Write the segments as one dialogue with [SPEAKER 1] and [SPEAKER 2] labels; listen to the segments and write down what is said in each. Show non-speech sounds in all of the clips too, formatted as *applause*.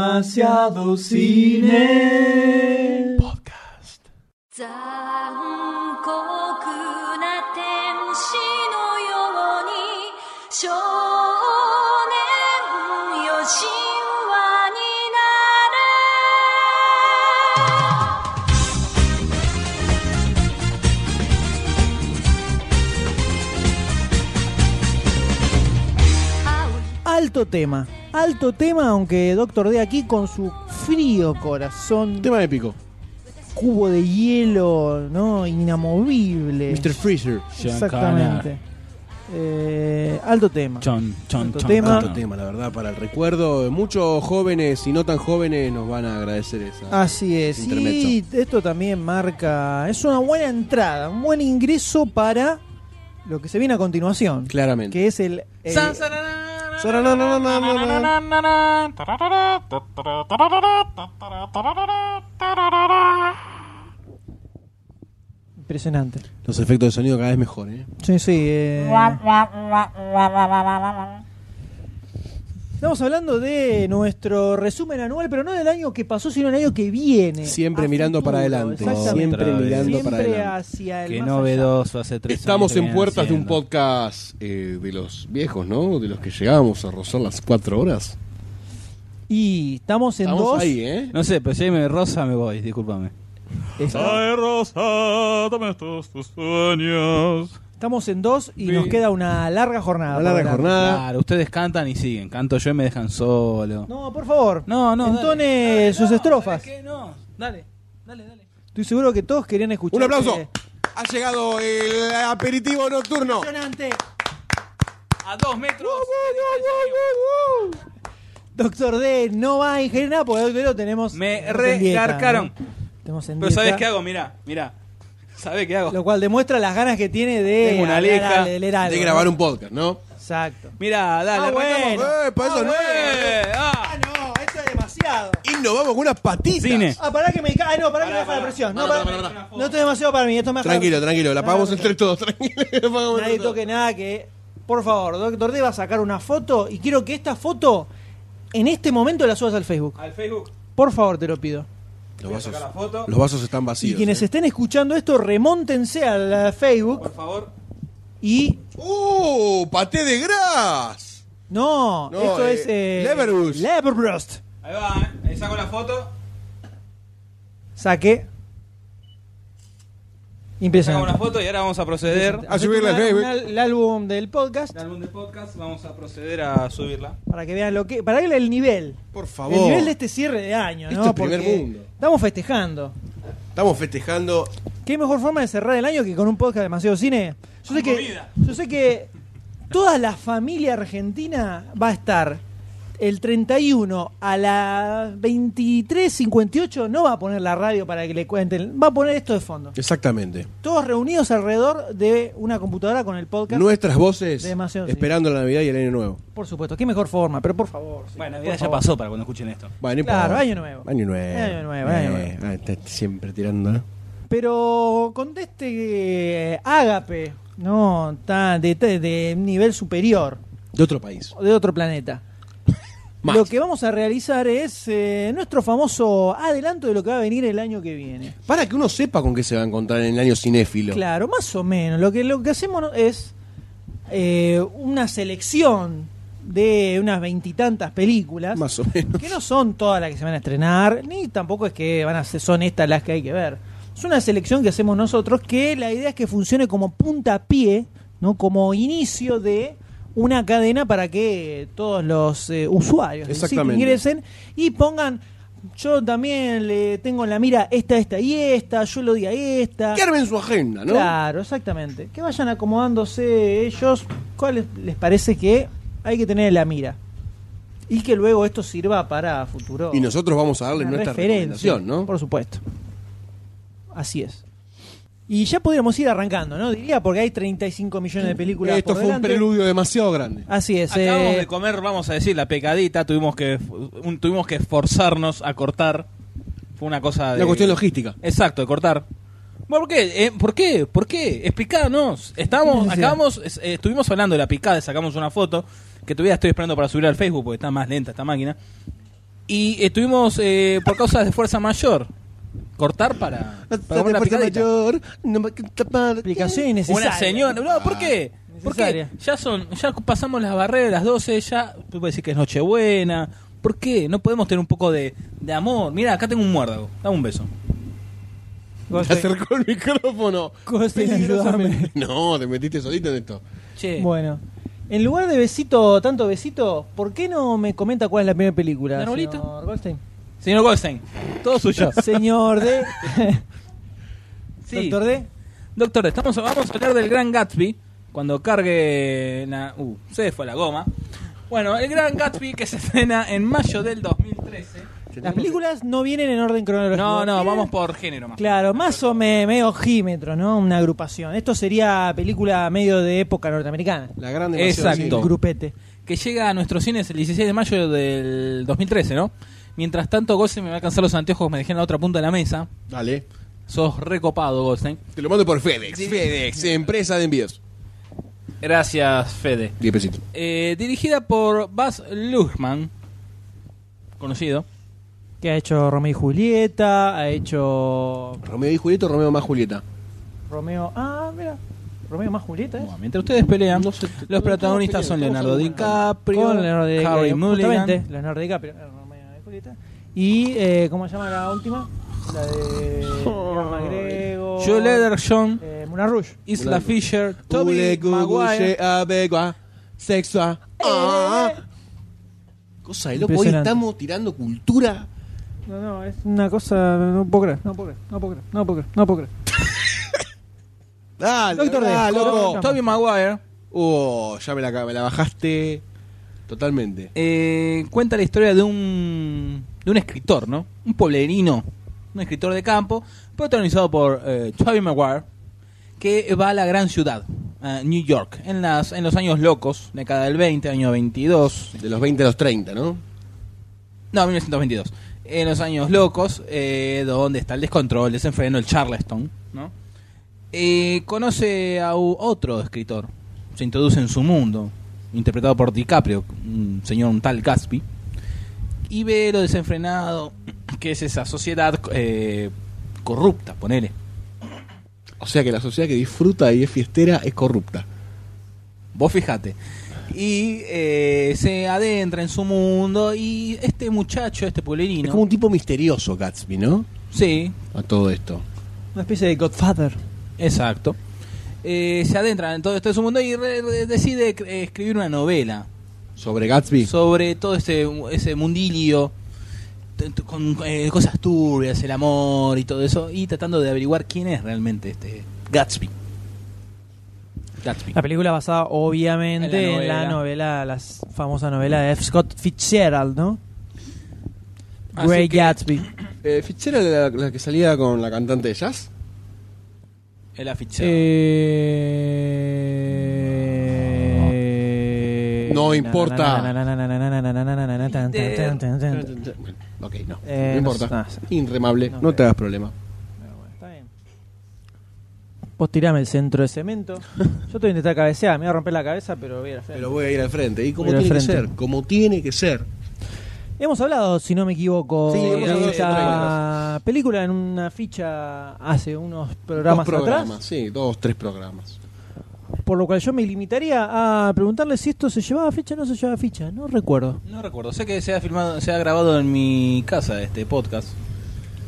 [SPEAKER 1] Demasiado cine. Podcast.
[SPEAKER 2] 残酷な天使のように少年よ神話になれ
[SPEAKER 3] Alto tema, alto tema, aunque Doctor D aquí con su frío corazón,
[SPEAKER 1] Tema épico.
[SPEAKER 3] cubo de hielo, ¿no? Inamovible.
[SPEAKER 1] Mr. Freezer.
[SPEAKER 3] Exactamente. Eh, alto tema.
[SPEAKER 4] Chon, chon,
[SPEAKER 3] Tanto
[SPEAKER 4] chon,
[SPEAKER 3] tema.
[SPEAKER 4] chon.
[SPEAKER 1] Tanto tema, la verdad, para el recuerdo. Muchos jóvenes y no tan jóvenes nos van a agradecer esa.
[SPEAKER 3] Así es. Y
[SPEAKER 1] Intermezzo.
[SPEAKER 3] esto también marca, es una buena entrada, un buen ingreso para lo que se viene a continuación,
[SPEAKER 1] Claramente.
[SPEAKER 3] que es el... eh,
[SPEAKER 1] Sarananananana.
[SPEAKER 3] impresionante.
[SPEAKER 1] Los efectos de sonido cada vez mejor, ¿eh?
[SPEAKER 3] Sí, sí. eh. Estamos hablando de nuestro resumen anual, pero no del año que pasó, sino del año que viene.
[SPEAKER 1] Siempre
[SPEAKER 3] A
[SPEAKER 1] mirando
[SPEAKER 3] futuro,
[SPEAKER 1] para adelante.
[SPEAKER 3] exactamente.
[SPEAKER 1] Siempre
[SPEAKER 4] Otra vez.
[SPEAKER 1] mirando para
[SPEAKER 3] Siempre
[SPEAKER 1] adelante.
[SPEAKER 3] hacia el
[SPEAKER 4] Qué
[SPEAKER 3] más
[SPEAKER 4] novedoso hace tres
[SPEAKER 1] Estamos
[SPEAKER 4] años que
[SPEAKER 1] en
[SPEAKER 4] vienen
[SPEAKER 1] puertas de un
[SPEAKER 4] haciendo.
[SPEAKER 1] podcast eh, de los viejos, ¿no? De los que llegábamos a rozar las cuatro horas.
[SPEAKER 3] allá. Y estamos en
[SPEAKER 1] Estamos
[SPEAKER 3] dos.
[SPEAKER 1] ahí, ¿eh?
[SPEAKER 4] No sé, pero si me rosa me voy, discúlpame.
[SPEAKER 3] está-
[SPEAKER 5] Ay, Rosa, dame todos tus sueños.
[SPEAKER 3] estamos en dos y nos queda una larga jornada.
[SPEAKER 1] Una larga
[SPEAKER 3] por delante.
[SPEAKER 1] jornada.
[SPEAKER 4] Claro, ustedes cantan y siguen. Canto yo y me dejan solo.
[SPEAKER 3] No, por favor.
[SPEAKER 4] No, no,
[SPEAKER 3] Entone
[SPEAKER 4] dale. Dale,
[SPEAKER 3] sus
[SPEAKER 4] no,
[SPEAKER 3] estrofas.
[SPEAKER 4] ¿sabés qué? No, dale, dale, dale.
[SPEAKER 3] Estoy seguro que todos querían escuchar.
[SPEAKER 1] Un aplauso.
[SPEAKER 3] que-
[SPEAKER 1] Ha llegado el aperitivo nocturno.
[SPEAKER 3] Impresionante.
[SPEAKER 4] A dos metros.
[SPEAKER 3] Doctor D no va a ingerir nada porque Doctor D lo tenemos.
[SPEAKER 4] Me
[SPEAKER 3] tenemos en dieta,
[SPEAKER 4] regarcaron.
[SPEAKER 3] ¿no? Tenemos en
[SPEAKER 4] Pero ¿sabés
[SPEAKER 3] dieta.
[SPEAKER 4] qué hago? Mirá, mirá. ¿Sabés qué hago?
[SPEAKER 3] Lo cual demuestra las ganas que tiene de,
[SPEAKER 4] Tengo una
[SPEAKER 3] hablar,
[SPEAKER 4] aleja
[SPEAKER 3] de leer algo,
[SPEAKER 1] De grabar
[SPEAKER 3] ¿no?
[SPEAKER 1] un podcast, ¿no?
[SPEAKER 3] Exacto.
[SPEAKER 4] Mirá, dale,
[SPEAKER 3] Ah,
[SPEAKER 4] arrancamos.
[SPEAKER 3] bueno.
[SPEAKER 1] Eh, pa' eso
[SPEAKER 3] Ah,
[SPEAKER 1] no es.
[SPEAKER 4] Eh, ah.
[SPEAKER 3] no, esto es demasiado.
[SPEAKER 1] Y nos vamos con unas patitas.
[SPEAKER 4] Cine.
[SPEAKER 3] Ah, pará que me ca- Ay, no, pará que me baja
[SPEAKER 4] Pará,
[SPEAKER 3] la
[SPEAKER 4] pará.
[SPEAKER 3] presión. No,
[SPEAKER 1] Pará,
[SPEAKER 3] pará.
[SPEAKER 1] pará, pará.
[SPEAKER 3] No esto es demasiado para mí, esto me baja la
[SPEAKER 1] Tranquilo,
[SPEAKER 3] presión.
[SPEAKER 1] tranquilo, la
[SPEAKER 3] Nada,
[SPEAKER 1] pagamos
[SPEAKER 3] no,
[SPEAKER 1] entre todos, *laughs* tranquilo. la pagamos
[SPEAKER 3] Nadie
[SPEAKER 1] entre todos.
[SPEAKER 3] toque nada que. Por favor, doctor D va a sacar una foto y quiero que esta foto en este momento la subas al Facebook.
[SPEAKER 4] Al Facebook.
[SPEAKER 3] Por favor, te lo pido.
[SPEAKER 1] Los vasos,
[SPEAKER 4] sacar la foto.
[SPEAKER 1] los vasos están
[SPEAKER 3] y
[SPEAKER 1] vacíos.
[SPEAKER 3] quienes
[SPEAKER 1] eh.
[SPEAKER 3] estén escuchando esto, remontense al al
[SPEAKER 4] Por
[SPEAKER 3] Facebook
[SPEAKER 4] favor.
[SPEAKER 3] y.
[SPEAKER 1] ¡Uh! ¡Paté de gras!
[SPEAKER 3] No,
[SPEAKER 1] No,
[SPEAKER 3] esto
[SPEAKER 1] eh,
[SPEAKER 3] es. Eh,
[SPEAKER 1] Leverbrust.
[SPEAKER 3] Leverbrust.
[SPEAKER 4] Ahí va, ¿eh? Ahí saco la foto.
[SPEAKER 3] Saque.
[SPEAKER 4] Saco
[SPEAKER 3] Impresionante.
[SPEAKER 4] una foto y ahora vamos a proceder.
[SPEAKER 3] Hacete
[SPEAKER 1] A subirla al
[SPEAKER 3] una-
[SPEAKER 1] Facebook.
[SPEAKER 3] una- El álbum del podcast.
[SPEAKER 4] El álbum de podcast, vamos a proceder a subirla.
[SPEAKER 3] Para que vean lo que. Para que vean el nivel.
[SPEAKER 1] Por favor.
[SPEAKER 3] El nivel de este cierre de año,
[SPEAKER 1] Esto
[SPEAKER 3] ¿no?
[SPEAKER 1] es primer
[SPEAKER 3] Porque
[SPEAKER 1] mundo.
[SPEAKER 3] Estamos festejando.
[SPEAKER 1] Estamos festejando.
[SPEAKER 3] ¿Qué mejor forma de cerrar el año que con un podcast de demasiado cine? Yo sé que.
[SPEAKER 4] Comida.
[SPEAKER 3] Yo sé que toda la familia argentina va a estar. El 31 a las 23.58 no va a poner la radio para que le cuenten. Va a poner esto de fondo.
[SPEAKER 1] Exactamente.
[SPEAKER 3] Todos reunidos alrededor de una computadora con el podcast.
[SPEAKER 1] Nuestras voces
[SPEAKER 3] Demasiado, sí.
[SPEAKER 1] esperando la Navidad y el Año Nuevo.
[SPEAKER 3] Por supuesto, qué mejor forma, pero por favor. sí,
[SPEAKER 4] Bueno,
[SPEAKER 3] por
[SPEAKER 4] Navidad ya
[SPEAKER 3] favor.
[SPEAKER 4] pasó para cuando escuchen esto.
[SPEAKER 1] Bueno, no
[SPEAKER 3] Claro,
[SPEAKER 1] importa.
[SPEAKER 3] Año Nuevo.
[SPEAKER 1] Año Nuevo.
[SPEAKER 3] Año Nuevo, Año
[SPEAKER 1] Eh,
[SPEAKER 3] Nuevo.
[SPEAKER 1] ah, está siempre tirando. ¿eh?
[SPEAKER 3] Pero con este eh, ágape, no, tan de, de- de nivel superior,
[SPEAKER 1] De otro país.
[SPEAKER 3] de otro planeta.
[SPEAKER 1] Más.
[SPEAKER 3] Lo que vamos a realizar es eh, nuestro famoso adelanto de lo que va a venir el año que viene.
[SPEAKER 1] Para que uno sepa con qué se va a encontrar en el año cinéfilo.
[SPEAKER 3] Claro, más o menos. Lo que, lo que hacemos no- es eh, una selección de unas veintitantas películas.
[SPEAKER 1] Más o *laughs* menos.
[SPEAKER 3] que no son todas las que se van a estrenar, ni tampoco es que van a ser, son estas las que hay que ver. Es una selección que hacemos nosotros que la idea es que funcione como puntapié, ¿no? como inicio de una cadena para que todos los eh, usuarios del sitio
[SPEAKER 1] Exactamente.
[SPEAKER 3] ingresen y pongan yo también le tengo en la mira esta, esta y esta, yo lo di a esta.
[SPEAKER 1] Que armen su agenda, ¿no?
[SPEAKER 3] Claro, exactamente. Que vayan acomodándose ellos cuáles les parece que hay que tener en la mira. Y que luego esto sirva para futuro.
[SPEAKER 1] Y nosotros vamos a darle
[SPEAKER 3] una
[SPEAKER 1] nuestra
[SPEAKER 3] referencia,
[SPEAKER 1] recomendación, ¿no?
[SPEAKER 3] Por supuesto. Así es. Y ya podríamos ir arrancando, ¿no? Diría, porque hay 35 millones de películas.
[SPEAKER 1] Esto
[SPEAKER 3] por
[SPEAKER 1] fue un
[SPEAKER 3] delante.
[SPEAKER 1] preludio demasiado grande.
[SPEAKER 3] Así es.
[SPEAKER 4] Acabamos
[SPEAKER 3] eh,
[SPEAKER 4] de comer, vamos a decir, la pecadita, tuvimos que un- tuvimos que esforzarnos a cortar. Fue una cosa de
[SPEAKER 1] La cuestión logística.
[SPEAKER 4] Exacto, de cortar. Bueno, ¿Por qué? Eh, ¿Por qué? ¿Por qué? Explicanos. Estamos,
[SPEAKER 3] Sí.
[SPEAKER 4] acabamos, es- eh, estuvimos hablando de la picada, sacamos una foto que todavía estoy esperando para subir al Facebook porque está más lenta esta máquina. Y estuvimos eh, por causas de fuerza mayor. Cortar para, para comer la picadita.
[SPEAKER 3] Explicación
[SPEAKER 1] Explicación.
[SPEAKER 3] innecesaria.
[SPEAKER 4] Una señora. No, ¿por qué? ¿Por qué?
[SPEAKER 3] Necesaria.
[SPEAKER 4] Ya, son, ya pasamos las barreras de las 12, ya puedo decir que es Nochebuena. ¿Por qué? No podemos tener un poco de, de amor. Mira, acá tengo un muérdago. Dame un beso.
[SPEAKER 1] Te acercó el micrófono.
[SPEAKER 3] Costen, ayúdame.
[SPEAKER 1] No, te metiste solito en esto.
[SPEAKER 4] Che,
[SPEAKER 3] *laughs* Bueno. En lugar de besito, tanto besito, ¿por qué no me comenta cuál es la primera película?
[SPEAKER 4] ¿De Arbolito?
[SPEAKER 3] señor Goldstein?
[SPEAKER 4] señor Goldstein, todo *laughs* suyo.
[SPEAKER 3] Señor D.
[SPEAKER 4] Sí.
[SPEAKER 3] Doctor D.
[SPEAKER 4] Doctor, estamos, vamos a hablar del Gran Gatsby. Cuando cargue la... Uh, se fue la goma. Bueno, el Gran Gatsby que se estrena en mayo del 2013.
[SPEAKER 3] Las películas no vienen en orden cronológico.
[SPEAKER 4] No, no,
[SPEAKER 3] Vienen-
[SPEAKER 4] vamos por género más.
[SPEAKER 3] Claro, más o menos medio ojímetro, ¿no? Una agrupación. Esto sería película medio de época norteamericana.
[SPEAKER 1] La gran
[SPEAKER 4] Exacto.
[SPEAKER 3] El grupete.
[SPEAKER 4] que llega a nuestros cines el 16 de mayo del 2013, ¿no? Mientras tanto, Goldstein me va a alcanzar los anteojos, me dejé en la otra punta de la mesa.
[SPEAKER 1] Dale.
[SPEAKER 4] Sos recopado, Goldstein.
[SPEAKER 1] Te lo mando por FedEx. FedEx, empresa de envíos.
[SPEAKER 4] Gracias, Fede.
[SPEAKER 1] 10 pesitos.
[SPEAKER 4] Eh, dirigida por Baz Luhrmann, conocido.
[SPEAKER 3] Que ha hecho Romeo y Julieta, ha hecho
[SPEAKER 1] Romeo y Julieta, Romeo más Julieta.
[SPEAKER 3] Romeo. Ah, mira. Romeo más Julieta. ¿eh?
[SPEAKER 4] Bueno, mientras ustedes pelean,
[SPEAKER 1] No sé, te-
[SPEAKER 4] los protagonistas son Leonardo DiCaprio,
[SPEAKER 3] Con Leonardo DiCaprio.
[SPEAKER 4] Harry
[SPEAKER 3] justamente,
[SPEAKER 4] Mulligan,
[SPEAKER 3] Leonardo DiCaprio. eh, Romeo y Julieta. Y, eh, ¿cómo se llama la última? La
[SPEAKER 4] *laughs*
[SPEAKER 3] de. Ewan McGregor.
[SPEAKER 4] Joe John,
[SPEAKER 3] Eh, Moulin Rouge.
[SPEAKER 4] Isla
[SPEAKER 1] Mulligan.
[SPEAKER 4] Fisher, Toby Maguire.
[SPEAKER 1] sexua. ah. Cosa de loco, hoy
[SPEAKER 3] Impresionante.
[SPEAKER 1] estamos tirando cultura.
[SPEAKER 3] No, no, es una cosa. No puedo creer, no puedo creer, no puedo creer, no puedo creer, no puedo creer.
[SPEAKER 1] Dale,
[SPEAKER 3] Doctor D.
[SPEAKER 1] dale,
[SPEAKER 3] Doctor
[SPEAKER 1] loco.
[SPEAKER 3] D.
[SPEAKER 4] Toby Maguire.
[SPEAKER 1] Oh, ya me la, me la bajaste totalmente.
[SPEAKER 4] eh, cuenta la historia de un de un escritor, ¿no? Un pueblerino, un escritor de campo, protagonizado por eh, Tobey Maguire, que va a la gran ciudad, a New York, en las en los años locos, década del 20, año 22,
[SPEAKER 1] De los 20 a los 30, ¿no?
[SPEAKER 4] no, 1922, en los años locos, eh, donde está el descontrol, el desenfreno, el Charleston, ¿no? Eh, conoce a u- otro escritor, se introduce en su mundo, interpretado por DiCaprio, un señor, un tal Gatsby, y ve lo desenfrenado *clears throat* que es esa sociedad eh, corrupta, ponele.
[SPEAKER 1] O sea que la sociedad que disfruta y es fiestera es corrupta.
[SPEAKER 4] Vos fijate. Y eh, se adentra en su mundo y este muchacho, este pueblerino,
[SPEAKER 1] Es como un tipo misterioso, Gatsby, ¿no?
[SPEAKER 4] sí,
[SPEAKER 1] A todo esto.
[SPEAKER 3] Una especie de Godfather.
[SPEAKER 4] Exacto. Eh, se adentra en todo este su mundo y re- re- decide cre- eh, escribir una novela
[SPEAKER 1] Sobre Gatsby.
[SPEAKER 4] sobre todo ese, ese mundilio t- t- con eh, cosas turbias, el amor y todo eso, y tratando de averiguar quién es realmente este Gatsby. Gatsby.
[SPEAKER 3] La película basada obviamente en
[SPEAKER 4] En la
[SPEAKER 3] la novela, la s- famosa novela de F. Scott Fitzgerald, ¿no?
[SPEAKER 4] Así
[SPEAKER 3] Grey
[SPEAKER 4] que-
[SPEAKER 3] Gatsby.
[SPEAKER 1] Eh, ¿Fitzgerald era la, la que salía con la cantante de jazz?
[SPEAKER 4] El afichado.
[SPEAKER 3] Eh...
[SPEAKER 1] No importa.
[SPEAKER 3] Está
[SPEAKER 1] Ok, no.
[SPEAKER 3] Eh,
[SPEAKER 1] no
[SPEAKER 3] no
[SPEAKER 1] importa.
[SPEAKER 3] sé, no
[SPEAKER 1] Inremable.
[SPEAKER 3] No
[SPEAKER 1] No,
[SPEAKER 3] sé.
[SPEAKER 1] te hagas problema.
[SPEAKER 3] bien. Vos tirame el centro de cemento. Yo te voy a intentar cabecear, me voy a romper la cabeza, pero voy a ir al frente.
[SPEAKER 1] Pero voy a ir al frente. Y como
[SPEAKER 3] Voy al
[SPEAKER 1] tiene que
[SPEAKER 3] frente.
[SPEAKER 1] ser. Como tiene que ser.
[SPEAKER 3] Hemos hablado, si no me equivoco,
[SPEAKER 1] Sí, hemos
[SPEAKER 3] de
[SPEAKER 1] hablado de
[SPEAKER 3] esta
[SPEAKER 1] trailers.
[SPEAKER 3] película en una ficha hace unos programas,
[SPEAKER 1] Dos programas.
[SPEAKER 3] atrás,
[SPEAKER 1] Sí, dos, tres programas.
[SPEAKER 3] por lo cual yo me limitaría a preguntarle si esto se llevaba ficha o no se llevaba ficha, no recuerdo.
[SPEAKER 4] No recuerdo, sé que se ha filmado, se ha grabado en mi casa este podcast,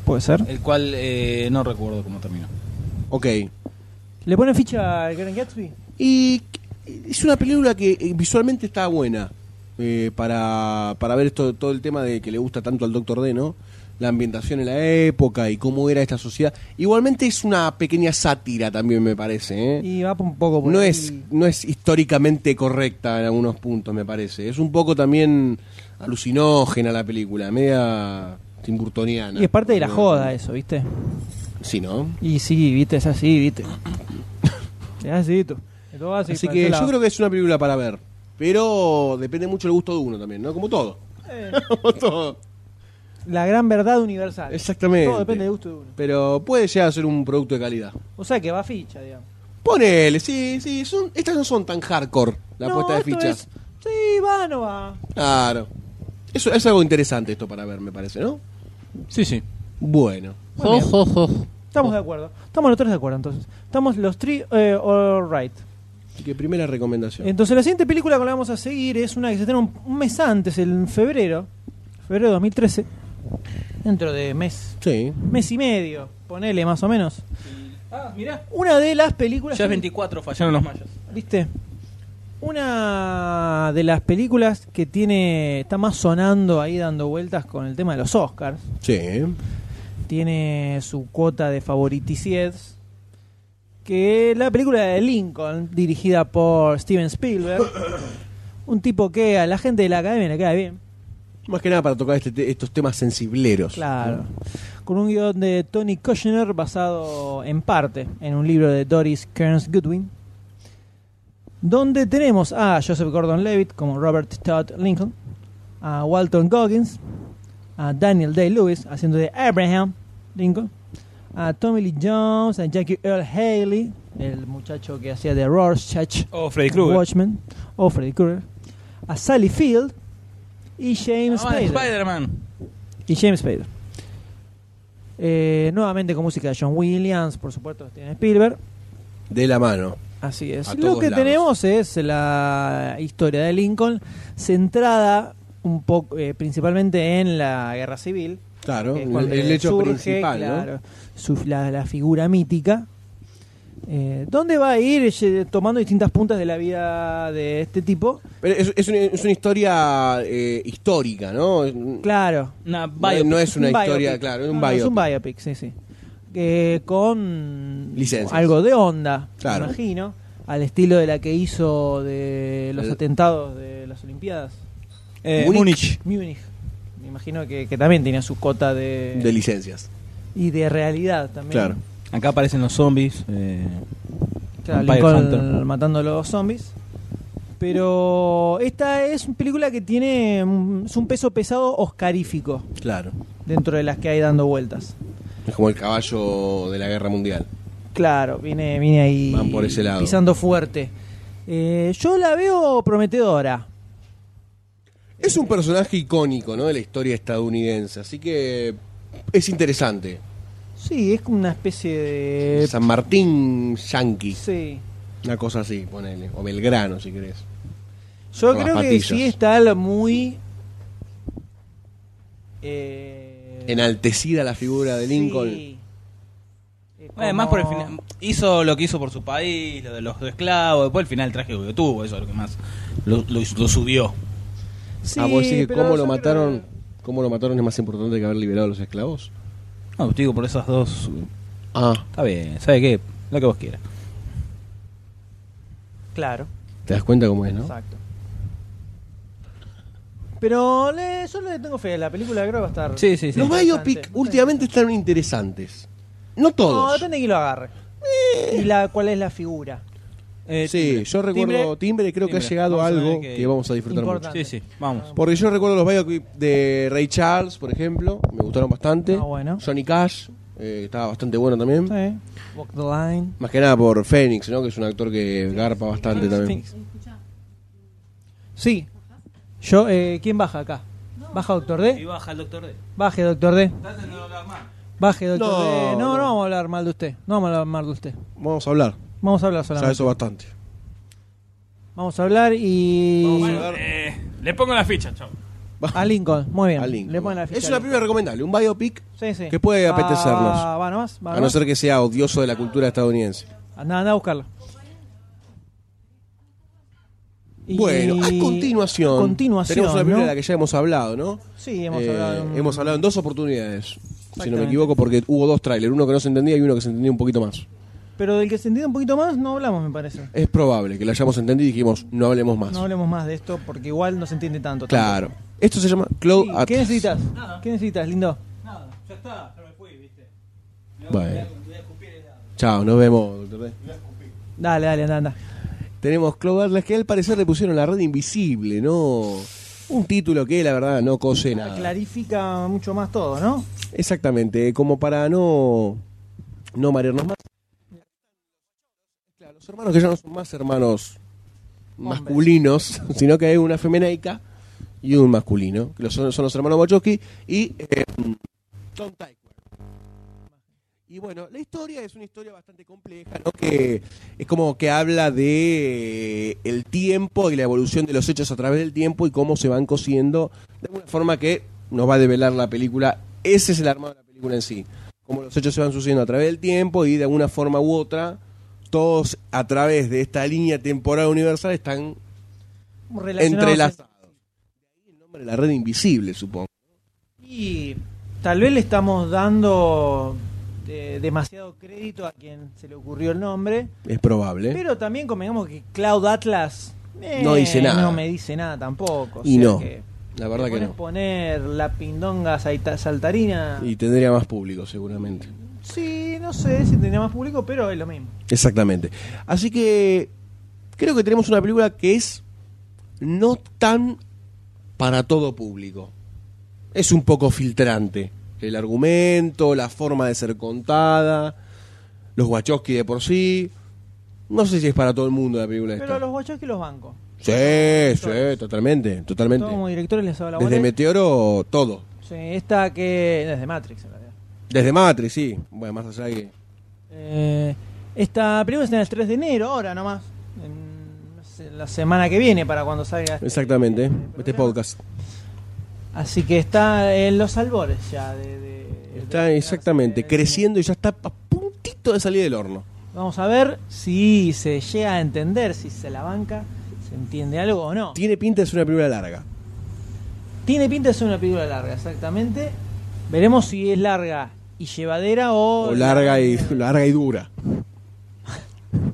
[SPEAKER 3] Puede ser.
[SPEAKER 4] el cual eh, no recuerdo cómo terminó.
[SPEAKER 1] Ok.
[SPEAKER 3] ¿Le ponen ficha al Gran Gatsby?
[SPEAKER 1] Y es una película que eh, visualmente está buena. eh, para, para ver esto, todo el tema de que le gusta tanto al Doctor D, ¿no? La ambientación en la época y cómo era esta sociedad. Igualmente es una pequeña sátira también, me parece. ¿eh?
[SPEAKER 3] Y va un poco por
[SPEAKER 1] no
[SPEAKER 3] ahí.
[SPEAKER 1] es no es históricamente correcta en algunos puntos me parece es un poco también alucinógena la película media timburtoniana
[SPEAKER 3] Y es parte de la joda eso, ¿viste?
[SPEAKER 1] sí no
[SPEAKER 3] Y sí, viste, es así,
[SPEAKER 1] *laughs*
[SPEAKER 3] viste. es así, tú. Es todo así,
[SPEAKER 1] así
[SPEAKER 3] para
[SPEAKER 1] que
[SPEAKER 3] ese
[SPEAKER 1] yo
[SPEAKER 3] lado.
[SPEAKER 1] creo que es una película para ver pero depende mucho del gusto de uno también no como todo
[SPEAKER 3] Eh.
[SPEAKER 1] *laughs* como todo
[SPEAKER 3] La gran verdad universal.
[SPEAKER 1] exactamente
[SPEAKER 3] Todo depende del gusto de uno.
[SPEAKER 1] pero puede llegar a ser un producto de calidad
[SPEAKER 3] O sea que va ficha, digamos.
[SPEAKER 1] ponele sí sí son estas no son tan hardcore la
[SPEAKER 3] No,
[SPEAKER 1] apuesta de
[SPEAKER 3] esto
[SPEAKER 1] fichas
[SPEAKER 3] es- Sí, va, no va.
[SPEAKER 1] claro Eso es algo interesante esto para ver, me parece, ¿no?
[SPEAKER 4] Sí, sí.
[SPEAKER 1] Bueno.
[SPEAKER 3] Muy bien.
[SPEAKER 4] Jo, jo, jo.
[SPEAKER 3] Estamos de acuerdo. Estamos los tres de acuerdo, entonces. Estamos los tres eh, all right.
[SPEAKER 1] Así que primera recomendación.
[SPEAKER 3] Entonces, la siguiente película con la que vamos a seguir es una que se estrena un, un mes antes, en febrero. Febrero de 2013. Dentro de mes.
[SPEAKER 1] sí.
[SPEAKER 3] Mes y medio, ponele más o menos.
[SPEAKER 4] Ah, mirá.
[SPEAKER 3] Una de las películas.
[SPEAKER 4] Ya es 24, fallaron los mayas.
[SPEAKER 3] ¿Viste? Una de las películas que tiene. Está más sonando ahí dando vueltas con el tema de los Oscars.
[SPEAKER 1] Sí.
[SPEAKER 3] tiene su cuota de favoriticieds. Que es la película de Lincoln, dirigida por Steven Spielberg, un tipo que a la gente de la academia le cae bien,
[SPEAKER 1] Más que nada para tocar este te- estos temas sensibleros.
[SPEAKER 3] claro. Con un guión de Tony Kushner basado en parte en un libro de Doris Kearns Goodwin, donde tenemos a Joseph Gordon Levitt como Robert Todd Lincoln, a Walton Goggins, a Daniel Day-Lewis haciendo de Abraham Lincoln, a Tommy Lee Jones, a Jackie Earl Haley, el muchacho que hacía de Rorschach,
[SPEAKER 4] O Freddy
[SPEAKER 3] Watchmen, o Freddy Krueger, a Sally Field y James
[SPEAKER 4] Ah,
[SPEAKER 3] Spader.
[SPEAKER 4] Spider-Man.
[SPEAKER 3] y James Spader. Eh, nuevamente con música de John Williams, por supuesto, Steven Spielberg.
[SPEAKER 1] De la mano.
[SPEAKER 3] Así es.
[SPEAKER 1] A
[SPEAKER 3] Lo
[SPEAKER 1] todos
[SPEAKER 3] que
[SPEAKER 1] lados.
[SPEAKER 3] tenemos es la historia de Lincoln centrada un poco eh, principalmente en la guerra civil,
[SPEAKER 1] Claro.
[SPEAKER 3] que es
[SPEAKER 1] El,
[SPEAKER 3] cuando
[SPEAKER 1] el hecho
[SPEAKER 3] surge,
[SPEAKER 1] principal,
[SPEAKER 3] claro, su- la, la figura mítica, eh, donde va a ir eh, tomando distintas puntas de la vida de este tipo.
[SPEAKER 1] ¿no? Pero es, es una, es una historia eh, histórica, ¿no?
[SPEAKER 3] Claro.
[SPEAKER 4] Una
[SPEAKER 1] No,
[SPEAKER 4] biopic.
[SPEAKER 1] no es una
[SPEAKER 3] Un
[SPEAKER 1] historia,
[SPEAKER 3] biopic.
[SPEAKER 1] claro, es un
[SPEAKER 3] No, no,
[SPEAKER 1] biopic.
[SPEAKER 3] es un biopic, sí, sí. Que con
[SPEAKER 1] Licencias.
[SPEAKER 3] algo de onda, me
[SPEAKER 1] Claro.
[SPEAKER 3] imagino, al estilo de la que hizo de los
[SPEAKER 1] El-
[SPEAKER 3] atentados de las Olimpiadas.
[SPEAKER 4] Eh,
[SPEAKER 1] Múnich.
[SPEAKER 4] Múnich.
[SPEAKER 3] Múnich. Me imagino que, que también tenía su cota de,
[SPEAKER 1] De licencias.
[SPEAKER 3] y de realidad también.
[SPEAKER 1] Claro.
[SPEAKER 4] Acá aparecen los zombies. eh,
[SPEAKER 3] Claro,
[SPEAKER 4] Vampire
[SPEAKER 3] Lincoln
[SPEAKER 4] Hunter.
[SPEAKER 3] matando a los zombies. Pero esta es una película que tiene mm, es un peso pesado oscarífico
[SPEAKER 1] Claro.
[SPEAKER 3] dentro de las que hay dando vueltas.
[SPEAKER 1] Es como el caballo de la guerra mundial.
[SPEAKER 3] Claro, viene, viene ahí
[SPEAKER 1] Van por ese lado.
[SPEAKER 3] pisando fuerte. Eh, yo la veo prometedora.
[SPEAKER 1] Es un personaje icónico, ¿no? De la historia estadounidense. Así que es interesante.
[SPEAKER 3] Sí, es como una especie de...
[SPEAKER 1] San Martín Yankee.
[SPEAKER 3] Sí.
[SPEAKER 1] Una cosa así, ponele. O Belgrano, si querés.
[SPEAKER 3] Yo
[SPEAKER 1] Con las
[SPEAKER 3] creo que
[SPEAKER 1] patillas.
[SPEAKER 3] sí está la muy... eh,
[SPEAKER 1] Enaltecida la figura de Lincoln.
[SPEAKER 3] Sí. Eh,
[SPEAKER 4] Bueno, más por el
[SPEAKER 3] como-
[SPEAKER 4] final. Hizo lo que hizo por su país, lo de los esclavos. Después el final trágico que tuvo, eso es lo que más lo, lo- lo subió.
[SPEAKER 3] Sí,
[SPEAKER 1] ah, vos decís que
[SPEAKER 3] pero
[SPEAKER 1] cómo
[SPEAKER 3] yo
[SPEAKER 1] lo
[SPEAKER 3] creo
[SPEAKER 1] mataron, cómo lo mataron es más importante que haber liberado a los esclavos.
[SPEAKER 4] No, te digo por esas dos. eh,
[SPEAKER 1] Ah,
[SPEAKER 4] Está bien, ¿sabe qué? Lo que vos quieras.
[SPEAKER 3] que- Claro,
[SPEAKER 1] te das cuenta cómo es, ¿no?
[SPEAKER 3] exacto. Pero le, yo le tengo fe. La película creo que va a estar.
[SPEAKER 4] Sí, sí, sí.
[SPEAKER 1] Los biopic
[SPEAKER 3] Interesante.
[SPEAKER 1] últimamente están interesantes. No
[SPEAKER 3] No,
[SPEAKER 1] todos.
[SPEAKER 3] depende de quién lo agarre. Y la, cuál es la figura.
[SPEAKER 4] Eh,
[SPEAKER 1] sí,
[SPEAKER 4] timbre.
[SPEAKER 1] yo recuerdo Timbre,
[SPEAKER 3] Timbre.
[SPEAKER 1] creo que ha
[SPEAKER 4] Timbre.
[SPEAKER 1] llegado
[SPEAKER 4] Vamos a ver
[SPEAKER 1] algo que...
[SPEAKER 4] que-
[SPEAKER 1] vamos a disfrutar
[SPEAKER 3] Importante.
[SPEAKER 1] mucho.
[SPEAKER 4] Sí, sí, vamos.
[SPEAKER 1] Porque yo recuerdo los biopic de Ray Charles, por ejemplo, me gustaron bastante.
[SPEAKER 3] Ah, bueno.
[SPEAKER 1] Johnny Cash, eh, estaba bastante bueno también.
[SPEAKER 3] Sí. Walk the line.
[SPEAKER 1] Más que nada por Phoenix, ¿no? Que es un actor que garpa bastante también.
[SPEAKER 3] Sí. Yo, eh, ¿Quién baja acá? ¿Baja Doctor D?
[SPEAKER 4] baja el doctor D.
[SPEAKER 3] Baje Doctor D. Baje Doctor
[SPEAKER 1] No,
[SPEAKER 3] D. No,
[SPEAKER 1] no.
[SPEAKER 3] no vamos a hablar mal de usted. No vamos a hablar mal de usted.
[SPEAKER 1] Vamos a hablar.
[SPEAKER 3] Vamos a hablar
[SPEAKER 1] Ya
[SPEAKER 3] solamente.
[SPEAKER 1] eso bastante.
[SPEAKER 3] Vamos a hablar y.
[SPEAKER 4] Oh,
[SPEAKER 5] le pongo la ficha, chao.
[SPEAKER 3] A Lincoln, muy bien.
[SPEAKER 1] A Lincoln.
[SPEAKER 3] Le ponen la ficha
[SPEAKER 1] es
[SPEAKER 3] a
[SPEAKER 1] una
[SPEAKER 3] Lincoln.
[SPEAKER 1] película recomendable, un biopic
[SPEAKER 3] Sí, sí.
[SPEAKER 1] que puede apetecernos.
[SPEAKER 3] Ah, va nomás, va
[SPEAKER 1] A no
[SPEAKER 3] nomás.
[SPEAKER 1] ser que sea odioso de la cultura estadounidense.
[SPEAKER 3] Andá, andá a buscarla. Y-
[SPEAKER 1] Bueno, a continuación,
[SPEAKER 3] Continuación.
[SPEAKER 1] tenemos una película
[SPEAKER 3] ¿no?
[SPEAKER 1] de la que ya hemos hablado, ¿no?
[SPEAKER 3] Sí, hemos
[SPEAKER 1] Eh,
[SPEAKER 3] hablado. en un-
[SPEAKER 1] hemos hablado en dos oportunidades, si no me
[SPEAKER 3] Exactamente.
[SPEAKER 1] equivoco, porque hubo dos trailers, uno que no se entendía y uno que se entendía un poquito más.
[SPEAKER 3] Pero del que se entiende un poquito más, no hablamos, me parece.
[SPEAKER 1] Es probable que lo hayamos entendido y dijimos, no hablemos más.
[SPEAKER 3] No hablemos más de esto porque igual no se entiende tanto.
[SPEAKER 1] claro. Esto se llama Cloud
[SPEAKER 3] tampoco. Sí,
[SPEAKER 1] Atlas.
[SPEAKER 3] ¿Qué necesitas? ¿Qué necesitas, lindo?
[SPEAKER 4] Nada, ya está, ya me fui, viste.
[SPEAKER 1] Bueno. Chao, nos vemos, doctor D.
[SPEAKER 3] Dale, dale, anda, anda.
[SPEAKER 1] Tenemos Cloud Atlas, que al parecer le pusieron la red invisible, ¿no? Un título que la verdad no cose nada.
[SPEAKER 3] Clarifica mucho más todo, ¿no?
[SPEAKER 1] Exactamente, como para no, no marearnos más. Claro, los *laughs* hermanos que ya no son más hermanos masculinos, sino que hay una femenaica y un masculino, que los- son, son los hermanos Wachowski y eh, Tom Tykwer. Y bueno, la historia es una historia bastante compleja, ¿no? que es como que habla de eh, el tiempo y la evolución de los hechos a través del tiempo y cómo se van cosiendo de alguna forma que nos va a develar la película. Ese es el armado de la película en sí. Cómo los hechos se van sucediendo a través del tiempo y de alguna forma u otra, todos a través de esta línea temporal universal están
[SPEAKER 3] Relacionados
[SPEAKER 1] entrelazados. De ahí el nombre de la red invisible, supongo.
[SPEAKER 3] en- Y tal vez le estamos dando eh, demasiado crédito a quien se le ocurrió el nombre.
[SPEAKER 1] Es probable.
[SPEAKER 3] Pero también convengamos que Cloud Atlas eh,
[SPEAKER 1] ¿Eh? No dice nada.
[SPEAKER 3] No me dice nada tampoco. o
[SPEAKER 1] Y
[SPEAKER 3] sea
[SPEAKER 1] no,
[SPEAKER 3] que
[SPEAKER 1] la verdad
[SPEAKER 3] le
[SPEAKER 1] que
[SPEAKER 3] pones
[SPEAKER 1] no.
[SPEAKER 3] poner la pindonga saita- saltarina.
[SPEAKER 1] Y tendría más público, seguramente.
[SPEAKER 3] Sí, no sé si tendría más público, pero es lo mismo.
[SPEAKER 1] Exactamente. Así que creo que tenemos una película que es no tan para todo público. Es un poco filtrante. El argumento, la forma de ser contada, los Wachowski de por sí. No sé si es para todo el mundo la película
[SPEAKER 3] Pero
[SPEAKER 1] esta.
[SPEAKER 3] a los guachos que los bancos.
[SPEAKER 1] Sí, sí, totalmente, totalmente.
[SPEAKER 3] Todos como directores les daba la
[SPEAKER 1] Desde
[SPEAKER 3] bola.
[SPEAKER 1] Meteoro, todo.
[SPEAKER 3] Sí, esta que. Desde Matrix, en realidad.
[SPEAKER 1] Desde Matrix, sí. Bueno, más allá de que...
[SPEAKER 3] Eh, esta película está en el 3 de enero, ahora nomás. En- no sé, la semana que viene, para cuando salga. este-
[SPEAKER 1] Exactamente, este
[SPEAKER 3] programa.
[SPEAKER 1] podcast.
[SPEAKER 3] Así que está en los albores ya. De, de-
[SPEAKER 1] Está
[SPEAKER 3] de-
[SPEAKER 1] exactamente
[SPEAKER 3] de-
[SPEAKER 1] creciendo y ya está a puntito de salir del horno.
[SPEAKER 3] Vamos a ver si se llega a entender, si se la banca, se entiende algo o no.
[SPEAKER 1] Tiene pinta de ser una película larga.
[SPEAKER 3] Tiene pinta de ser una película larga, exactamente. Veremos si es larga y llevadera o...
[SPEAKER 1] O larga y, larga y dura.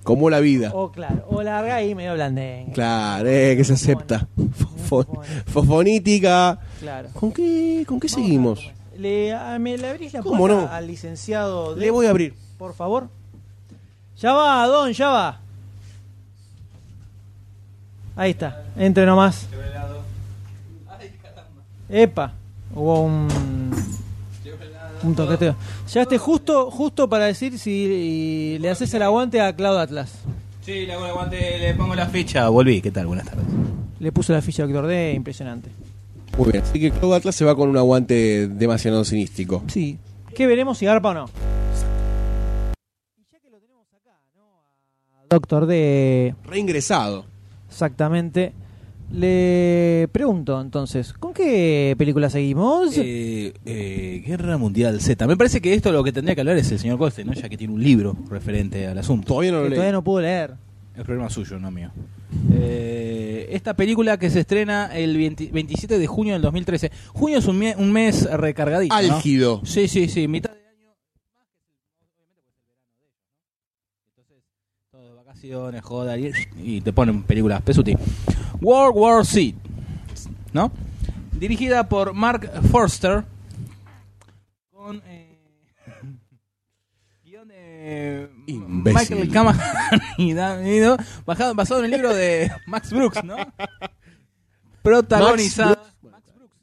[SPEAKER 1] Como la vida.
[SPEAKER 3] O claro, o larga y medio blandengue.
[SPEAKER 1] Claro, eh, que se acepta. Fofo- Fofonítica.
[SPEAKER 3] Claro.
[SPEAKER 1] ¿Con qué, con qué
[SPEAKER 3] Vamos
[SPEAKER 1] seguimos?
[SPEAKER 3] a ver cómo es. Le, a- ¿Me le abrís la
[SPEAKER 1] ¿Cómo
[SPEAKER 3] puerta
[SPEAKER 1] no?
[SPEAKER 3] al licenciado de-
[SPEAKER 1] Le voy a abrir.
[SPEAKER 3] Por favor. Ya va, Don, ya va. Ahí está, entre nomás. Epa, hubo un, un toqueteo. Llegaste justo, justo para decir si le haces el aguante a Cloud Atlas.
[SPEAKER 4] Sí, le hago el aguante, le pongo la ficha. Volví, ¿qué tal? Buenas tardes.
[SPEAKER 3] Le puso la ficha a Doctor D, impresionante.
[SPEAKER 1] Muy bien. Así que Cloud Atlas se va con un aguante demasiado cinístico.
[SPEAKER 3] Sí. ¿Qué veremos si garpa o no? Doctor D,
[SPEAKER 1] Reingresado.
[SPEAKER 3] exactamente. Le pregunto entonces, ¿con qué película seguimos?
[SPEAKER 4] Eh, eh, Guerra Mundial Z. Me parece que esto lo que tendría que hablar es el señor Coste, ¿no? Ya que tiene un libro referente al asunto.
[SPEAKER 1] Todavía no
[SPEAKER 3] que
[SPEAKER 1] lo
[SPEAKER 3] todavía
[SPEAKER 1] leí.
[SPEAKER 3] no puedo leer.
[SPEAKER 4] Es problema suyo, no mío. Eh, esta película que se estrena el 20 27 de junio del 2013. Junio es un, mie- un mes recargadito. ¿no?
[SPEAKER 1] Álgido.
[SPEAKER 4] Sí, sí, sí, mitad de año. Entonces, todo de vacaciones, joda, y, y te ponen películas pesuti. World War Z, ¿no? Dirigida por Mark Forster. Con. eh, *laughs* guión de.
[SPEAKER 1] Imbécil.
[SPEAKER 4] Michael Camahan y Dan Nino, bajado- basado en el libro de Max Brooks, ¿no? Protagonizado. Max Brooks.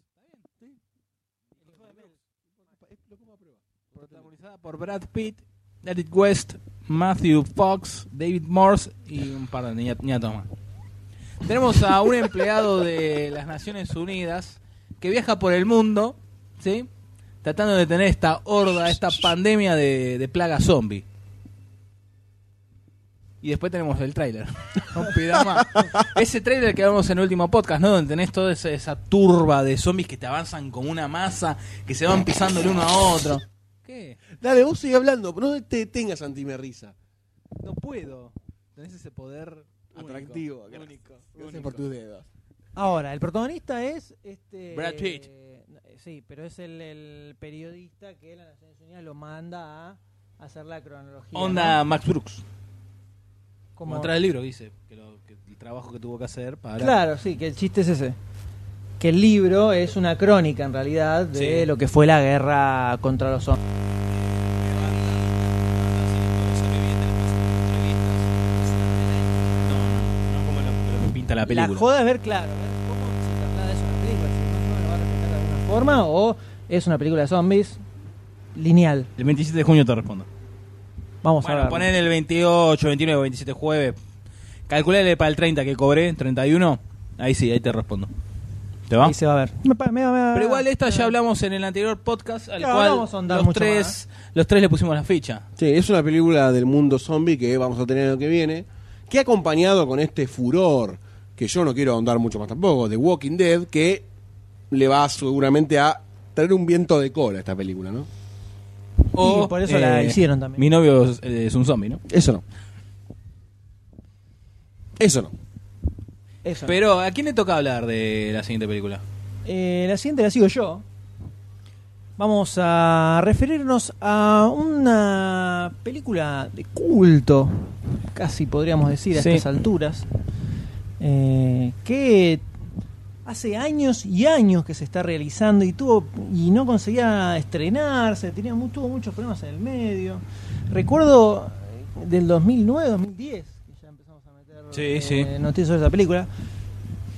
[SPEAKER 4] Protagonizada por Brad Pitt, David West, Matthew Fox, David Morse y un par de niña- niñatos más. Tenemos a un empleado de las Naciones Unidas que viaja por el mundo, ¿sí? Tratando de tener esta horda, esta pandemia de, de plaga zombie. Y después tenemos el tráiler. *laughs* No pidas más. Ese tráiler que vimos en el último podcast, ¿no? Donde tenés toda esa, esa turba de zombies que te avanzan como una masa, que se van pisando el uno a otro. ¿Qué?
[SPEAKER 1] Dale, vos sigue hablando. No te detengas, antimerrisa.
[SPEAKER 4] No puedo. Tenés ese poder único,
[SPEAKER 1] Atractivo, gracias.
[SPEAKER 4] único,
[SPEAKER 1] Gracias
[SPEAKER 4] único.
[SPEAKER 1] por tus dedos.
[SPEAKER 3] Ahora, el protagonista es este
[SPEAKER 4] Brad Pitt.
[SPEAKER 3] eh, sí, pero es el, el periodista que las Naciones Unidas lo manda a hacer la cronología.
[SPEAKER 4] Onda
[SPEAKER 3] ¿no?
[SPEAKER 4] Max Brooks. Como
[SPEAKER 3] Como-
[SPEAKER 4] atrás del libro, dice. Que, lo- que el trabajo que tuvo que hacer para.
[SPEAKER 3] Claro, sí, que el chiste es ese. Que el libro es una crónica en realidad de
[SPEAKER 4] Sí.
[SPEAKER 3] lo que fue la guerra contra los hombres.
[SPEAKER 4] No, no como lo, lo que pinta la
[SPEAKER 3] La
[SPEAKER 4] película.
[SPEAKER 3] joda es ver, claro, ver cómo se traslada eso a la película, si más o menos lo va a respetar de alguna forma o es una película de zombies lineal.
[SPEAKER 4] el 27 de junio te respondo.
[SPEAKER 3] Vamos a
[SPEAKER 4] Bueno,
[SPEAKER 3] ver.
[SPEAKER 4] poner el 28, 29, 27 jueves. Calculale para el 30 que cobré, 31. Ahí sí, ahí te respondo. ¿Te va?
[SPEAKER 3] Ahí se va a ver. Me pa- me va- me va-
[SPEAKER 4] Pero igual esta ya hablamos en el anterior podcast al
[SPEAKER 3] Claro,
[SPEAKER 4] cual
[SPEAKER 3] no vamos a andar
[SPEAKER 4] los
[SPEAKER 3] mucho más,
[SPEAKER 4] tres
[SPEAKER 3] ¿eh?
[SPEAKER 4] los tres le pusimos la ficha.
[SPEAKER 1] Sí, es una película del mundo zombie que vamos a tener el año que viene, que ha acompañado con este furor, que yo no quiero ahondar mucho más tampoco, de Walking Dead, que le va seguramente a traer un viento de cola a esta película, ¿no?
[SPEAKER 3] Y por eso la hicieron también.
[SPEAKER 4] eh, Mi novio es, eh, es un zombie, ¿no?
[SPEAKER 1] Eso no. Eso no.
[SPEAKER 3] Eso.
[SPEAKER 4] Pero ¿a quién le toca hablar de la siguiente película?
[SPEAKER 3] Eh, la siguiente la sigo yo. Vamos a referirnos a una película de culto, casi podríamos decir a
[SPEAKER 4] Sí.
[SPEAKER 3] estas alturas, eh, que hace años y años que se está realizando y tuvo y no conseguía estrenarse, tenía mu- tuvo muchos problemas en el medio. Recuerdo eh, del 2009, 2010, que ya empezamos a meter
[SPEAKER 4] Sí,
[SPEAKER 3] eh,
[SPEAKER 4] sí.
[SPEAKER 3] noticias sobre esa película.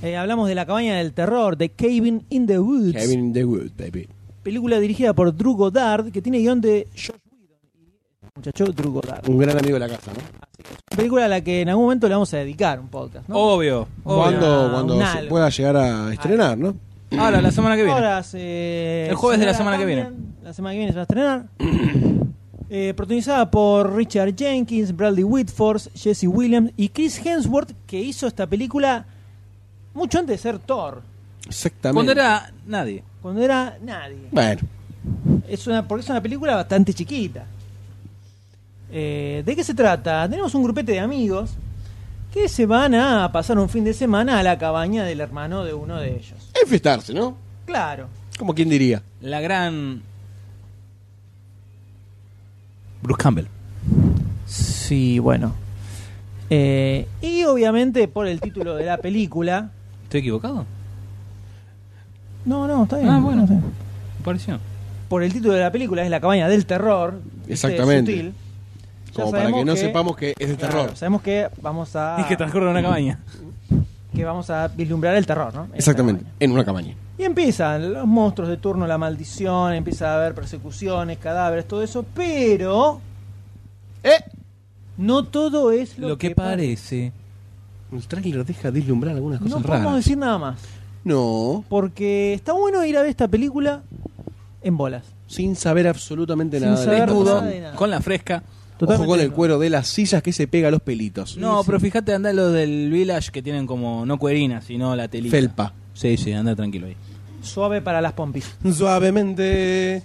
[SPEAKER 3] Eh, hablamos de La cabaña del terror, de Cabin in the Woods,
[SPEAKER 1] Kevin in the Wood, baby.
[SPEAKER 3] película dirigida por Drew Goddard, que tiene guión de Josh Whedon y el muchacho Drew Goddard.
[SPEAKER 1] Un gran amigo de la casa, ¿no?
[SPEAKER 3] Película a la que en algún momento le vamos a dedicar un podcast, ¿no?
[SPEAKER 4] Obvio. obvio.
[SPEAKER 1] Cuando,
[SPEAKER 3] Una-
[SPEAKER 1] cuando
[SPEAKER 3] un
[SPEAKER 1] se
[SPEAKER 3] algo.
[SPEAKER 1] pueda llegar a estrenar, ¿no?
[SPEAKER 4] Ahora, la semana que viene.
[SPEAKER 3] Ahora se-
[SPEAKER 4] El jueves de la
[SPEAKER 3] se
[SPEAKER 4] semana que
[SPEAKER 3] cambian, La semana que viene se va a estrenar. *clears throat* Eh, protagonizada por Richard Jenkins, Bradley Whitford, Jesse Williams y Chris Hemsworth, que hizo esta película mucho antes de ser Thor,
[SPEAKER 1] Exactamente.
[SPEAKER 4] Cuando era nadie.
[SPEAKER 3] cuando era nadie.
[SPEAKER 1] Bueno,
[SPEAKER 3] Es una, porque es una película bastante chiquita. Eh, ¿De qué se trata? Tenemos un grupete de amigos que se van a pasar un fin de semana a la cabaña del hermano de uno de ellos.
[SPEAKER 1] enfiestarse, ¿no?
[SPEAKER 3] Claro.
[SPEAKER 1] Como quien diría.
[SPEAKER 4] La gran Bruce Campbell.
[SPEAKER 3] Sí, bueno. Eh, y obviamente por el título de la película.
[SPEAKER 4] ¿Estoy equivocado?
[SPEAKER 3] No, no, está bien.
[SPEAKER 4] Ah, bueno.
[SPEAKER 3] no sé.
[SPEAKER 4] Pareció.
[SPEAKER 3] Por el título de la película es La cabaña del terror. ¿viste?
[SPEAKER 1] Exactamente.
[SPEAKER 3] Sutil. Ya
[SPEAKER 1] Como para
[SPEAKER 3] sabemos
[SPEAKER 1] que no sepamos que es de
[SPEAKER 3] Claro,
[SPEAKER 1] terror.
[SPEAKER 3] sabemos que vamos a
[SPEAKER 4] Y que transcurre en una cabaña.
[SPEAKER 3] que vamos a vislumbrar el terror, ¿no? En esta
[SPEAKER 1] Exactamente.
[SPEAKER 3] cabaña.
[SPEAKER 1] En una cabaña.
[SPEAKER 3] Y empiezan los monstruos de turno, la maldición, empieza a haber persecuciones, cadáveres, todo eso, pero
[SPEAKER 1] ¿Eh?
[SPEAKER 3] no todo es lo,
[SPEAKER 4] Lo que
[SPEAKER 3] parece.
[SPEAKER 4] parece.
[SPEAKER 1] El trailer deja deslumbrar algunas
[SPEAKER 3] No podemos decir nada más.
[SPEAKER 1] No,
[SPEAKER 3] Porque está bueno ir a ver esta película en bolas.
[SPEAKER 1] sin saber absolutamente
[SPEAKER 3] Sin
[SPEAKER 1] nada. de
[SPEAKER 3] saber
[SPEAKER 1] lo que
[SPEAKER 3] nada
[SPEAKER 1] está
[SPEAKER 4] Desnudo,
[SPEAKER 1] pasando.
[SPEAKER 3] de nada.
[SPEAKER 4] con la fresca.
[SPEAKER 1] Ojo con el
[SPEAKER 3] no.
[SPEAKER 1] cuero de las sillas que se pega a los pelitos.
[SPEAKER 4] No, pero fíjate, anda lo del village que tienen como no cuerina, sino la telita.
[SPEAKER 1] Felpa.
[SPEAKER 4] Sí, sí, anda tranquilo ahí.
[SPEAKER 3] Suave para las pompis.
[SPEAKER 1] Suavemente.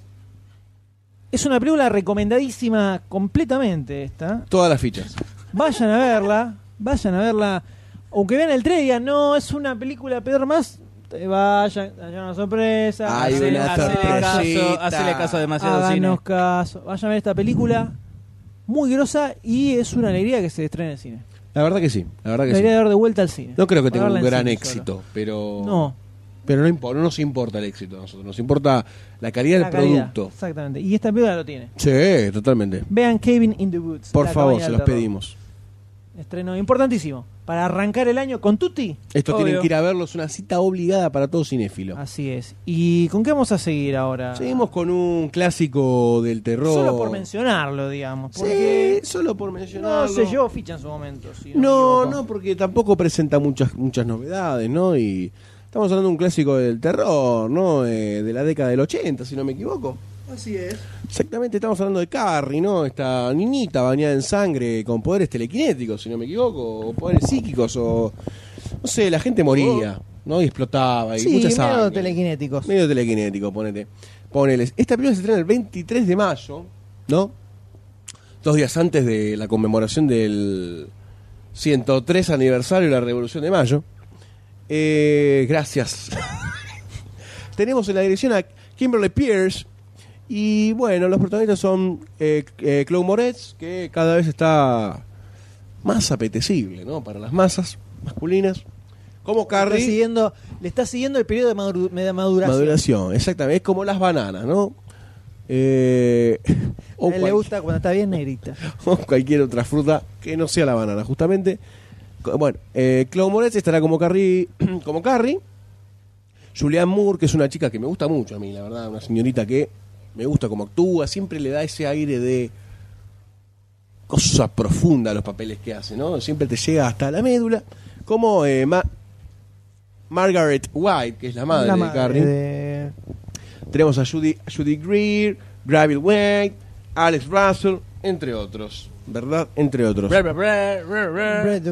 [SPEAKER 3] Es una película recomendadísima completamente esta.
[SPEAKER 1] Todas las fichas.
[SPEAKER 3] Vayan a verla, vayan a verla. Aunque vean el trailer y digan, no, es una película peor más, te vayan, hay una sorpresa.
[SPEAKER 1] Hay
[SPEAKER 3] Hacele-
[SPEAKER 1] una
[SPEAKER 3] hacele
[SPEAKER 1] sorpresa.
[SPEAKER 3] caso,
[SPEAKER 4] caso,
[SPEAKER 1] sorpresita.
[SPEAKER 4] hacele caso a demasiado cine.
[SPEAKER 3] Háganos caso. Vayan a ver esta película muy grosa y es una alegría que se estrene en el cine.
[SPEAKER 1] La verdad que sí, la verdad que
[SPEAKER 3] Debería
[SPEAKER 1] sí.
[SPEAKER 3] dar de vuelta al cine.
[SPEAKER 1] No creo que tenga
[SPEAKER 3] Verla
[SPEAKER 1] un
[SPEAKER 3] en
[SPEAKER 1] gran
[SPEAKER 3] cine
[SPEAKER 1] éxito, pero.
[SPEAKER 3] solo. No.
[SPEAKER 1] Pero no, impo- no nos importa el éxito a nosotros, nos importa la calidad
[SPEAKER 3] la
[SPEAKER 1] del
[SPEAKER 3] calidad,
[SPEAKER 1] producto.
[SPEAKER 3] Exactamente. Y esta película lo tiene.
[SPEAKER 1] Sí, totalmente.
[SPEAKER 3] Vean Kevin in the Woods.
[SPEAKER 1] Por
[SPEAKER 3] La
[SPEAKER 1] favor,
[SPEAKER 3] cabaña
[SPEAKER 1] se
[SPEAKER 3] del
[SPEAKER 1] los
[SPEAKER 3] terror.
[SPEAKER 1] pedimos.
[SPEAKER 3] Estreno importantísimo. Para arrancar el año con Tutti.
[SPEAKER 1] Esto
[SPEAKER 4] Obvio.
[SPEAKER 1] tienen que ir a verlo, es una cita obligada para todo cinéfilo.
[SPEAKER 3] Así es. ¿Y con qué vamos a seguir ahora?
[SPEAKER 1] Seguimos con un clásico del terror.
[SPEAKER 3] Solo por mencionarlo, digamos.
[SPEAKER 1] Sí,
[SPEAKER 3] Porque
[SPEAKER 1] solo por
[SPEAKER 3] no
[SPEAKER 1] mencionarlo.
[SPEAKER 3] se llevó ficha en su momento. si
[SPEAKER 1] No,
[SPEAKER 3] me
[SPEAKER 1] no,
[SPEAKER 3] equivoco.
[SPEAKER 1] porque tampoco presenta muchas, muchas novedades, ¿no? Y estamos hablando de un clásico del terror, ¿no? Eh, de la década del 80, si no me equivoco.
[SPEAKER 3] Así es.
[SPEAKER 1] Exactamente, estamos hablando de Carrie, ¿no? Esta niñita bañada en sangre con poderes telequinéticos, si no me equivoco, o poderes psíquicos, o... No sé, la gente moría, ¿no? Y explotaba, y
[SPEAKER 3] Oh. Sí,
[SPEAKER 1] mucha sangre.
[SPEAKER 3] medio telequinéticos.
[SPEAKER 1] Medio telequinético, ponete. Poneles. Esta película se estrena el 23 de mayo, ¿no? Dos días antes de la conmemoración del 103 aniversario de la Revolución de Mayo. Eh, gracias. *laughs* Tenemos en la dirección a Kimberly Pierce. Y bueno, los protagonistas son eh, eh, Chloe Moretz, que cada vez está más apetecible, ¿no? Para las masas masculinas. Como
[SPEAKER 3] Está
[SPEAKER 1] Carrie.
[SPEAKER 3] siguiendo, le está siguiendo el periodo de, madru- de maduración.
[SPEAKER 1] Maduración, exactamente. Es como las bananas, ¿no? Eh, *laughs*
[SPEAKER 3] A
[SPEAKER 1] o,
[SPEAKER 3] él le
[SPEAKER 1] cual-
[SPEAKER 3] gusta cuando está bien negrita.
[SPEAKER 1] o cualquier otra fruta que no sea la banana, justamente. Co- Bueno, eh, Chloe Moretz estará como Carrie, *clears throat* como Carrie. Julianne Moore, que es una chica que me gusta mucho a mí, la verdad, una señorita que me gusta cómo actúa, siempre le da ese aire de cosa profunda a los papeles que hace, ¿no? Siempre te llega hasta la médula. Como eh, Ma- Margaret White, que es la *laughs* madre
[SPEAKER 3] La
[SPEAKER 1] de
[SPEAKER 3] madre
[SPEAKER 1] Carney.
[SPEAKER 3] de-
[SPEAKER 1] Tenemos a Judy, Judy Greer, Gravil White, Alex Russell, entre otros. ¿Verdad? Entre otros.
[SPEAKER 3] Bread the Brother, Bread the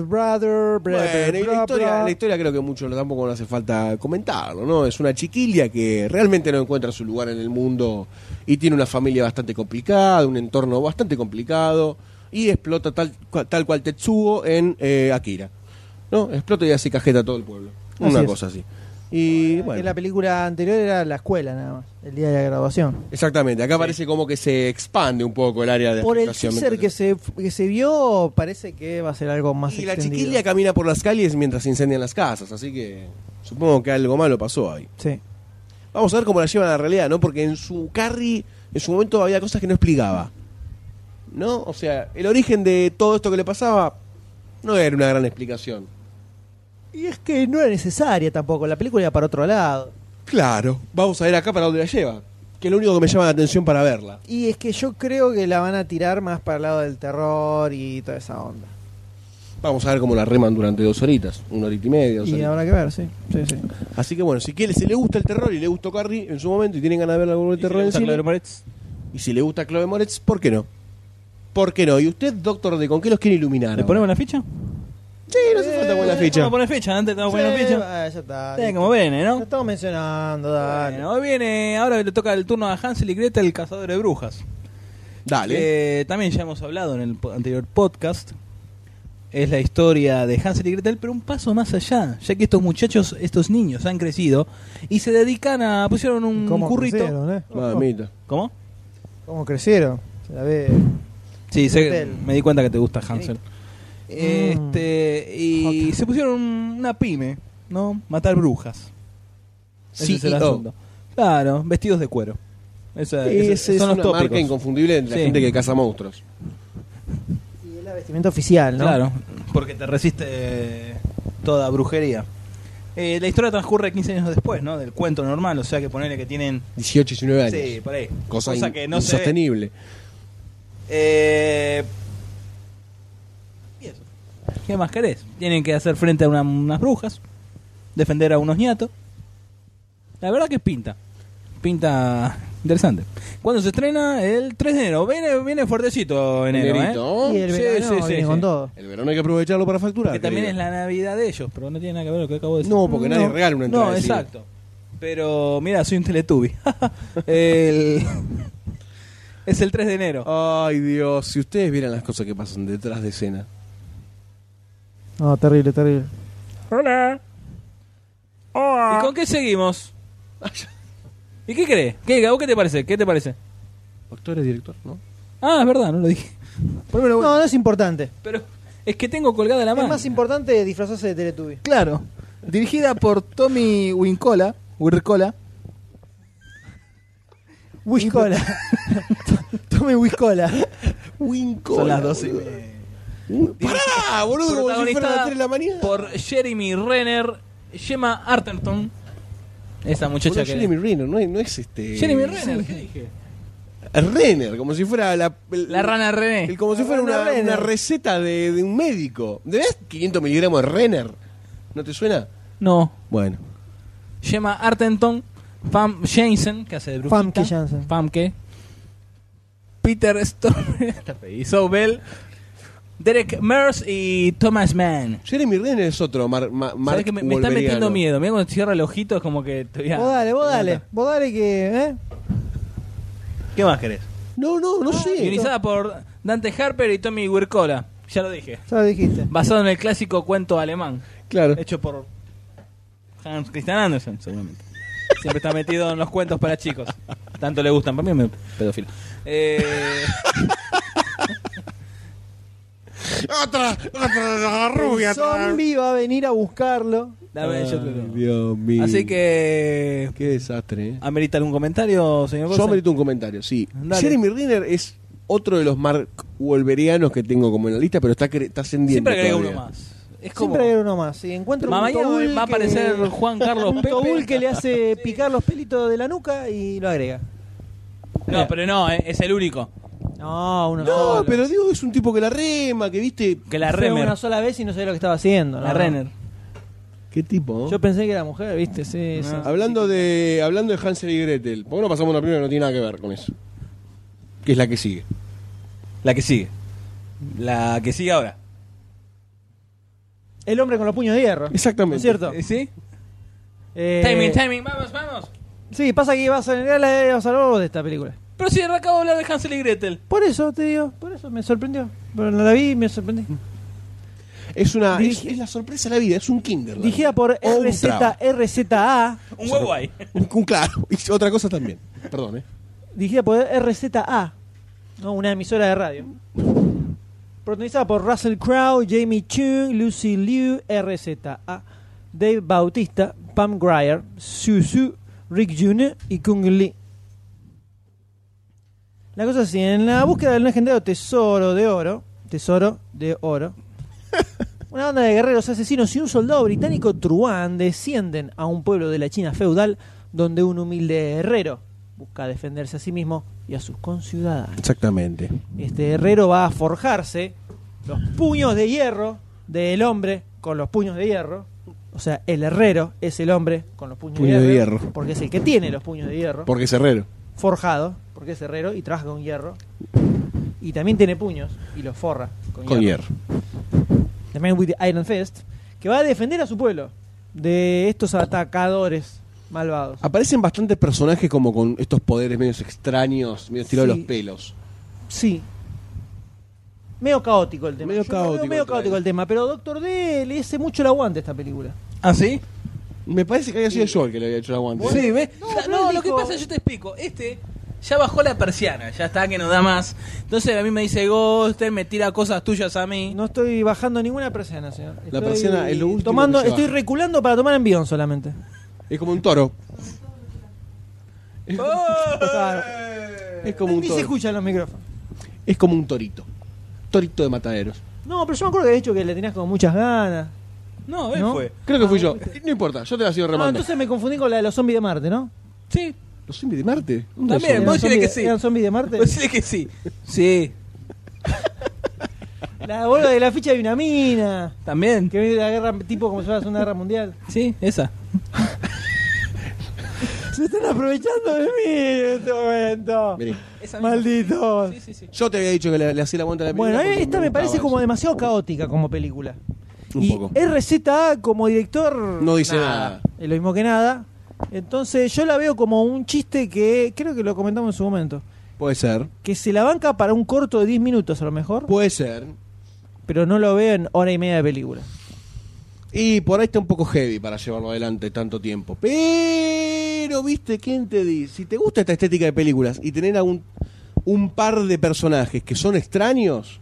[SPEAKER 1] Bueno, y la
[SPEAKER 3] Bra-
[SPEAKER 1] historia,
[SPEAKER 3] Bra-
[SPEAKER 1] la historia creo que mucho no- tampoco no hace falta comentarlo, ¿no? Es una chiquilla que realmente no encuentra su lugar en el mundo y tiene una familia bastante complicada, un entorno bastante complicado y explota tal, cua- tal cual Tetsuo en eh, Akira, ¿no? Explota y hace cajeta a todo el pueblo.
[SPEAKER 3] Así
[SPEAKER 1] una
[SPEAKER 3] es.
[SPEAKER 1] cosa así. Y bueno.
[SPEAKER 3] En la película anterior era la escuela nada más, el día de la graduación.
[SPEAKER 1] Exactamente, acá parece como que se expande un poco el área de
[SPEAKER 3] Por el
[SPEAKER 1] afectación,
[SPEAKER 3] teaser
[SPEAKER 1] ¿me
[SPEAKER 3] que
[SPEAKER 1] parece?
[SPEAKER 3] se, que se vio, parece que va a ser algo más
[SPEAKER 1] Y la
[SPEAKER 3] extendido.
[SPEAKER 1] chiquilla camina por las calles mientras se incendian las casas, así que supongo que algo malo pasó ahí.
[SPEAKER 3] Sí.
[SPEAKER 1] Vamos a ver cómo la lleva la realidad, ¿no? Porque en su carry, en su momento había cosas que no explicaba. ¿No? O sea, el origen de todo esto que le pasaba no era una gran explicación.
[SPEAKER 3] Y es que no era necesaria tampoco, la película iba para otro lado.
[SPEAKER 1] Claro, vamos a ver acá para dónde la lleva. Que es lo único que me llama la atención para verla.
[SPEAKER 3] Y es que yo creo que la van a tirar más para el lado del terror y toda esa onda.
[SPEAKER 1] Vamos a ver cómo la reman durante dos horitas, una horita y media. dos
[SPEAKER 3] Y
[SPEAKER 1] horitas.
[SPEAKER 3] habrá que ver, sí. sí, sí.
[SPEAKER 1] Así que bueno, si, quiere, si le gusta el terror y le gustó Carrie en su momento y tienen ganas de ver algo de terror en cine, y si le gusta Chloe Moretz, ¿por qué no? ¿Por qué no? ¿Y usted, doctor D, con qué los quiere iluminar?
[SPEAKER 4] ¿Le
[SPEAKER 1] ahora?
[SPEAKER 4] ponemos Eh, la ficha?
[SPEAKER 1] Sí, no hace falta buena ficha.
[SPEAKER 4] Vamos a poner fecha, antes estamos poniendo
[SPEAKER 3] Sí,
[SPEAKER 4] ficha.
[SPEAKER 3] ah, ya está.
[SPEAKER 4] Sí,
[SPEAKER 3] listo.
[SPEAKER 4] como viene,
[SPEAKER 3] Lo
[SPEAKER 4] ¿no?
[SPEAKER 3] estamos mencionando, dale.
[SPEAKER 4] Bueno, hoy viene, ahora le toca el turno a Hansel y Gretel, el cazador de brujas.
[SPEAKER 1] Dale.
[SPEAKER 4] Eh, también ya hemos hablado en el po- anterior podcast. Es la historia de Hansel y Gretel, pero un paso más allá, ya que estos muchachos, estos niños han crecido y se dedican a pusieron un
[SPEAKER 3] ¿Cómo
[SPEAKER 4] currito.
[SPEAKER 3] crecieron, eh?
[SPEAKER 4] Ah,
[SPEAKER 1] Mamita.
[SPEAKER 4] ¿Cómo?
[SPEAKER 3] ¿Cómo crecieron? Se la ve.
[SPEAKER 4] Sí, sé-
[SPEAKER 3] Gretel.
[SPEAKER 4] me di cuenta que te gusta Hansel.
[SPEAKER 1] Mm.
[SPEAKER 4] Este, y
[SPEAKER 3] Jota.
[SPEAKER 4] se pusieron un- una pyme, ¿no? Matar brujas. Ese
[SPEAKER 1] Sí,
[SPEAKER 4] es el
[SPEAKER 1] y-
[SPEAKER 4] asunto. Claro, vestidos de cuero. Esa- ese-
[SPEAKER 1] Esa es
[SPEAKER 4] son los
[SPEAKER 1] una
[SPEAKER 4] tópicos.
[SPEAKER 1] marca inconfundible de la
[SPEAKER 4] Sí.
[SPEAKER 1] gente que caza monstruos.
[SPEAKER 3] Y es la vestimenta oficial, ¿no?
[SPEAKER 4] Claro, porque te resiste eh, toda brujería. Eh, la historia transcurre 15 años después, ¿no? Del cuento normal, o sea que ponerle que tienen...
[SPEAKER 1] 18, 19 años.
[SPEAKER 4] Sí, por ahí.
[SPEAKER 1] Cosa, in-
[SPEAKER 4] que no se ve.
[SPEAKER 1] insostenible.
[SPEAKER 4] Eh, y eso. ¿Qué más querés? Tienen que hacer frente a una- unas brujas, defender a unos ñatos. La verdad que pinta. Pinta interesante. ¿Cuándo se estrena? El 3 de enero. Viene, viene fuertecito enero, ¿eh?
[SPEAKER 1] Dinerito.
[SPEAKER 3] Y el
[SPEAKER 4] Sí,
[SPEAKER 3] verano
[SPEAKER 4] sí, sí,
[SPEAKER 3] viene
[SPEAKER 4] sí.
[SPEAKER 3] con todo.
[SPEAKER 1] El verano hay que aprovecharlo para facturar.
[SPEAKER 4] Que también es
[SPEAKER 1] querido.
[SPEAKER 4] la Navidad de ellos, pero no tiene nada que ver lo que acabo de decir.
[SPEAKER 1] No, porque nadie
[SPEAKER 3] No.
[SPEAKER 1] regala una entrada
[SPEAKER 4] No,
[SPEAKER 1] de cine.
[SPEAKER 4] exacto. Pero mira, soy un teletubi. *laughs* El- *laughs* Es el 3 de enero.
[SPEAKER 1] Ay, Dios. Si ustedes vieran las cosas que pasan detrás de escena.
[SPEAKER 3] No, terrible, terrible.
[SPEAKER 4] ¿Y con
[SPEAKER 1] *laughs*
[SPEAKER 4] qué seguimos? ¿Y qué crees? ¿Qué, a vos qué te parece? ¿Qué te parece?
[SPEAKER 1] Actor es director, ¿no?
[SPEAKER 4] Ah, es verdad, no lo dije.
[SPEAKER 3] No, no es importante.
[SPEAKER 4] Pero es que tengo colgada la
[SPEAKER 3] Es
[SPEAKER 4] mano.
[SPEAKER 3] más importante disfrazarse de Teletubby.
[SPEAKER 4] Claro. Dirigida por Tommy Wincola. Wircola.
[SPEAKER 3] Wiscola. Tome Wiscola.
[SPEAKER 1] Winco.
[SPEAKER 4] Son las 12 y
[SPEAKER 1] boludo.
[SPEAKER 4] media.
[SPEAKER 1] ¡Pará, boludo! Como si fuera las 3 de la mañana.
[SPEAKER 4] por Jeremy Renner, Gemma Arterton. Esa muchacha
[SPEAKER 1] Boludo,
[SPEAKER 4] que.
[SPEAKER 1] Jeremy Renner, no, es- no es este.
[SPEAKER 4] Jeremy Renner, ¿qué dije?
[SPEAKER 1] Renner, como si fuera la. el-
[SPEAKER 4] La rana E. René.
[SPEAKER 1] el- como si fuera
[SPEAKER 3] rana
[SPEAKER 1] una,
[SPEAKER 3] Renner.
[SPEAKER 1] una receta de, de un médico. ¿De verdad 500 miligramos de Renner? ¿No te suena?
[SPEAKER 4] No.
[SPEAKER 1] Bueno.
[SPEAKER 4] Gemma Artenton, Pam Jensen, que hace de brujita.
[SPEAKER 3] Famke Janssen.
[SPEAKER 4] Famke. Peter Storm, *laughs* Isobel, Derek Mers y Thomas Mann.
[SPEAKER 1] Jeremy Renner es otro. Mar, ma-
[SPEAKER 4] ¿Sabes
[SPEAKER 1] Mark
[SPEAKER 4] que me, me está
[SPEAKER 1] Wolveriano.
[SPEAKER 4] metiendo miedo. Mira cuando cierra el ojito es como que te voy a-
[SPEAKER 3] Vos dale, vos
[SPEAKER 4] te voy a
[SPEAKER 3] dale.
[SPEAKER 4] matar.
[SPEAKER 3] Vos dale que. ¿eh?
[SPEAKER 4] ¿Qué más querés?
[SPEAKER 1] No, no, no sé.
[SPEAKER 4] Guionizada por Dante Harper y Tommy Wircola. Ya lo dije.
[SPEAKER 3] Ya lo dijiste.
[SPEAKER 4] Basado en el clásico cuento alemán.
[SPEAKER 1] Claro.
[SPEAKER 4] Hecho por Hans Christian Andersen, seguramente. Siempre está metido en los cuentos para chicos. Tanto le gustan. Para mí me pedófilo. Eh,
[SPEAKER 1] Otra, otra la
[SPEAKER 3] El zombie va a venir a buscarlo.
[SPEAKER 4] dame, yo creo que no.
[SPEAKER 1] Dios mío.
[SPEAKER 4] Así que...
[SPEAKER 1] Qué desastre, ¿eh?
[SPEAKER 4] ¿Amerita algún comentario, señor
[SPEAKER 1] Yo
[SPEAKER 4] Gossen?
[SPEAKER 1] merito un comentario, sí.
[SPEAKER 4] Ah, Dale.
[SPEAKER 1] Jeremy Renner es otro de los Mark Wolverianos que tengo como en la lista, pero está, cre- está ascendiendo.
[SPEAKER 4] Siempre agrega uno
[SPEAKER 1] todavía.
[SPEAKER 4] más. Es como...
[SPEAKER 3] Siempre hay uno más. Si encuentra un
[SPEAKER 4] Ma- mañana
[SPEAKER 3] Tobul
[SPEAKER 4] va a
[SPEAKER 3] que-
[SPEAKER 4] aparecer Juan Carlos
[SPEAKER 3] un
[SPEAKER 4] Pepe.
[SPEAKER 3] Tobul que le
[SPEAKER 4] *laughs*
[SPEAKER 3] hace picar los pelitos de la nuca y lo agrega.
[SPEAKER 4] No, pero no, eh, es el único.
[SPEAKER 3] No, uno
[SPEAKER 1] No,
[SPEAKER 3] solo.
[SPEAKER 1] pero digo, es un tipo que la rema, que viste.
[SPEAKER 4] Que la
[SPEAKER 3] Fue
[SPEAKER 4] Remer.
[SPEAKER 3] una sola vez y no sabía lo que estaba haciendo.
[SPEAKER 4] La
[SPEAKER 3] ¿no?
[SPEAKER 4] Renner.
[SPEAKER 1] Qué tipo. ¿no?
[SPEAKER 3] Yo pensé que era mujer, ¿viste? Sí, sí.
[SPEAKER 1] Hablando de hablando de Hansel y Gretel, ¿por qué no pasamos a una primera que no tiene nada que ver con eso? Que es la que sigue.
[SPEAKER 4] La que sigue. La que sigue ahora.
[SPEAKER 3] El hombre con los puños de hierro. ¿No
[SPEAKER 1] Exactamente.
[SPEAKER 3] es cierto?
[SPEAKER 4] Eh, ¿Sí?
[SPEAKER 3] Eh,
[SPEAKER 4] Timing, timing, vamos, vamos.
[SPEAKER 3] Sí, pasa que vas a negar vas a hablar vos de esta película.
[SPEAKER 4] Pero si acabo de hablar de Hansel y Gretel.
[SPEAKER 3] Por eso te digo, por eso me sorprendió. Pero no la vi y me sorprendí.
[SPEAKER 1] Es una es,
[SPEAKER 3] Dirigi-
[SPEAKER 1] es la sorpresa de la vida, es un kinder. la
[SPEAKER 3] Dirigida
[SPEAKER 1] verdad.
[SPEAKER 3] por
[SPEAKER 1] O un
[SPEAKER 3] RZ,
[SPEAKER 1] traba.
[SPEAKER 3] RZA.
[SPEAKER 4] Un huevo ahí.
[SPEAKER 1] Un- *laughs* un claro, y otra cosa también. Perdón, eh.
[SPEAKER 3] Dirigida por RZA. ¿no? Una emisora de radio. Protagonizada por Russell Crowe, Jamie Chung, Lucy Liu, RZA. Dave Bautista, Pam Grier, Susu, Rick June y Kung Lee. La cosa es así, en la búsqueda del legendario tesoro de oro, tesoro de oro, una banda de guerreros asesinos y un soldado británico truán descienden a un pueblo de la China feudal donde un humilde herrero busca defenderse a sí mismo y a sus conciudadanos.
[SPEAKER 1] Exactamente.
[SPEAKER 3] Este herrero va a forjarse los puños de hierro del hombre con los puños de hierro. O sea, el herrero es el hombre con los puños
[SPEAKER 1] Puño
[SPEAKER 3] de,
[SPEAKER 1] de
[SPEAKER 3] hierro,
[SPEAKER 1] hierro.
[SPEAKER 3] Porque es el que tiene los puños de hierro
[SPEAKER 1] Porque es herrero.
[SPEAKER 3] forjado, porque es herrero y trabaja con hierro. Y también tiene puños y los forra con,
[SPEAKER 1] Con
[SPEAKER 3] hierro.
[SPEAKER 1] hierro.
[SPEAKER 3] The Man with the Iron Fist, que va a defender a su pueblo de estos atacadores malvados.
[SPEAKER 1] Aparecen bastantes personajes como con estos poderes medios extraños, medio tirados de
[SPEAKER 3] Sí.
[SPEAKER 1] los pelos.
[SPEAKER 3] Sí. Medio caótico el tema.
[SPEAKER 1] Medio
[SPEAKER 3] Yo lo veo
[SPEAKER 1] caótico eh.
[SPEAKER 3] medio
[SPEAKER 1] el tema.
[SPEAKER 3] caótico el tema, pero Doctor D le hace mucho el aguante a esta película.
[SPEAKER 4] ¿Ah, sí?
[SPEAKER 1] Me parece que había sido yo el que le había hecho el aguante.
[SPEAKER 4] Sí, ¿ves?
[SPEAKER 3] No,
[SPEAKER 4] No,
[SPEAKER 3] pero él
[SPEAKER 4] lo que
[SPEAKER 3] dijo-
[SPEAKER 4] pasa, yo te explico. Este ya bajó la persiana, ya está que no da más. Entonces a mí me dice Goster, me tira cosas tuyas a mí.
[SPEAKER 3] No estoy bajando ninguna persiana, señor. Estoy
[SPEAKER 1] persiana es lo último
[SPEAKER 3] Tomando,
[SPEAKER 1] que se
[SPEAKER 3] estoy
[SPEAKER 1] baja.
[SPEAKER 3] reculando para tomar envión solamente.
[SPEAKER 1] Es como un toro.
[SPEAKER 4] ¡Oh!
[SPEAKER 3] Claro.
[SPEAKER 1] Es como un
[SPEAKER 3] Ni se
[SPEAKER 1] toro.
[SPEAKER 3] escuchan los micrófonos.
[SPEAKER 1] Es como un torito. Torito de mataderos.
[SPEAKER 3] No, pero yo me acuerdo que de hecho que le tenías con muchas ganas.
[SPEAKER 4] No, él
[SPEAKER 3] ¿No?
[SPEAKER 4] fue.
[SPEAKER 1] Creo que fui yo. No importa, yo te la sigo
[SPEAKER 3] Ah,
[SPEAKER 1] remando.
[SPEAKER 3] entonces me confundí con la de los zombies de Marte, ¿no?
[SPEAKER 4] Sí,
[SPEAKER 1] ¿Los zombies de Marte? ¿Dónde
[SPEAKER 4] También,
[SPEAKER 1] son?
[SPEAKER 3] ¿Eran
[SPEAKER 4] vos decirle
[SPEAKER 3] zombies
[SPEAKER 4] que
[SPEAKER 3] de-
[SPEAKER 4] sí.
[SPEAKER 3] ¿Eran zombies de Marte?
[SPEAKER 4] decirle que Pues sí. Sí,
[SPEAKER 3] La boluda de la ficha de una mina.
[SPEAKER 4] también.
[SPEAKER 3] Que viene de la guerra, tipo como se llama la Segunda Guerra Mundial.
[SPEAKER 4] Sí, esa.
[SPEAKER 3] Se están aprovechando de mí en este momento.
[SPEAKER 1] Vení.
[SPEAKER 4] Esa misma.
[SPEAKER 3] Malditos.
[SPEAKER 4] Sí, sí, sí.
[SPEAKER 1] Yo te había dicho que le, le hacía la vuelta a la película.
[SPEAKER 3] Bueno,
[SPEAKER 1] porque
[SPEAKER 3] esta me
[SPEAKER 1] gustaba
[SPEAKER 3] parece como
[SPEAKER 1] eso.
[SPEAKER 3] demasiado caótica como película.
[SPEAKER 1] Un
[SPEAKER 3] y
[SPEAKER 1] poco.
[SPEAKER 3] RZA como director.
[SPEAKER 1] No dice nada.
[SPEAKER 3] Es lo mismo que nada. Entonces yo la veo como un chiste que creo que lo comentamos en su momento.
[SPEAKER 1] Puede ser.
[SPEAKER 3] Que se la banca para un corto de 10 minutos a lo mejor,
[SPEAKER 1] Puede ser.
[SPEAKER 3] pero no lo veo en hora y media de película.
[SPEAKER 1] Y por ahí está un poco heavy para llevarlo adelante tanto tiempo. Pero, viste, ¿quién te dice? Si te gusta esta estética de películas y tener a un, un par de personajes que son extraños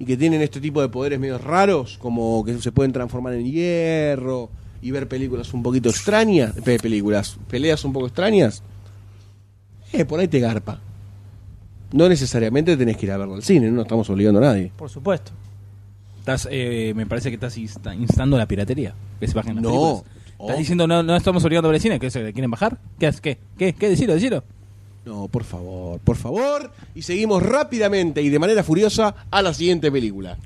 [SPEAKER 1] y que tienen este tipo de poderes medio raros, como que se pueden transformar en hierro y ver películas un poquito extrañas, pe- películas, peleas un poco extrañas, eh, por ahí te garpa. No necesariamente tenés que ir a verlo al cine, no estamos obligando a nadie.
[SPEAKER 3] Por supuesto.
[SPEAKER 4] Estás, eh, me parece que estás insta- instando la piratería. Que se bajen las
[SPEAKER 1] No.
[SPEAKER 4] películas.
[SPEAKER 1] Oh.
[SPEAKER 4] Estás diciendo, no, no estamos obligando a ver el cine. ¿Qué, se- ¿Quieren bajar? ¿Qué? haces? ¿Qué? ¿Qué? ¿Qué? Decilo, decilo.
[SPEAKER 1] No, por favor, por favor. Y seguimos rápidamente y de manera furiosa a la siguiente película.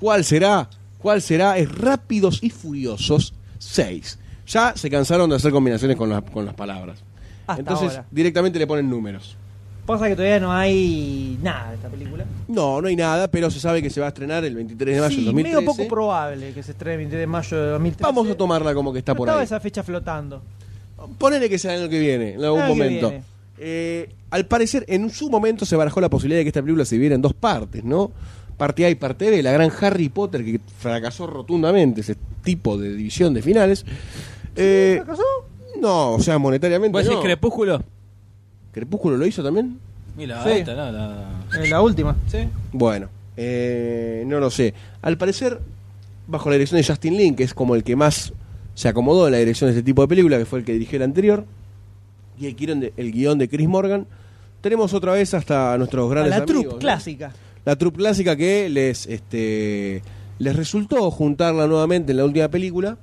[SPEAKER 1] ¿Cuál será? ¿Cuál será? Es Rápidos y Furiosos 6. Ya se cansaron de hacer combinaciones con las, con las palabras.
[SPEAKER 3] Hasta
[SPEAKER 1] Entonces
[SPEAKER 3] ahora.
[SPEAKER 1] directamente le ponen números.
[SPEAKER 3] Pasa que todavía no hay nada de esta película.
[SPEAKER 1] No, no hay nada, pero se sabe que se va a estrenar el 23 de mayo del
[SPEAKER 3] sí,
[SPEAKER 1] 2013.
[SPEAKER 3] medio poco probable que se estrene el 23 de mayo de 2013.
[SPEAKER 1] Vamos a tomarla como que está
[SPEAKER 3] Yo
[SPEAKER 1] por
[SPEAKER 3] estaba
[SPEAKER 1] ahí.
[SPEAKER 3] esa fecha flotando.
[SPEAKER 1] Ponele que sea el año que viene, en algún
[SPEAKER 3] El año Ah, que
[SPEAKER 1] momento.
[SPEAKER 3] viene.
[SPEAKER 1] Eh, al parecer, en su momento se barajó la posibilidad de que esta película se viera en dos partes, ¿no? Parte A y parte B, la gran Harry Potter que fracasó rotundamente ese tipo de división de finales. Eh,
[SPEAKER 3] ¿Fracasó?
[SPEAKER 1] No, o sea, monetariamente.
[SPEAKER 4] ¿Vos decís
[SPEAKER 1] no.
[SPEAKER 4] Crepúsculo?
[SPEAKER 1] ¿Crepúsculo lo hizo también?
[SPEAKER 4] Mira,
[SPEAKER 3] Sí.
[SPEAKER 4] esta, la, la-
[SPEAKER 3] Eh, la última.
[SPEAKER 4] Sí.
[SPEAKER 1] Bueno, eh, no lo sé. Al parecer, bajo la dirección de Justin Lin, que es como el que más se acomodó en la dirección de este tipo de película, que fue el que dirigió el anterior, y el guión de, el guión de Chris Morgan, tenemos otra vez hasta nuestros
[SPEAKER 3] A
[SPEAKER 1] grandes
[SPEAKER 3] la
[SPEAKER 1] amigos,
[SPEAKER 3] troupe
[SPEAKER 1] ¿no?
[SPEAKER 3] clásica.
[SPEAKER 1] La troupe clásica que les, este, les resultó juntarla nuevamente en la última película,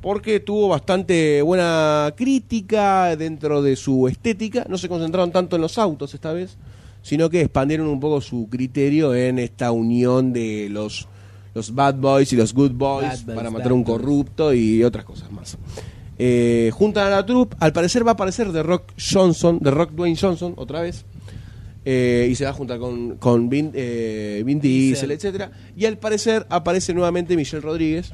[SPEAKER 1] porque tuvo bastante buena crítica dentro de su estética. No se concentraron tanto en los autos esta vez, sino que expandieron un poco su criterio en esta unión de los los bad boys y los good boys
[SPEAKER 4] Bad boys,
[SPEAKER 1] para
[SPEAKER 4] bad
[SPEAKER 1] matar a un
[SPEAKER 4] boys.
[SPEAKER 1] corrupto y otras cosas más. Eh, juntan a la troupe, al parecer va a aparecer The Rock Johnson, The Rock Dwayne Johnson otra vez. eh, y se va a juntar con, con Vin, eh, Vin Diesel,
[SPEAKER 4] Diesel.
[SPEAKER 1] etcétera Y al parecer aparece nuevamente Michelle Rodríguez,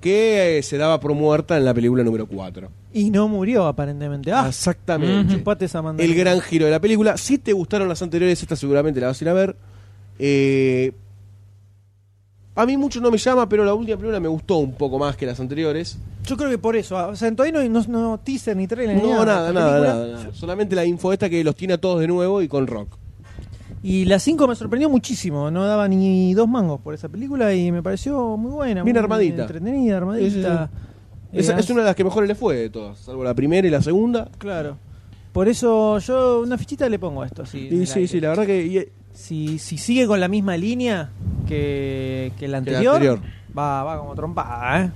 [SPEAKER 1] que eh, se daba por muerta en la película número 4.
[SPEAKER 3] Y no murió, aparentemente. Ah,
[SPEAKER 1] Exactamente.
[SPEAKER 3] chupate esa mandarina.
[SPEAKER 1] El gran giro de la película. Si te gustaron las anteriores, esta seguramente la vas a ir a ver. Eh, a mí mucho no me llama, pero la última película me gustó un poco más que las anteriores.
[SPEAKER 3] Yo creo que por eso. ah, O sea, todavía no, no, no teaser ni trailer ni
[SPEAKER 1] No, nada,
[SPEAKER 3] La
[SPEAKER 1] nada,
[SPEAKER 3] película-
[SPEAKER 1] nada, nada. Solamente la info esta que los tiene a todos de nuevo y con rock.
[SPEAKER 3] Y la 5 me sorprendió muchísimo. No daba ni dos mangos por esa película y me pareció muy buena.
[SPEAKER 1] Bien
[SPEAKER 3] muy
[SPEAKER 1] armadita.
[SPEAKER 3] Entretenida, armadita. Eh,
[SPEAKER 1] Esa- es una de las que mejor le fue de todas, salvo la primera y la segunda.
[SPEAKER 3] Claro. Por eso yo una fichita le pongo a esto. Así, en
[SPEAKER 1] Y
[SPEAKER 3] el
[SPEAKER 1] sí,
[SPEAKER 3] aire.
[SPEAKER 1] sí, la verdad que y- eh,
[SPEAKER 3] Si, si sigue con la misma línea que, que la
[SPEAKER 1] Que la
[SPEAKER 3] anterior,
[SPEAKER 1] anterior.
[SPEAKER 3] Va, va como trompada, ¿eh?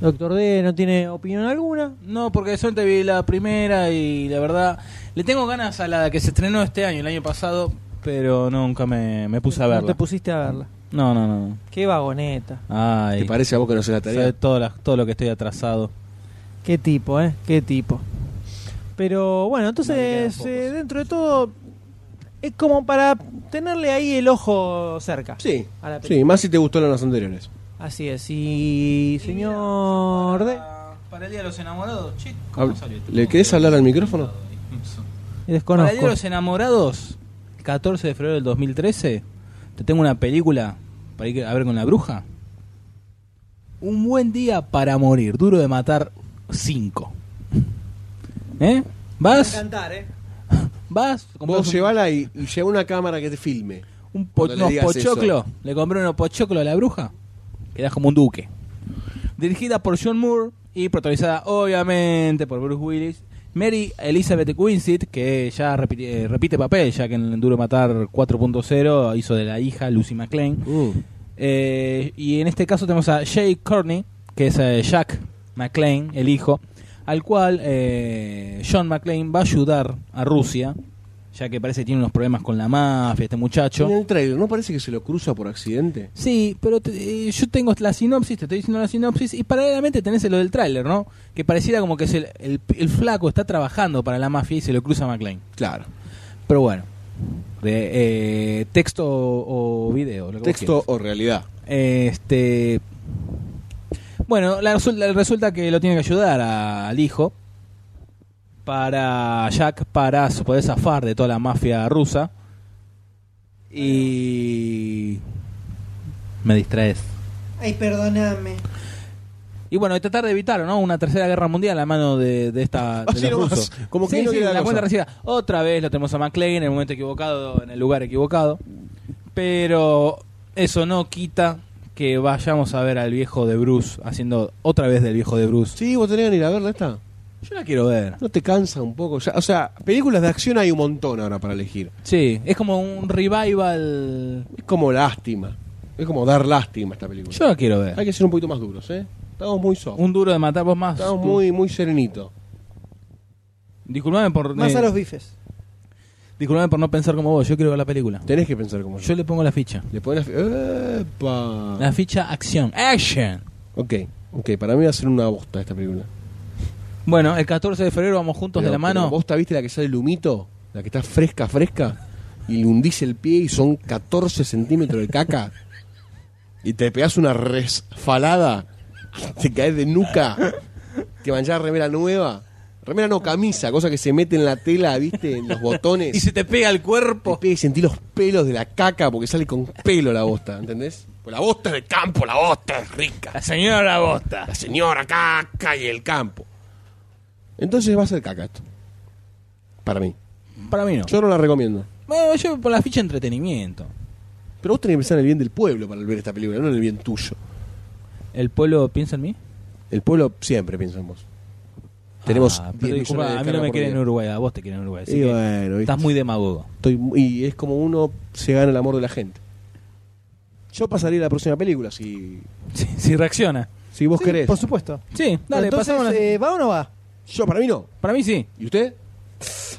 [SPEAKER 3] Doctor D no tiene opinión alguna.
[SPEAKER 4] No, porque de suerte vi la primera y la verdad le tengo ganas a la que se estrenó este año, el año pasado, pero nunca me, me puse a
[SPEAKER 3] No
[SPEAKER 4] verla.
[SPEAKER 3] te pusiste a verla.
[SPEAKER 4] No, no, no. no.
[SPEAKER 3] Qué vagoneta.
[SPEAKER 4] Ay,
[SPEAKER 1] ¿Te parece a vos que no es la
[SPEAKER 4] sabe
[SPEAKER 1] tarea?
[SPEAKER 4] todo, la- todo lo que estoy atrasado.
[SPEAKER 3] Qué tipo, ¿eh? Qué tipo. Pero bueno, entonces
[SPEAKER 4] No, me quedan
[SPEAKER 3] eh,
[SPEAKER 4] pocos.
[SPEAKER 3] dentro de todo es como para tenerle ahí el ojo cerca.
[SPEAKER 1] Sí,
[SPEAKER 3] A la
[SPEAKER 1] sí, más si te gustaron las anteriores.
[SPEAKER 3] Así es. Y señor D,
[SPEAKER 4] Para, el Día de los Enamorados, chico.
[SPEAKER 1] Hab-
[SPEAKER 4] este
[SPEAKER 1] ¿Le querés hablar al micrófono?
[SPEAKER 4] Para el Día
[SPEAKER 3] desconozco.
[SPEAKER 4] de los Enamorados, 14 de febrero del 2013, te tengo una película para ir a ver con la bruja. Un buen día para morir, duro de matar 5. ¿Eh? ¿Vas?
[SPEAKER 3] eh.
[SPEAKER 4] ¿Vas?
[SPEAKER 1] Vos
[SPEAKER 4] un,
[SPEAKER 1] llevala y, y lleva una cámara que te filme.
[SPEAKER 4] un po-
[SPEAKER 1] cuando le
[SPEAKER 4] unos
[SPEAKER 1] digas
[SPEAKER 4] pochoclos? ¿Le compré unos pochoclos a la bruja? Quedás como un duque. Dirigida por John Moore y protagonizada obviamente por Bruce Willis. Mary Elizabeth Winstead, que ya repiti- eh, repite, papel, ya que en Duro de Matar 4.0 hizo de la hija Lucy McLean.
[SPEAKER 3] Uh,
[SPEAKER 1] Mm.
[SPEAKER 4] Eh, y en este caso tenemos a Jay Courtney, que es eh, Jack McLean, el hijo, al cual eh, John McLean va a ayudar a Rusia, ya que parece que tiene unos problemas con la mafia, este muchacho.
[SPEAKER 1] En el trailer, ¿no parece que se lo cruza por accidente?
[SPEAKER 4] Sí, pero te- eh, yo tengo la sinopsis, te estoy diciendo la sinopsis, y paralelamente tenés lo del tráiler, ¿no? Que pareciera como que es el, el- el flaco está trabajando para la mafia y se lo cruza McLean.
[SPEAKER 1] Claro.
[SPEAKER 4] Pero bueno, de, eh, texto o o video. lo que vos quieras.
[SPEAKER 1] Texto o realidad.
[SPEAKER 4] Este. Bueno, la resu- la- resulta que lo tiene que ayudar a- al hijo para Jack para s- poder zafar de toda la mafia rusa. Y. Me distraes.
[SPEAKER 3] Ay, perdóname.
[SPEAKER 4] Y bueno, y tratar de evitar ¿no? una tercera guerra mundial a la mano de, de esta. de
[SPEAKER 1] Así
[SPEAKER 4] los
[SPEAKER 1] nomás,
[SPEAKER 4] rusos.
[SPEAKER 1] como que
[SPEAKER 4] Sí,
[SPEAKER 1] no
[SPEAKER 4] sí,
[SPEAKER 1] queda
[SPEAKER 4] la
[SPEAKER 1] cosa.
[SPEAKER 4] cuenta recibida. Otra vez lo tenemos a McLean en el momento equivocado, en el lugar equivocado. Pero eso no quita que vayamos a ver al viejo de Bruce haciendo otra vez del viejo de Bruce.
[SPEAKER 1] Sí, vos tenés que ir a verla esta.
[SPEAKER 4] Yo la quiero ver.
[SPEAKER 1] ¿No te cansa un poco? Ya, o sea, películas de acción hay un montón ahora para elegir.
[SPEAKER 4] Sí, es como un revival.
[SPEAKER 1] Es como lástima. Es como dar lástima esta película.
[SPEAKER 4] Yo la quiero
[SPEAKER 1] Hay
[SPEAKER 4] ver.
[SPEAKER 1] que ser un poquito más duros, ¿eh? Estamos muy soft.
[SPEAKER 4] Un duro de matar vos más.
[SPEAKER 1] Estamos muy, muy serenitos.
[SPEAKER 4] Disculpame por,
[SPEAKER 3] Más
[SPEAKER 4] eh,
[SPEAKER 3] a los bifes.
[SPEAKER 4] disculpame por no pensar como vos. Yo quiero ver la película.
[SPEAKER 1] Tenés que pensar como yo.
[SPEAKER 4] Yo le pongo la ficha.
[SPEAKER 1] Le pones... ¡Epa!
[SPEAKER 4] La ficha acción. Action.
[SPEAKER 1] Ok, ok. Para mí va a ser una bosta esta película.
[SPEAKER 4] Bueno, el 14 de febrero vamos juntos
[SPEAKER 1] Pero-
[SPEAKER 4] de la mano.
[SPEAKER 1] pero ¿Vos te viste la que sale el humito? La que está fresca, fresca. Y le hundís el pie y son 14 centímetros de caca. Y te pegás una resfalada. Te caes de nuca. Te manchás remera nueva. Remera no, camisa. Cosa que se mete en la tela, ¿viste? En los botones.
[SPEAKER 4] Y se te pega el
[SPEAKER 1] Te
[SPEAKER 4] cuerpo.
[SPEAKER 1] pega y sentís los pelos de la caca porque sale con pelo la bosta, ¿entendés? Pues la bosta es del campo, la bosta es rica.
[SPEAKER 4] La señora Bosta.
[SPEAKER 1] La señora caca y el campo. Entonces va a ser caca esto. Para mí.
[SPEAKER 4] Para mí no.
[SPEAKER 1] Yo no la recomiendo.
[SPEAKER 4] Bueno, yo por la ficha entretenimiento.
[SPEAKER 1] Pero vos tenés que pensar en el bien del pueblo para ver esta película, no en el bien tuyo.
[SPEAKER 4] ¿El pueblo piensa en mí?
[SPEAKER 1] El pueblo siempre piensa en vos. Tenemos.
[SPEAKER 4] Ah,
[SPEAKER 1] 10
[SPEAKER 4] pero
[SPEAKER 1] millones
[SPEAKER 4] disculpa,
[SPEAKER 1] de
[SPEAKER 4] a mí no
[SPEAKER 1] descargas
[SPEAKER 4] me
[SPEAKER 1] por
[SPEAKER 4] quieren en
[SPEAKER 1] día.
[SPEAKER 4] Uruguay, a vos te quieren en Uruguay. Así
[SPEAKER 1] Y
[SPEAKER 4] que
[SPEAKER 1] bueno, ¿viste?
[SPEAKER 4] estás muy demagogo.
[SPEAKER 1] Estoy mu- y es como uno se gana el amor de la gente. Yo pasaría a la próxima película si,
[SPEAKER 4] *laughs* Si reacciona.
[SPEAKER 1] si vos
[SPEAKER 3] Sí,
[SPEAKER 1] querés.
[SPEAKER 3] Por supuesto.
[SPEAKER 4] Sí, dale,
[SPEAKER 3] Entonces,
[SPEAKER 4] pasamos.
[SPEAKER 3] eh, ¿va o no va?
[SPEAKER 1] Yo, para mí no.
[SPEAKER 4] Para mí sí.
[SPEAKER 1] ¿Y usted?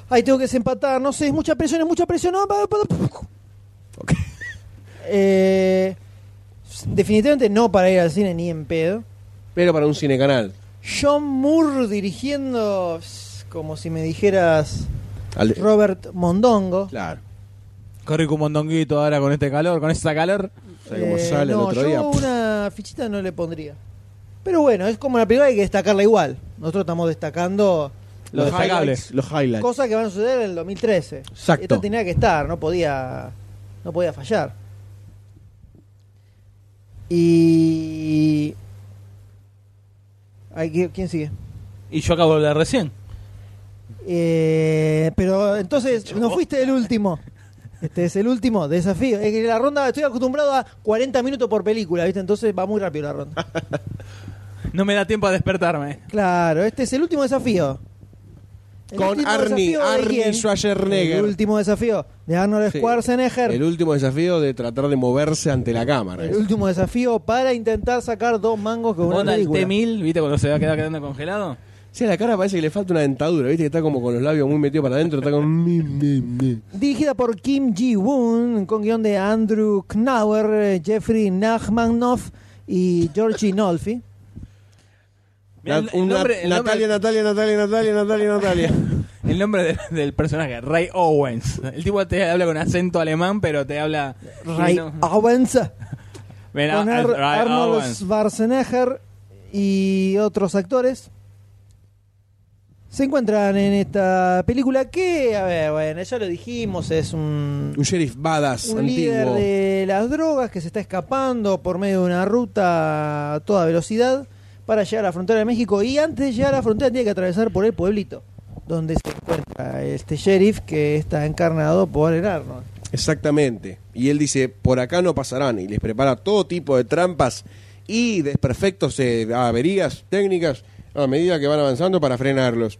[SPEAKER 3] Ay, tengo que desempatar, no sé, es mucha presión, es mucha presión. No, pa- pa-
[SPEAKER 1] Ok.
[SPEAKER 3] Eh, definitivamente no para ir al cine ni en pedo.
[SPEAKER 1] Pero para un cinecanal.
[SPEAKER 3] John Moore dirigiendo s- como si me dijeras
[SPEAKER 1] Al de-
[SPEAKER 3] Robert Mondongo.
[SPEAKER 1] Claro.
[SPEAKER 4] Corre con un mondonguito ahora con este calor, con esta calor.
[SPEAKER 1] ¿Sabe cómo
[SPEAKER 3] Eh,
[SPEAKER 1] sale
[SPEAKER 3] no,
[SPEAKER 1] el otro
[SPEAKER 3] yo
[SPEAKER 1] día?
[SPEAKER 3] una fichita no le pondría. Pero bueno, es como la película hay que destacarla igual. Nosotros estamos destacando
[SPEAKER 4] Lo destacable.
[SPEAKER 1] highlights, Los highlights.
[SPEAKER 3] cosas que van a suceder en el 2013.
[SPEAKER 1] Exacto.
[SPEAKER 3] Esta tenía que estar, no podía, no podía fallar. Y... Ay, ¿qui- ¿Quién sigue?
[SPEAKER 4] Y yo acabo de hablar recién.
[SPEAKER 3] Eh, pero entonces no fuiste el último. Este es el último desafío. Es que la ronda, estoy acostumbrado a 40 minutos por película, ¿viste? Entonces va muy rápido la
[SPEAKER 1] *laughs*
[SPEAKER 3] ronda.
[SPEAKER 4] No me da tiempo a despertarme.
[SPEAKER 3] Claro, este es el último desafío.
[SPEAKER 1] Con Arnie,
[SPEAKER 3] desafío de
[SPEAKER 1] Arnie
[SPEAKER 3] quién?
[SPEAKER 1] Schwarzenegger.
[SPEAKER 3] El último desafío de Arnold
[SPEAKER 1] Sí.
[SPEAKER 3] Schwarzenegger.
[SPEAKER 1] El
[SPEAKER 3] El,
[SPEAKER 1] último desafío de tratar de moverse ante la cámara. es.
[SPEAKER 3] último desafío para intentar sacar dos mangos con una
[SPEAKER 4] Onda el
[SPEAKER 3] película.
[SPEAKER 4] T-1000, ¿viste cuando se va a quedar quedando congelado?
[SPEAKER 1] Sí, a la cara parece que le falta una dentadura, ¿viste? Que está como con los labios muy metidos para adentro, está con... mi, mi, mi.
[SPEAKER 3] Dirigida por Kim Ji-woon, con guión de Andrew Knauer, eh, Jeffrey Nachmanoff y Georgie Nolfi.
[SPEAKER 4] Mirá, el-
[SPEAKER 1] Nat-
[SPEAKER 4] el
[SPEAKER 1] una-
[SPEAKER 4] nombre- el
[SPEAKER 1] Natalia,
[SPEAKER 4] nombre-
[SPEAKER 1] Natalia, Natalia, Natalia, Natalia, Natalia.
[SPEAKER 4] *laughs* El nombre de- del personaje, Ray Owens. El tipo te habla con acento alemán, pero te habla.
[SPEAKER 3] Ray
[SPEAKER 4] y no-
[SPEAKER 3] Owens,
[SPEAKER 4] Ven,
[SPEAKER 3] con
[SPEAKER 4] ah,
[SPEAKER 3] Ar-
[SPEAKER 4] Ray
[SPEAKER 3] Arnold
[SPEAKER 4] Owens.
[SPEAKER 3] Schwarzenegger y otros actores. Se encuentran en esta película que, a ver, bueno, ya lo dijimos, es un,
[SPEAKER 1] Un sheriff badass
[SPEAKER 3] un líder
[SPEAKER 1] antiguo.
[SPEAKER 3] de las drogas que se está escapando por medio de una ruta a toda velocidad para llegar a la frontera de México y antes de llegar a la frontera tiene que atravesar por el pueblito donde se encuentra este sheriff que está encarnado por el Arnold.
[SPEAKER 1] Exactamente. Y él dice, por acá no pasarán. Y les prepara todo tipo de trampas y desperfectos, eh, averías, técnicas, a medida que van avanzando para frenarlos.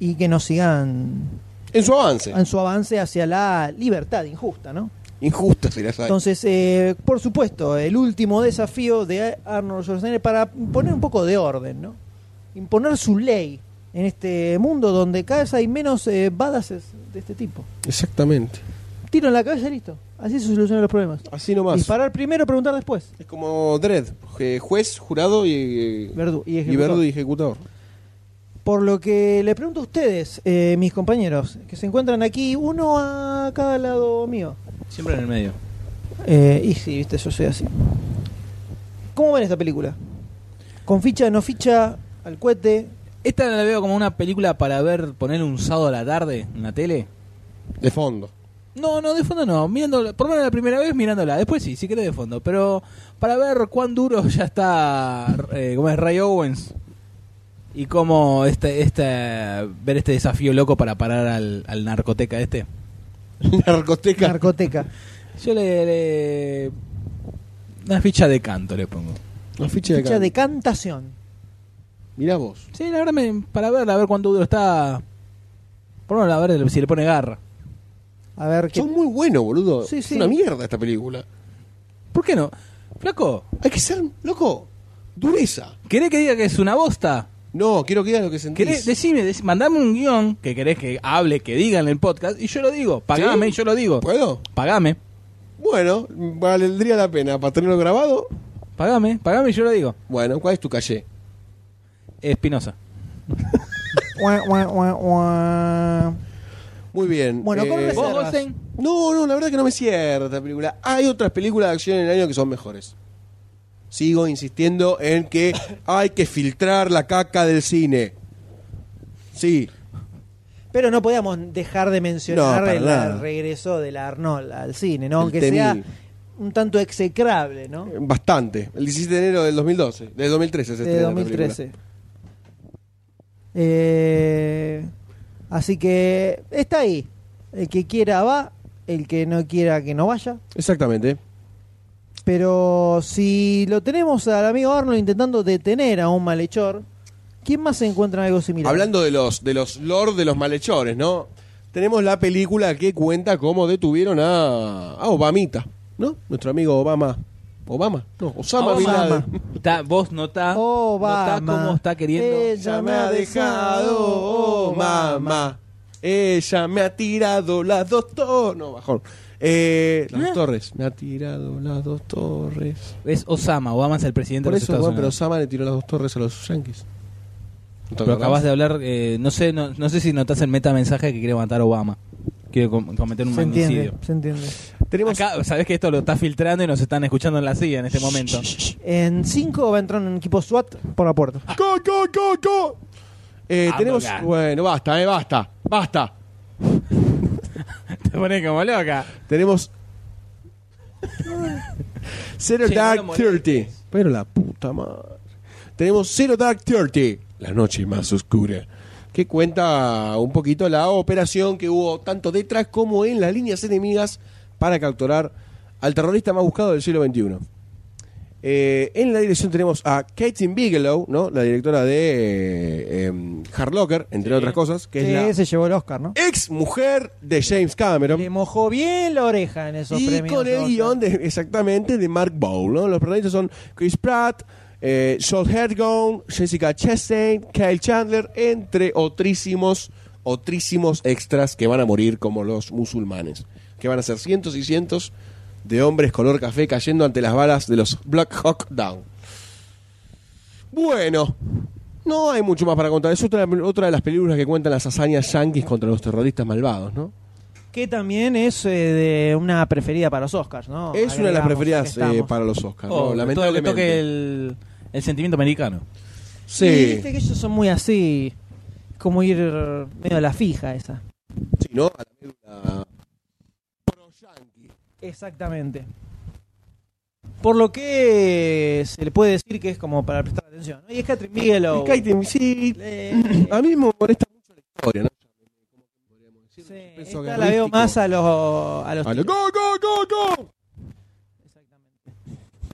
[SPEAKER 3] Y que nos sigan
[SPEAKER 1] En su avance.
[SPEAKER 3] en su avance hacia la libertad injusta, ¿no?
[SPEAKER 1] Injusta si las hay.
[SPEAKER 3] Entonces, eh, por supuesto, el último desafío de Arnold Schwarzenegger para poner un poco de orden, ¿no? Imponer su ley en este mundo donde cada vez hay menos eh, badasses de este tipo.
[SPEAKER 1] Exactamente.
[SPEAKER 3] Tiro en la cabeza y listo. Así se solucionan los problemas.
[SPEAKER 1] Así nomás.
[SPEAKER 3] Disparar primero, preguntar después.
[SPEAKER 1] Es como Dredd, eh, juez, jurado y, eh,
[SPEAKER 3] Verdu- y
[SPEAKER 1] y
[SPEAKER 3] ejecutor.
[SPEAKER 1] verdu y ejecutor.
[SPEAKER 3] Por lo que le pregunto a ustedes, eh, mis compañeros, que se encuentran aquí, uno a cada lado mío.
[SPEAKER 4] Siempre en el medio.
[SPEAKER 3] Eh, y sí, viste, yo soy así. ¿Cómo ven esta película? ¿Con ficha, no ficha, al cohete?
[SPEAKER 4] Esta la veo como una película para ver, poner un sábado a la tarde en la tele.
[SPEAKER 1] De fondo. *laughs*
[SPEAKER 4] No, no, de fondo no. Mirándola, por lo menos la primera vez mirándola. Después sí, si querés de fondo. Pero para ver cuán duro *laughs* ya está, eh, ¿cómo es Ray Owens? Y cómo este, este, ver este desafío loco para parar al, al narcoteca este.
[SPEAKER 1] Narcoteca. *laughs*
[SPEAKER 3] Narcoteca.
[SPEAKER 4] Yo le, le- Una ficha de canto le pongo.
[SPEAKER 1] Una ficha de,
[SPEAKER 3] Ficha
[SPEAKER 1] can-
[SPEAKER 3] de cantación.
[SPEAKER 1] Mirá vos.
[SPEAKER 4] Sí, la verdad, me- para verla, a ver cuán duro está. Por lo menos a ver si le pone garra.
[SPEAKER 3] A ver qué.
[SPEAKER 1] Son muy buenos, boludo.
[SPEAKER 3] Sí,
[SPEAKER 1] es
[SPEAKER 3] sí.
[SPEAKER 1] una mierda esta película.
[SPEAKER 4] ¿Por qué no? Flaco,
[SPEAKER 1] Hay que ser, loco, dureza.
[SPEAKER 4] ¿querés que diga que es una bosta?
[SPEAKER 1] No, quiero que digas lo que
[SPEAKER 4] ¿Querés,
[SPEAKER 1] sentís.
[SPEAKER 4] decime, dec- mandame un guión que querés que hable, que diga en el podcast, y yo lo digo. Pagame,
[SPEAKER 1] ¿Sí?
[SPEAKER 4] yo lo digo.
[SPEAKER 1] ¿Puedo?
[SPEAKER 4] Pagame,
[SPEAKER 1] Bueno, valdría la pena. Para tenerlo grabado,
[SPEAKER 4] pagame, pagame, y yo lo digo.
[SPEAKER 1] bueno, ¿cuál es tu calle?
[SPEAKER 4] Espinosa.
[SPEAKER 3] Ua, ua, ua, ua.
[SPEAKER 1] Muy bien.
[SPEAKER 3] Bueno, ¿cómo
[SPEAKER 1] eh,
[SPEAKER 3] es
[SPEAKER 4] ¿Vos,
[SPEAKER 3] Reservas.
[SPEAKER 4] Goldstein?
[SPEAKER 1] No, no, la verdad que no me cierra esta película. Hay otras películas de acción en el año que son mejores. Sigo insistiendo en que hay que filtrar la caca del cine. Sí,
[SPEAKER 3] Pero no podíamos dejar de mencionar
[SPEAKER 1] No, para
[SPEAKER 3] el
[SPEAKER 1] nada.
[SPEAKER 3] regreso de la Arnold al cine, ¿no?
[SPEAKER 1] El
[SPEAKER 3] Aunque
[SPEAKER 1] Tenil.
[SPEAKER 3] sea un tanto execrable, ¿no?
[SPEAKER 1] bastante. El 17 de enero del 2012, del 2013 se
[SPEAKER 3] De
[SPEAKER 1] estrena esta
[SPEAKER 3] 2013.
[SPEAKER 1] película.
[SPEAKER 3] Eh, así que está ahí. El que quiera va, el que no quiera que no vaya.
[SPEAKER 1] Exactamente.
[SPEAKER 3] Pero si lo tenemos al amigo Arnold intentando detener a un malhechor, ¿quién más se encuentra en algo similar?
[SPEAKER 1] Hablando de los de los lord de los malhechores, ¿no? Tenemos la película que cuenta cómo detuvieron a, a Obamita, ¿no? Nuestro amigo Obama. Obama, no, Osama, Bin
[SPEAKER 3] Obama. *laughs*
[SPEAKER 1] Laden.
[SPEAKER 4] Está- vos notá,
[SPEAKER 3] Obama.
[SPEAKER 1] Eh.
[SPEAKER 4] notá cómo está queriendo.
[SPEAKER 3] Ella me ha dejado, oh, mamá.
[SPEAKER 1] Ella me ha tirado las dos torres. No, bajón. Eh, las dos torres. Me ha tirado las dos torres.
[SPEAKER 4] Es Osama, Obama es el presidente
[SPEAKER 1] Por
[SPEAKER 4] de los
[SPEAKER 1] eso,
[SPEAKER 4] Estados
[SPEAKER 1] bueno, pero
[SPEAKER 4] Unidos.
[SPEAKER 1] Osama le tiró las dos torres a los yankees. ¿No te
[SPEAKER 4] Pero
[SPEAKER 1] acordás?
[SPEAKER 4] acabas de hablar, eh, no sé no, no sé si notas el metamensaje que quiere matar Obama. Quiere com- cometer un
[SPEAKER 3] se entiende,
[SPEAKER 4] magnicidio.
[SPEAKER 3] se entiende.
[SPEAKER 1] Tenemos
[SPEAKER 4] Acá, sabes que esto lo está filtrando y nos están escuchando en la silla en este momento.
[SPEAKER 3] En 5 va a entrar un equipo SWAT por la puerta.
[SPEAKER 1] Go, go, go, go. Eh,
[SPEAKER 4] Ah,
[SPEAKER 1] tenemos.
[SPEAKER 4] bacán.
[SPEAKER 1] Bueno, basta, eh, basta, basta.
[SPEAKER 4] Te pones como loca.
[SPEAKER 1] Tenemos. Zero
[SPEAKER 4] Sí, no
[SPEAKER 1] Dark
[SPEAKER 4] lo molestes.
[SPEAKER 1] 30. Pero la puta madre. Tenemos Zero Dark 30. La noche más oscura. Que cuenta un poquito la operación que hubo tanto detrás como en las líneas enemigas para capturar al terrorista más buscado del siglo XXI. Eh, en la dirección tenemos a Katie Bigelow, ¿no? la directora de eh, em, Hard Locker, entre otras cosas, que
[SPEAKER 3] Sí,
[SPEAKER 1] es la
[SPEAKER 3] se llevó el Oscar, ¿no?
[SPEAKER 1] ex mujer de James Cameron.
[SPEAKER 3] Le mojó bien la oreja en esos
[SPEAKER 1] Y
[SPEAKER 3] premios.
[SPEAKER 1] con el
[SPEAKER 3] Oscar.
[SPEAKER 1] guión de, exactamente de Mark Bowl, ¿no? Los protagonistas son Chris Pratt, eh, Joel Hedgone, Jessica Chastain, Kyle Chandler, entre otrísimos, otrísimos extras que van a morir como los musulmanes. Que van a ser cientos y cientos de hombres color café cayendo ante las balas de los Black Hawk Down. Bueno, no hay mucho más para contar. Es otra, otra de las películas que cuentan las hazañas yanquis contra los terroristas malvados, ¿no?
[SPEAKER 3] Que también es eh, de una preferida para los Oscars, ¿no?
[SPEAKER 1] Es una de las
[SPEAKER 3] Agregamos, ya
[SPEAKER 1] preferidas
[SPEAKER 3] que
[SPEAKER 1] eh,
[SPEAKER 3] estamos.
[SPEAKER 1] para los Oscars.
[SPEAKER 4] Oh,
[SPEAKER 1] ¿no?
[SPEAKER 4] todo lo que
[SPEAKER 1] Lamentablemente.
[SPEAKER 4] toque el, el sentimiento americano.
[SPEAKER 3] Y
[SPEAKER 1] Sí.
[SPEAKER 3] viste que ellos son muy así. Como ir medio a la fija esa.
[SPEAKER 1] Sí, ¿no? A la médula. Pro-yankee.
[SPEAKER 3] Exactamente. Por lo que se le puede decir que es como para prestar atención. ¿no? Y es Catherine Bigelow.
[SPEAKER 1] Y Kaiten, sí.
[SPEAKER 3] Eh,
[SPEAKER 1] A mí me molesta mucho la historia, ¿no?
[SPEAKER 3] *laughs* sí,
[SPEAKER 1] Peso
[SPEAKER 3] esta la veo
[SPEAKER 1] guerrístico.
[SPEAKER 3] más a los. A los
[SPEAKER 1] A lo- ¡Go, go, go, go!
[SPEAKER 3] Exactamente.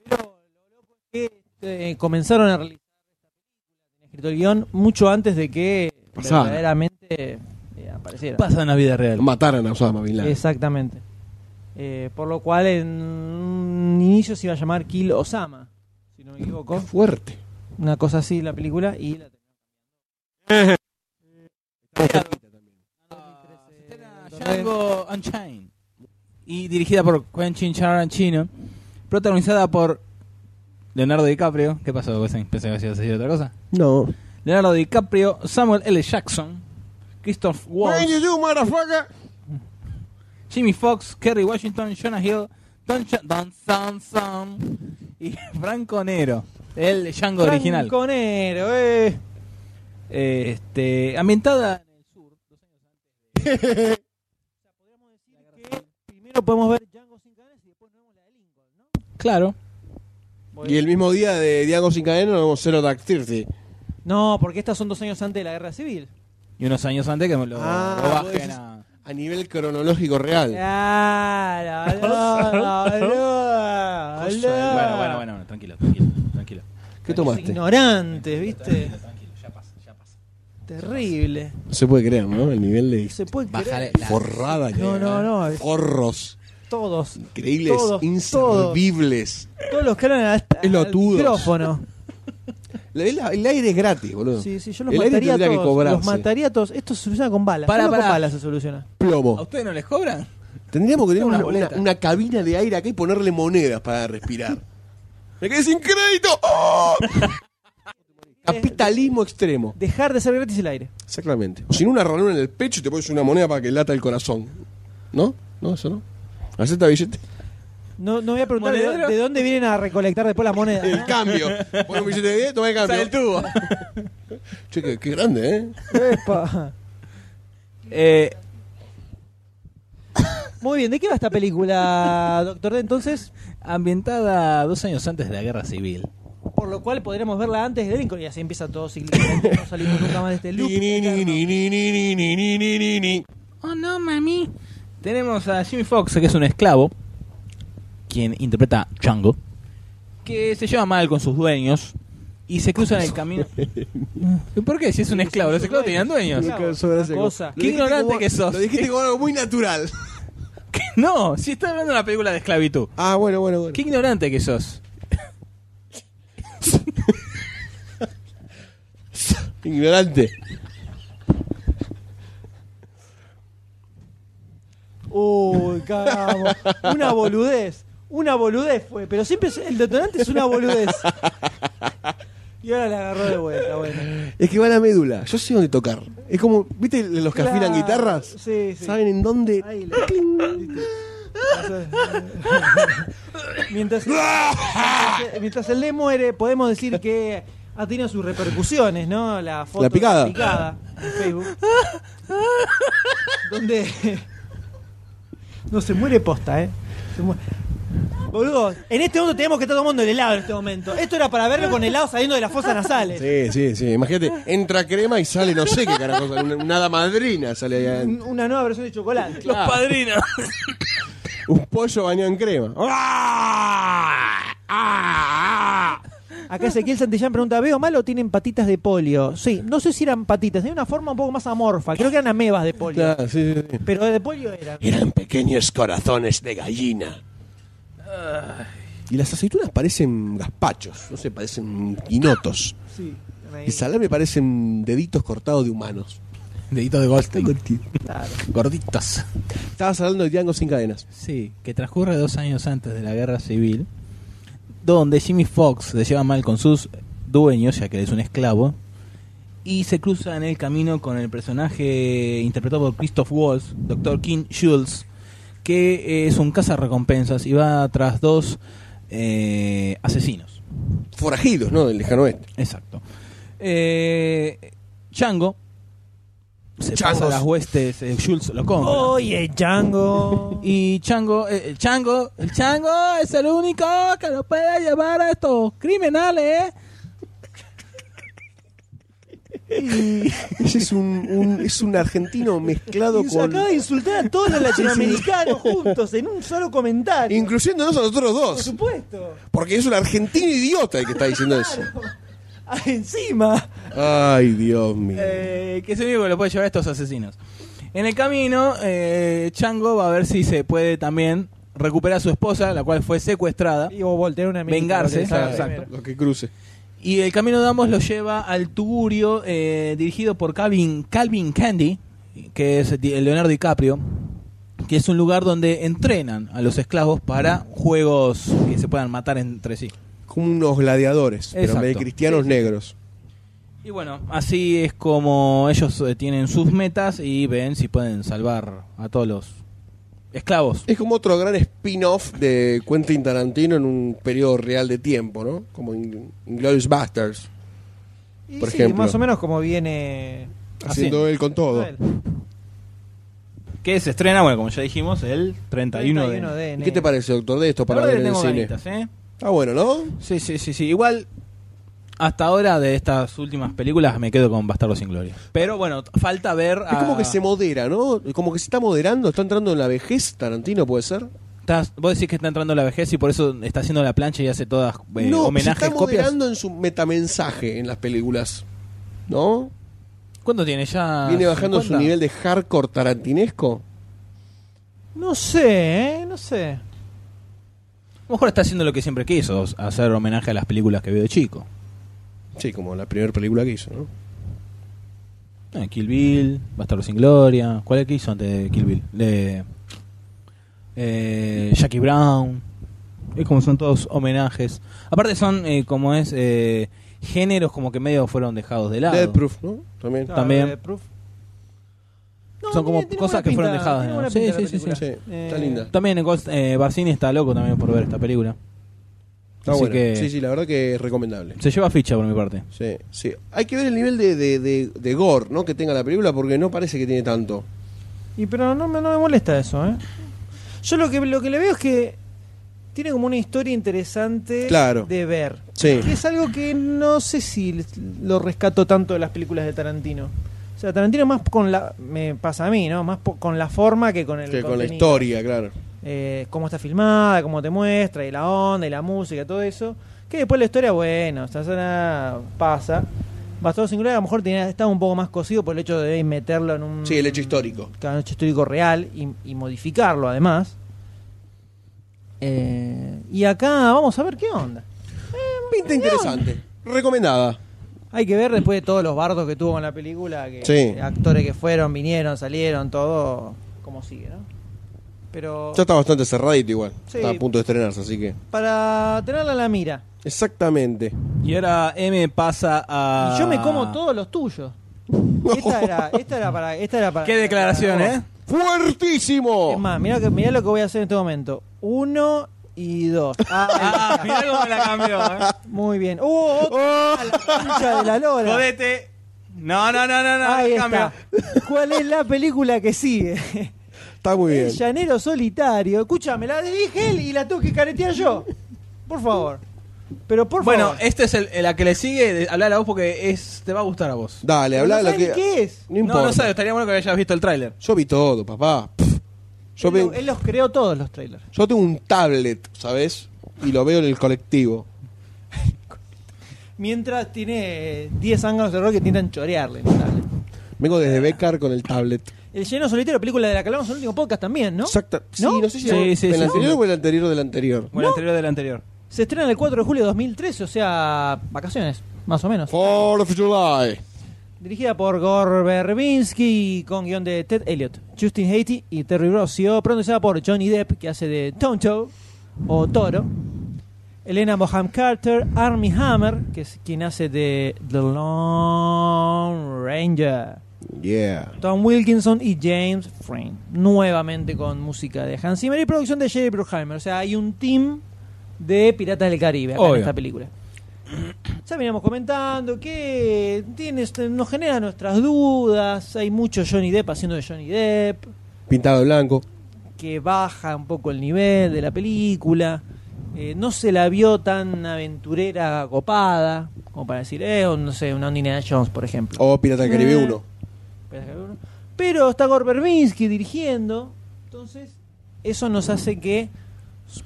[SPEAKER 3] Pero lo loco es que este, comenzaron a realizar esta película, tenía escrito el guión, mucho antes de que
[SPEAKER 1] Pasara.
[SPEAKER 3] verdaderamente eh, apareciera.
[SPEAKER 4] Pasa en la vida real.
[SPEAKER 1] Mataron a Osama Bin Laden.
[SPEAKER 3] Exactamente. Eh, por lo cual en un inicio se iba a llamar Kill Osama, si no me
[SPEAKER 1] Qué
[SPEAKER 3] equivoco.
[SPEAKER 1] fuerte.
[SPEAKER 3] Una cosa así la película y la
[SPEAKER 4] Era Django Unchained. Y dirigida por Quentin Tarantino. Protagonizada por Leonardo DiCaprio. ¿Qué pasó? Gosen? Pensé que ibas a decir otra cosa.
[SPEAKER 1] No.
[SPEAKER 4] Leonardo DiCaprio, Samuel L. Jackson, Christoph
[SPEAKER 1] What you
[SPEAKER 4] Waltz,
[SPEAKER 1] do, motherfucker?
[SPEAKER 4] Jimmy Fox, Kerry Washington, Jonah Hill, Don, Ch- Don Johnson y *laughs* Franco Nero. El Django original.
[SPEAKER 3] Conero, eh.
[SPEAKER 4] Eh, este, ambientada en el sur, dos años antes de-
[SPEAKER 3] Primero podemos ver Django sin cadenas y después vemos la de Lincoln, ¿no?
[SPEAKER 4] Claro.
[SPEAKER 1] Y el mismo día de Diago sin cadena nos vemos Zero Dark Thirty.
[SPEAKER 3] No, porque estas son dos años antes de la guerra civil.
[SPEAKER 4] Y unos años antes que me lo,
[SPEAKER 1] Ah,
[SPEAKER 4] lo
[SPEAKER 1] vos
[SPEAKER 4] bajen
[SPEAKER 1] decís-
[SPEAKER 4] a.
[SPEAKER 1] A nivel cronológico real.
[SPEAKER 4] *laughs*
[SPEAKER 3] Claro, boludo, boludo, boludo.
[SPEAKER 4] Bueno, bueno, bueno, bueno, tranquilo, tranquilo, tranquilo.
[SPEAKER 1] ¿Qué tomaste?
[SPEAKER 3] Ignorantes, ¿viste?
[SPEAKER 4] Tranquilo, ya pasa, ya pasa.
[SPEAKER 3] Terrible.
[SPEAKER 1] No se puede creer, ¿no? El nivel de
[SPEAKER 3] Se puede
[SPEAKER 4] Bájale
[SPEAKER 3] creer.
[SPEAKER 4] la-
[SPEAKER 1] forrada que
[SPEAKER 3] No,
[SPEAKER 1] hay,
[SPEAKER 3] no,
[SPEAKER 1] ¿eh?
[SPEAKER 3] no. es-
[SPEAKER 1] Forros
[SPEAKER 3] Todos.
[SPEAKER 1] increíbles,
[SPEAKER 3] Todos,
[SPEAKER 1] inservibles.
[SPEAKER 3] Todos los que hablan hasta al
[SPEAKER 1] Pelotudos.
[SPEAKER 3] micrófono.
[SPEAKER 1] El, el aire es gratis, boludo.
[SPEAKER 3] Sí, sí, yo los
[SPEAKER 1] El aire
[SPEAKER 3] mataría a
[SPEAKER 1] tendría que
[SPEAKER 3] todos.
[SPEAKER 1] cobrarse.
[SPEAKER 3] Los mataría a todos. Esto se soluciona con balas.
[SPEAKER 4] Para,
[SPEAKER 3] Solo
[SPEAKER 4] para.
[SPEAKER 3] con balas se soluciona.
[SPEAKER 4] ¿A
[SPEAKER 1] Plomo.
[SPEAKER 4] ustedes no les cobran?
[SPEAKER 1] Tendríamos que tener
[SPEAKER 4] Una
[SPEAKER 1] una, una-
[SPEAKER 4] boleta.
[SPEAKER 1] una cabina de aire acá y ponerle monedas para respirar. *laughs* ¡Me quedé sin crédito!
[SPEAKER 4] *laughs*
[SPEAKER 1] ¡Oh! Capitalismo extremo.
[SPEAKER 3] Dejar de ser gratis el aire.
[SPEAKER 1] Exactamente. O sin una ranura en el pecho y te pones una moneda para que lata el corazón. ¿No? ¿No? ¿Eso no? ¿Acepta billete?
[SPEAKER 3] No, no voy a preguntar de,
[SPEAKER 4] ¿Monedero?
[SPEAKER 3] de dónde vienen a recolectar después la moneda.
[SPEAKER 4] *laughs*
[SPEAKER 1] El cambio. Pon un billete de 10, toma el cambio.
[SPEAKER 4] Sale el tubo.
[SPEAKER 1] Che, qué, qué grande, ¿eh?
[SPEAKER 3] Epa.
[SPEAKER 4] eh,
[SPEAKER 3] Muy bien, ¿de qué va esta película, Doctor D? Entonces,
[SPEAKER 4] ambientada dos años antes de la guerra civil.
[SPEAKER 3] por lo cual podremos verla antes de Lincoln y así empieza todo cíclicamente. No salimos nunca más de este loop.
[SPEAKER 1] Ni, ni, ni,
[SPEAKER 3] eterno.
[SPEAKER 1] ni, ni, ni, ni, ni, ni, ni, ni, ni.
[SPEAKER 4] Oh no, mami. Tenemos a Jimmy Fox, que es un esclavo, quien interpreta a Django, que se lleva mal con sus dueños y se cruzan el *laughs* camino. ¿Por qué? Si es un esclavo, los esclavos tenían dueños.
[SPEAKER 3] Claro,
[SPEAKER 1] Eso, gracias.
[SPEAKER 3] una cosa.
[SPEAKER 1] Lo
[SPEAKER 4] Qué
[SPEAKER 1] dijiste
[SPEAKER 4] ignorante
[SPEAKER 1] como-
[SPEAKER 4] que sos.
[SPEAKER 1] Lo dijiste como algo muy natural.
[SPEAKER 4] ¿Qué? No, si estás hablando de una película de esclavitud.
[SPEAKER 1] Ah, bueno, bueno, bueno.
[SPEAKER 4] Qué ignorante que sos.
[SPEAKER 1] Ignorante.
[SPEAKER 3] Uy, cagamos. Una boludez. Una boludez fue. Pero siempre es- el detonante es una boludez. Y ahora la agarró de vuelta, bueno.
[SPEAKER 1] Es que va a la médula. Yo sé dónde tocar. Es como, ¿viste los que afilan
[SPEAKER 3] Claro,
[SPEAKER 1] guitarras?
[SPEAKER 3] sí, sí.
[SPEAKER 1] ¿Saben en dónde?
[SPEAKER 3] Ahí la- ¿viste? *laughs* Mientras, mientras el D muere, podemos decir que ha tenido sus repercusiones, ¿no? La foto
[SPEAKER 1] La picada.
[SPEAKER 3] de en Facebook. donde. *laughs* No, se muere posta, ¿eh? Se muere. Boludo, en este momento tenemos que estar tomando el helado en este momento. Esto era para verlo con helado saliendo de las fosas nasales.
[SPEAKER 1] Sí, sí, sí. Imagínate, entra crema y sale, no sé qué carajo, sale una, una hada madrina sale ahí adentro.
[SPEAKER 3] Un- Una nueva versión de chocolate.
[SPEAKER 4] Los padrinos.
[SPEAKER 1] Un pollo bañado en crema. ¡Ah! ¡Ah!
[SPEAKER 3] Acá Ezequiel Santillán pregunta, ¿veo mal o tienen patitas de polio? Sí, no sé si eran patitas, tenía una forma un poco más amorfa, creo que eran amebas de polio.
[SPEAKER 1] Claro, sí, sí, sí.
[SPEAKER 3] Pero de polio eran.
[SPEAKER 1] Eran pequeños corazones de gallina. Y las aceitunas parecen gazpachos, no sé, parecen quinotos.
[SPEAKER 3] Sí, eran ahí.
[SPEAKER 1] El salame parecen deditos cortados de humanos.
[SPEAKER 4] Deditos de Goldstein.
[SPEAKER 3] Claro.
[SPEAKER 4] Gorditos.
[SPEAKER 1] Estabas hablando de Django sin cadenas.
[SPEAKER 4] Sí, que transcurre dos años antes de la guerra civil, donde Jimmy Fox se lleva mal con sus dueños, ya que él es un esclavo, y se cruza en el camino con el personaje interpretado por Christoph Waltz, Dr. King Schultz, que eh, es un cazarrecompensas y va tras dos eh, asesinos.
[SPEAKER 1] Forajidos, ¿no? Del lejano oeste.
[SPEAKER 4] Exacto. Eh, Chango se pasa
[SPEAKER 1] Changos.
[SPEAKER 4] a las huestes, eh, Schultz lo compra.
[SPEAKER 3] Oh, Oye, Django.
[SPEAKER 4] Y Chango, eh, el Chango, el Chango es el único que lo puede llevar a estos criminales.
[SPEAKER 1] Ese es un, un- es un argentino mezclado
[SPEAKER 3] Y se
[SPEAKER 1] con...
[SPEAKER 3] acaba de insultar a todos
[SPEAKER 1] *laughs*
[SPEAKER 3] los latinoamericanos juntos en un solo comentario.
[SPEAKER 1] Incluyéndonos a nosotros
[SPEAKER 3] Por
[SPEAKER 1] dos.
[SPEAKER 3] supuesto. *laughs*
[SPEAKER 1] Porque es un argentino idiota el que está diciendo eso.
[SPEAKER 3] Ah, Encima.
[SPEAKER 1] Ay, Dios mío.
[SPEAKER 4] Eh, que es el único que lo puede llevar a estos asesinos. En el camino, eh, Chango va a ver si se puede también recuperar a su esposa, la cual fue secuestrada.
[SPEAKER 3] Y vos voltear una mirada,
[SPEAKER 4] Vengarse.
[SPEAKER 3] lo que sabe
[SPEAKER 4] Exacto.
[SPEAKER 3] primero.
[SPEAKER 1] Lo que cruce.
[SPEAKER 4] Y el camino de ambos lo lleva al Tugurio, eh, dirigido por Calvin, Calvin Candy, que es di- Leonardo DiCaprio, que es un lugar donde entrenan a los esclavos para juegos que se puedan matar entre sí.
[SPEAKER 1] Como unos gladiadores, pero en vez de
[SPEAKER 4] Exacto.
[SPEAKER 1] cristianos negros.
[SPEAKER 4] Y bueno, así es como ellos eh, tienen sus metas y ven si pueden salvar a todos los esclavos.
[SPEAKER 1] Es como otro gran spin-off de Quentin Tarantino en un periodo real de tiempo, ¿no? Como en Glorious Busters.
[SPEAKER 3] Y
[SPEAKER 1] Por
[SPEAKER 3] sí,
[SPEAKER 1] ejemplo.
[SPEAKER 3] Más o menos como viene.
[SPEAKER 4] Ah,
[SPEAKER 1] Haciendo él con todo.
[SPEAKER 3] Noel.
[SPEAKER 4] Que se estrena, bueno, como ya dijimos, el 31,
[SPEAKER 3] 31
[SPEAKER 4] de...
[SPEAKER 3] de
[SPEAKER 1] ¿Y
[SPEAKER 3] enero.
[SPEAKER 1] qué te parece, doctor, de esto
[SPEAKER 4] La
[SPEAKER 1] para
[SPEAKER 4] verdad
[SPEAKER 1] ver
[SPEAKER 4] que
[SPEAKER 1] en el
[SPEAKER 4] tengo
[SPEAKER 1] cine?
[SPEAKER 4] ganitas, ¿eh?
[SPEAKER 1] Ah, bueno, ¿no?
[SPEAKER 4] Sí, sí, sí, sí. Igual, hasta ahora de estas últimas películas me quedo con Bastardo sin Gloria. Pero bueno, t- falta ver
[SPEAKER 1] Es
[SPEAKER 4] a-
[SPEAKER 1] como que
[SPEAKER 3] Ah.
[SPEAKER 1] se modera, ¿no? Como que se está moderando, está entrando en la vejez Tarantino, ¿puede ser?
[SPEAKER 4] Estás- Vos decís que está entrando la vejez y por eso está haciendo la plancha y hace todas eh,
[SPEAKER 1] no, se
[SPEAKER 4] homenajes,
[SPEAKER 1] está
[SPEAKER 4] copias.
[SPEAKER 1] moderando en su metamensaje en las películas, ¿no?
[SPEAKER 4] ¿Cuánto tiene
[SPEAKER 3] Ah,
[SPEAKER 4] ya?
[SPEAKER 1] Viene bajando su
[SPEAKER 4] 50?
[SPEAKER 1] nivel de hardcore tarantinesco.
[SPEAKER 3] No sé, ¿eh? No sé.
[SPEAKER 4] A lo mejor está haciendo lo que siempre quiso, hacer homenaje a las películas que vio de chico.
[SPEAKER 1] Sí, como la primera película que hizo, ¿no?
[SPEAKER 4] Eh, Kill Bill, Bastardo sin Gloria. ¿Cuál es que hizo antes de Kill Bill? De, eh, Jackie Brown. Es como son todos homenajes. Aparte son eh, como es eh, géneros como que medio fueron dejados de lado.
[SPEAKER 1] Dead Proof, ¿no? También.
[SPEAKER 3] Claro,
[SPEAKER 4] También.
[SPEAKER 3] eh, proof. No,
[SPEAKER 4] Son como
[SPEAKER 3] tiene- tiene
[SPEAKER 4] cosas
[SPEAKER 3] buena
[SPEAKER 4] que fueron
[SPEAKER 3] pinta,
[SPEAKER 4] dejadas,
[SPEAKER 3] tiene
[SPEAKER 4] ¿no?
[SPEAKER 3] buena
[SPEAKER 4] Sí,
[SPEAKER 3] pinta la
[SPEAKER 4] sí, sí, sí.
[SPEAKER 3] película.
[SPEAKER 1] Sí, está
[SPEAKER 3] Eh,
[SPEAKER 1] linda.
[SPEAKER 4] También Ghost- eh, Barcini está loco también por ver esta película.
[SPEAKER 1] Está
[SPEAKER 4] así
[SPEAKER 1] buena.
[SPEAKER 4] que-
[SPEAKER 1] Sí, sí, la verdad que es recomendable.
[SPEAKER 4] Se lleva ficha por mi parte.
[SPEAKER 1] Sí, sí. Hay que ver el nivel de, de, de- de gore, ¿no? Que tenga la película porque no parece que tiene tanto.
[SPEAKER 3] Y pero no me, no me molesta eso, ¿eh? Yo lo que, lo que le veo es que tiene como una historia interesante
[SPEAKER 1] Claro.
[SPEAKER 3] de ver.
[SPEAKER 1] Sí.
[SPEAKER 3] Que es algo que no sé si lo rescato tanto de las películas de Tarantino. O sea, Tarantino más con la... Me pasa a mí, ¿no? Más po- con la forma que con el
[SPEAKER 1] que con la
[SPEAKER 3] contenido.
[SPEAKER 1] historia, claro.
[SPEAKER 3] eh, cómo está filmada, cómo te muestra, y la onda, y la música, todo eso. Que después la historia, bueno, o sea, eso nada pasa. Bastardo sin Gloria a lo mejor tenía, estaba un poco más cocido por el hecho de meterlo en un...
[SPEAKER 1] Sí, el hecho histórico.
[SPEAKER 3] Claro, un hecho histórico real y, y modificarlo además. Eh, y acá vamos a ver qué onda.
[SPEAKER 1] Pinta interesante. Recomendada.
[SPEAKER 3] Hay que ver después de todos los bardos que tuvo con la película, que
[SPEAKER 1] Sí.
[SPEAKER 3] actores que fueron, vinieron, salieron, todo, cómo sigue, ¿no? Pero
[SPEAKER 1] Ya está bastante cerradito igual.
[SPEAKER 3] Sí.
[SPEAKER 1] Está a punto de estrenarse, así que.
[SPEAKER 3] para tenerla en la mira.
[SPEAKER 1] Exactamente.
[SPEAKER 4] Y ahora M pasa a.
[SPEAKER 3] Y yo me
[SPEAKER 4] Ah.
[SPEAKER 3] como todos los
[SPEAKER 4] *laughs*
[SPEAKER 3] tuyos. Esta era, esta era para, esta era para.
[SPEAKER 4] Qué declaración,
[SPEAKER 3] para vos.
[SPEAKER 4] ¿eh?
[SPEAKER 1] ¡Fuertísimo!
[SPEAKER 3] Es más, mirá, que, mirá lo que voy a hacer en este momento. Uno y dos. Ah,
[SPEAKER 4] Ah, mirá Oh. cómo me la cambió, ¿eh?
[SPEAKER 3] muy bien. ¡Uh! otro! A la concha de la lora.
[SPEAKER 4] Jodete. No, no, no, no, no.
[SPEAKER 3] Ahí
[SPEAKER 4] cambio.
[SPEAKER 3] está. ¿Cuál es la película que sigue?
[SPEAKER 1] Está muy bien.
[SPEAKER 3] El llanero solitario. Escúchame, la dije él y la tuve que caretear yo. Por favor. Pero por
[SPEAKER 4] Bueno,
[SPEAKER 3] favor.
[SPEAKER 4] esta es el- la que le sigue. de- Hablar a vos porque es, te va a gustar a vos.
[SPEAKER 1] Dale,
[SPEAKER 3] Pero
[SPEAKER 1] habla
[SPEAKER 3] no
[SPEAKER 1] lo
[SPEAKER 3] saben
[SPEAKER 1] que.
[SPEAKER 3] qué es.
[SPEAKER 1] No
[SPEAKER 4] No,
[SPEAKER 1] importa.
[SPEAKER 4] no sabes, estaría bueno que hayas visto el tráiler.
[SPEAKER 1] Yo vi todo, papá. Pff. Yo,
[SPEAKER 3] él,
[SPEAKER 1] ven-
[SPEAKER 3] lo- él los creó todos los trailers.
[SPEAKER 1] yo tengo un tablet, ¿sabes? Y lo veo en el colectivo.
[SPEAKER 3] Mientras tiene eh, 10 ángulos de error que intentan chorearle. notable.
[SPEAKER 1] Vengo desde Becar con el tablet.
[SPEAKER 3] El llanero solitario, película de la que hablamos en el último podcast también, ¿no?
[SPEAKER 1] Exacto. Sí,
[SPEAKER 3] ¿No?
[SPEAKER 1] ¿No? sé si
[SPEAKER 4] Sí,
[SPEAKER 1] era-
[SPEAKER 4] sí,
[SPEAKER 1] el
[SPEAKER 4] sí.
[SPEAKER 1] anterior o el anterior del anterior.
[SPEAKER 4] Bueno, el anterior del anterior.
[SPEAKER 3] Se estrena el 4 de julio de 2013, o sea, vacaciones, más o menos.
[SPEAKER 1] Fourth of July.
[SPEAKER 3] Dirigida por Gore Verbinski y con guión de Ted Elliott, Justin Haiti y Terry Rossio. Pronunciada por Johnny Depp, que hace de Tonto o Toro. Elena Moham Carter, Army Hammer, que es quien hace de The Lone Ranger.
[SPEAKER 1] Yeah.
[SPEAKER 3] Tom Wilkinson y James Frame. Nuevamente con música de Hans Zimmer y producción de Jerry Bruckheimer. O sea, hay un team de Piratas del Caribe acá en
[SPEAKER 4] Obvio.
[SPEAKER 3] esta película. *clears throat* Ya veníamos comentando que tiene, este, nos genera nuestras dudas. Hay mucho Johnny Depp haciendo de Johnny Depp,
[SPEAKER 1] Pintado de blanco.
[SPEAKER 3] que baja un poco el nivel de la película. Eh, no se la vio tan aventurera copada como para decir, eh, o no sé, una Indiana Jones, por ejemplo.
[SPEAKER 1] O Oh, Pirata del Caribe
[SPEAKER 3] Eh.
[SPEAKER 1] 1.
[SPEAKER 3] Pero está Gore Verbinski dirigiendo. Entonces, eso nos hace que,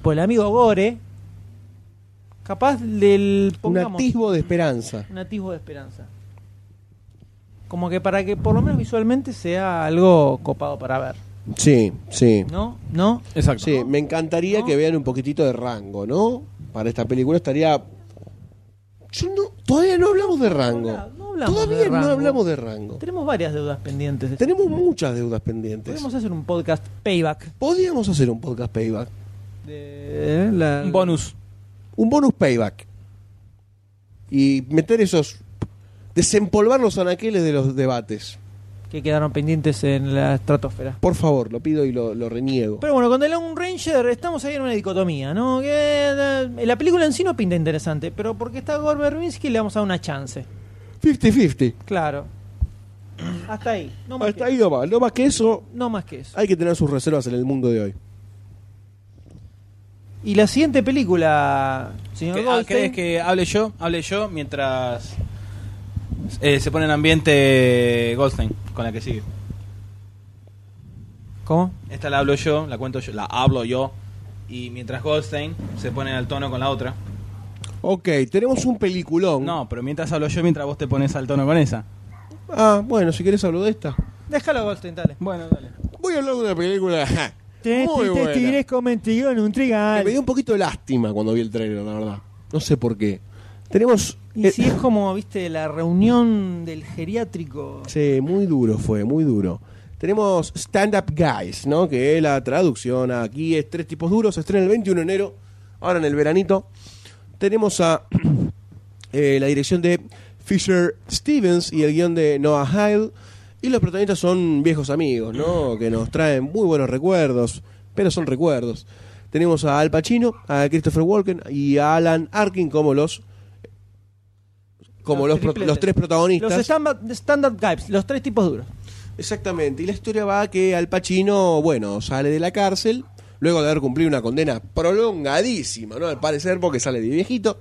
[SPEAKER 3] por el amigo Gore, capaz del.
[SPEAKER 1] Un
[SPEAKER 3] Pongamos,
[SPEAKER 1] atisbo de esperanza.
[SPEAKER 3] un atisbo de esperanza. Como que para que por lo menos visualmente sea algo copado para ver.
[SPEAKER 1] Sí, sí.
[SPEAKER 3] ¿No? ¿No?
[SPEAKER 4] Exacto.
[SPEAKER 1] Sí, me encantaría
[SPEAKER 3] ¿No?
[SPEAKER 1] que vean un poquitito de rango, ¿no? Para esta película estaría. Yo no, todavía no hablamos de rango.
[SPEAKER 3] habla- no hablamos
[SPEAKER 1] todavía
[SPEAKER 3] de rango.
[SPEAKER 1] no hablamos de rango.
[SPEAKER 3] Tenemos varias deudas pendientes.
[SPEAKER 1] Tenemos muchas deudas pendientes.
[SPEAKER 3] Podemos hacer un podcast payback.
[SPEAKER 1] Podríamos hacer un podcast payback.
[SPEAKER 3] De
[SPEAKER 1] Eh,
[SPEAKER 3] la-
[SPEAKER 4] Un bonus.
[SPEAKER 1] Un bonus payback. Y meter esos. Desempolvar los anaqueles de los debates.
[SPEAKER 3] Que quedaron pendientes en la estratosfera.
[SPEAKER 1] Por favor, lo pido y lo, lo reniego.
[SPEAKER 3] Pero bueno, con The Lone Ranger estamos ahí en una dicotomía, ¿no? Que, eh, la película en sí no pinta interesante, pero porque está Gore Verbinski le vamos a dar una chance.
[SPEAKER 1] 50-50.
[SPEAKER 3] Claro. Hasta ahí. No más,
[SPEAKER 1] Hasta
[SPEAKER 3] que,
[SPEAKER 1] ahí no más. No más que eso,
[SPEAKER 3] no más que eso.
[SPEAKER 1] hay que tener sus reservas en el mundo de hoy.
[SPEAKER 3] Y la siguiente película, señor
[SPEAKER 4] ¿Qué- ah,
[SPEAKER 3] Goldstein,
[SPEAKER 4] ¿Crees que hable yo? Hable yo mientras eh, se pone en ambiente eh, Goldstein con la que sigue.
[SPEAKER 3] ¿Cómo?
[SPEAKER 4] Esta la hablo yo, la cuento yo, la hablo yo. Y mientras Goldstein se pone al tono con la otra.
[SPEAKER 1] Ok, tenemos un peliculón.
[SPEAKER 4] No, pero mientras hablo yo, mientras vos te pones al tono con esa.
[SPEAKER 1] Ah, bueno, si querés hablo de esta.
[SPEAKER 3] Déjalo Goldstein, dale.
[SPEAKER 4] Bueno, dale.
[SPEAKER 1] Voy a hablar de una película *laughs* ja, muy buena.
[SPEAKER 3] contigo en un
[SPEAKER 1] Que
[SPEAKER 3] trigal.
[SPEAKER 1] me dio un poquito de lástima cuando vi el trailer, la verdad. No sé por qué. Tenemos...
[SPEAKER 3] Y
[SPEAKER 1] eh,
[SPEAKER 3] si es como, viste, la reunión del geriátrico.
[SPEAKER 1] Sí, muy duro fue, muy duro. Tenemos Stand Up Guys, ¿no? Que es la traducción aquí es Tres Tipos Duros, se estrena el 21 de enero, ahora en el veranito. Tenemos a *clears throat* eh, la dirección de Fisher Stevens y el guión de Noah Hyle. Y los protagonistas son viejos amigos, ¿no? Que nos traen muy buenos recuerdos, pero son recuerdos. Tenemos a Al Pacino, a Christopher Walken y a Alan Arkin como los... Como los,
[SPEAKER 3] Los
[SPEAKER 1] pro-
[SPEAKER 3] tripletes.
[SPEAKER 1] los tres protagonistas.
[SPEAKER 3] Los stand- stand-up guys, los tres tipos duros.
[SPEAKER 1] Exactamente, y la historia va que Al Pacino, bueno, sale de la cárcel, luego de haber cumplido una condena prolongadísima, ¿no? Al parecer, porque sale de viejito,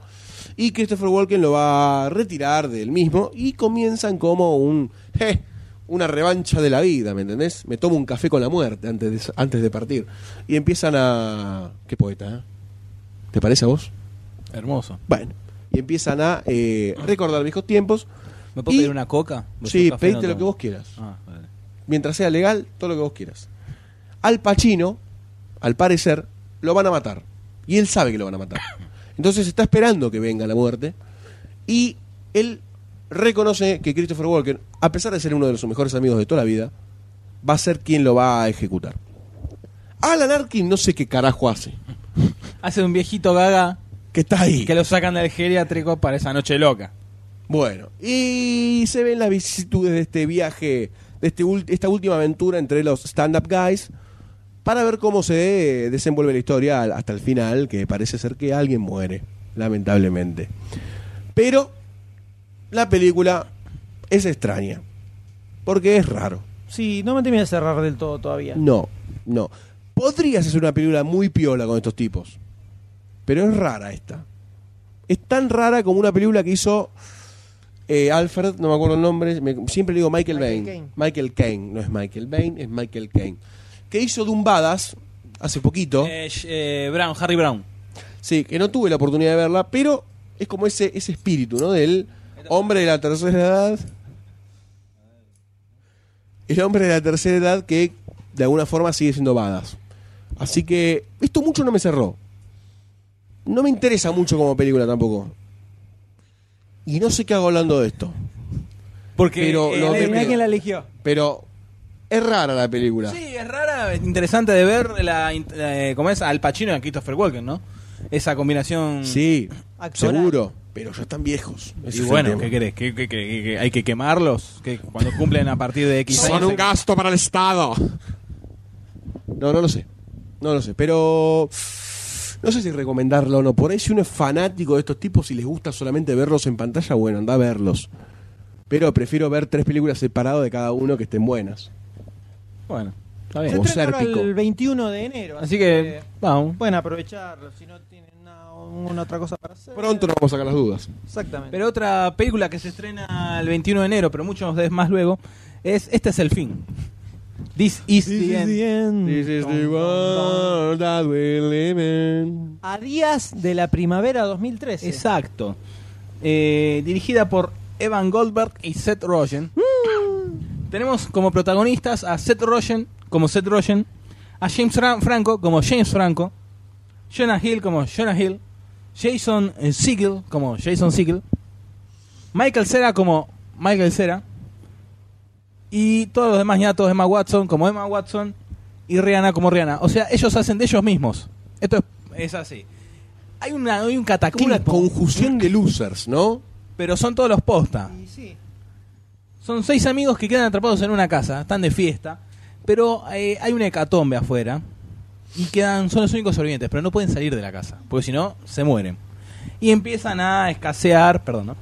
[SPEAKER 1] y Christopher Walken lo va a retirar del mismo, y comienzan como un, eh, una revancha de la vida, ¿me entendés? Me tomo un café con la muerte antes de, antes de partir. Y empiezan a... ¿Qué poeta? eh? ¿Te parece a vos?
[SPEAKER 4] Hermoso.
[SPEAKER 1] Bueno, y empiezan a eh, recordar viejos tiempos.
[SPEAKER 4] ¿Me puedo
[SPEAKER 1] y-
[SPEAKER 4] pedir una coca? ¿Vos
[SPEAKER 1] Sí,
[SPEAKER 4] un café?
[SPEAKER 1] pedite
[SPEAKER 4] No
[SPEAKER 1] lo que
[SPEAKER 4] tomo.
[SPEAKER 1] vos quieras
[SPEAKER 4] Ah, vale.
[SPEAKER 1] mientras sea legal, todo lo que vos quieras. Al Pacino, al parecer, lo van a matar. Y él sabe que lo van a matar. Entonces está esperando que venga la muerte. Y él reconoce que Christopher Walken, a pesar de ser uno de sus mejores amigos de toda la vida, va a ser quien lo va a ejecutar. Alan Arkin no sé qué carajo hace.
[SPEAKER 4] Hace un viejito gaga
[SPEAKER 1] Que está ahí.
[SPEAKER 4] que lo sacan del geriátrico para esa noche loca.
[SPEAKER 1] Bueno, y se ven las vicisitudes de este viaje, de este ul- esta última aventura entre los stand-up guys, para ver cómo se desenvuelve la historia al- hasta el final, que parece ser que alguien muere, lamentablemente. Pero la película es extraña, porque es raro.
[SPEAKER 3] Sí, no me terminé de cerrar del todo todavía.
[SPEAKER 1] No, no. Podrías hacer una película muy piola con estos tipos. Pero es rara esta. Es tan rara como una película que hizo eh, Alfred, no me acuerdo el nombre, me- siempre le digo Michael,
[SPEAKER 3] Michael
[SPEAKER 1] Bain.
[SPEAKER 3] Caine.
[SPEAKER 1] Michael Caine, no es Michael Bain, es Michael Caine. Que hizo Dumbadas hace poquito.
[SPEAKER 4] Eh, sh- eh, Brown, Harry Brown.
[SPEAKER 1] Sí, que no tuve la oportunidad de verla, pero es como ese, ese espíritu, ¿no? Del hombre de la tercera edad. El hombre de la tercera edad que de alguna forma sigue siendo badas. Así que esto mucho no me cerró. No me interesa mucho como película tampoco. Y no sé qué hago hablando de esto.
[SPEAKER 4] Porque
[SPEAKER 1] Pero
[SPEAKER 4] eh,
[SPEAKER 1] lo
[SPEAKER 4] eh,
[SPEAKER 1] de-
[SPEAKER 3] Adivina quién la eligió.
[SPEAKER 1] Pero es rara la película.
[SPEAKER 4] Sí, es rara, es interesante de ver la, in- eh, cómo es Al Pacino y a Christopher Walken, ¿no? Esa combinación.
[SPEAKER 1] Sí,
[SPEAKER 3] Actoral.
[SPEAKER 1] seguro. Pero ya están viejos. Ese
[SPEAKER 4] Y
[SPEAKER 1] es el
[SPEAKER 4] bueno,
[SPEAKER 1] tema.
[SPEAKER 4] ¿qué querés? ¿Qué, qué, qué- qué- qué- hay que quemarlos? que Cuando cumplen a partir de X años. ¿eh? hay-
[SPEAKER 1] gasto para el Estado. No, no lo sé. No lo sé. Pero. No sé si recomendarlo o no. Por ahí, si uno es fanático de estos tipos y les gusta solamente verlos en pantalla, bueno, anda a verlos. Pero prefiero ver tres películas separadas de cada uno que estén buenas.
[SPEAKER 4] Bueno, está bien.
[SPEAKER 1] Como
[SPEAKER 3] Yo estreno ahora
[SPEAKER 1] Sérpico.
[SPEAKER 3] el 21 de enero.
[SPEAKER 4] Así que, vamos.
[SPEAKER 3] Pueden aprovecharlo si no tienen una, una otra cosa para hacer.
[SPEAKER 1] Pronto nos vamos a sacar las dudas.
[SPEAKER 3] Exactamente.
[SPEAKER 4] Pero otra película que se estrena el 21 de enero, pero muchos de más luego, es Este es el fin. This is the end.
[SPEAKER 3] A días de la primavera 2013.
[SPEAKER 4] Exacto. Eh, dirigida por Evan Goldberg y Seth Rogen. Tenemos como protagonistas a Seth Rogen como Seth Rogen, a James Fra- Franco como James Franco, Jonah Hill como Jonah Hill, Jason eh, Segel como Jason Segel, Michael Cera como Michael Cera y todos los demás ñatos Emma Watson como Emma Watson y Rihanna como Rihanna. O sea, ellos hacen de ellos mismos. Esto es, es así. Hay, una, hay un
[SPEAKER 1] Una
[SPEAKER 4] cataclismo,
[SPEAKER 1] conjunción de losers,
[SPEAKER 4] *laughs*
[SPEAKER 1] ¿no?
[SPEAKER 4] pero son todos los posta.
[SPEAKER 3] Y sí.
[SPEAKER 4] Son seis amigos que quedan atrapados en una casa, están de fiesta, pero eh, hay una hecatombe afuera y quedan, son los únicos sobrevivientes, pero no pueden salir de la casa, porque si no, se mueren. Y empiezan a escasear, perdón, ¿no?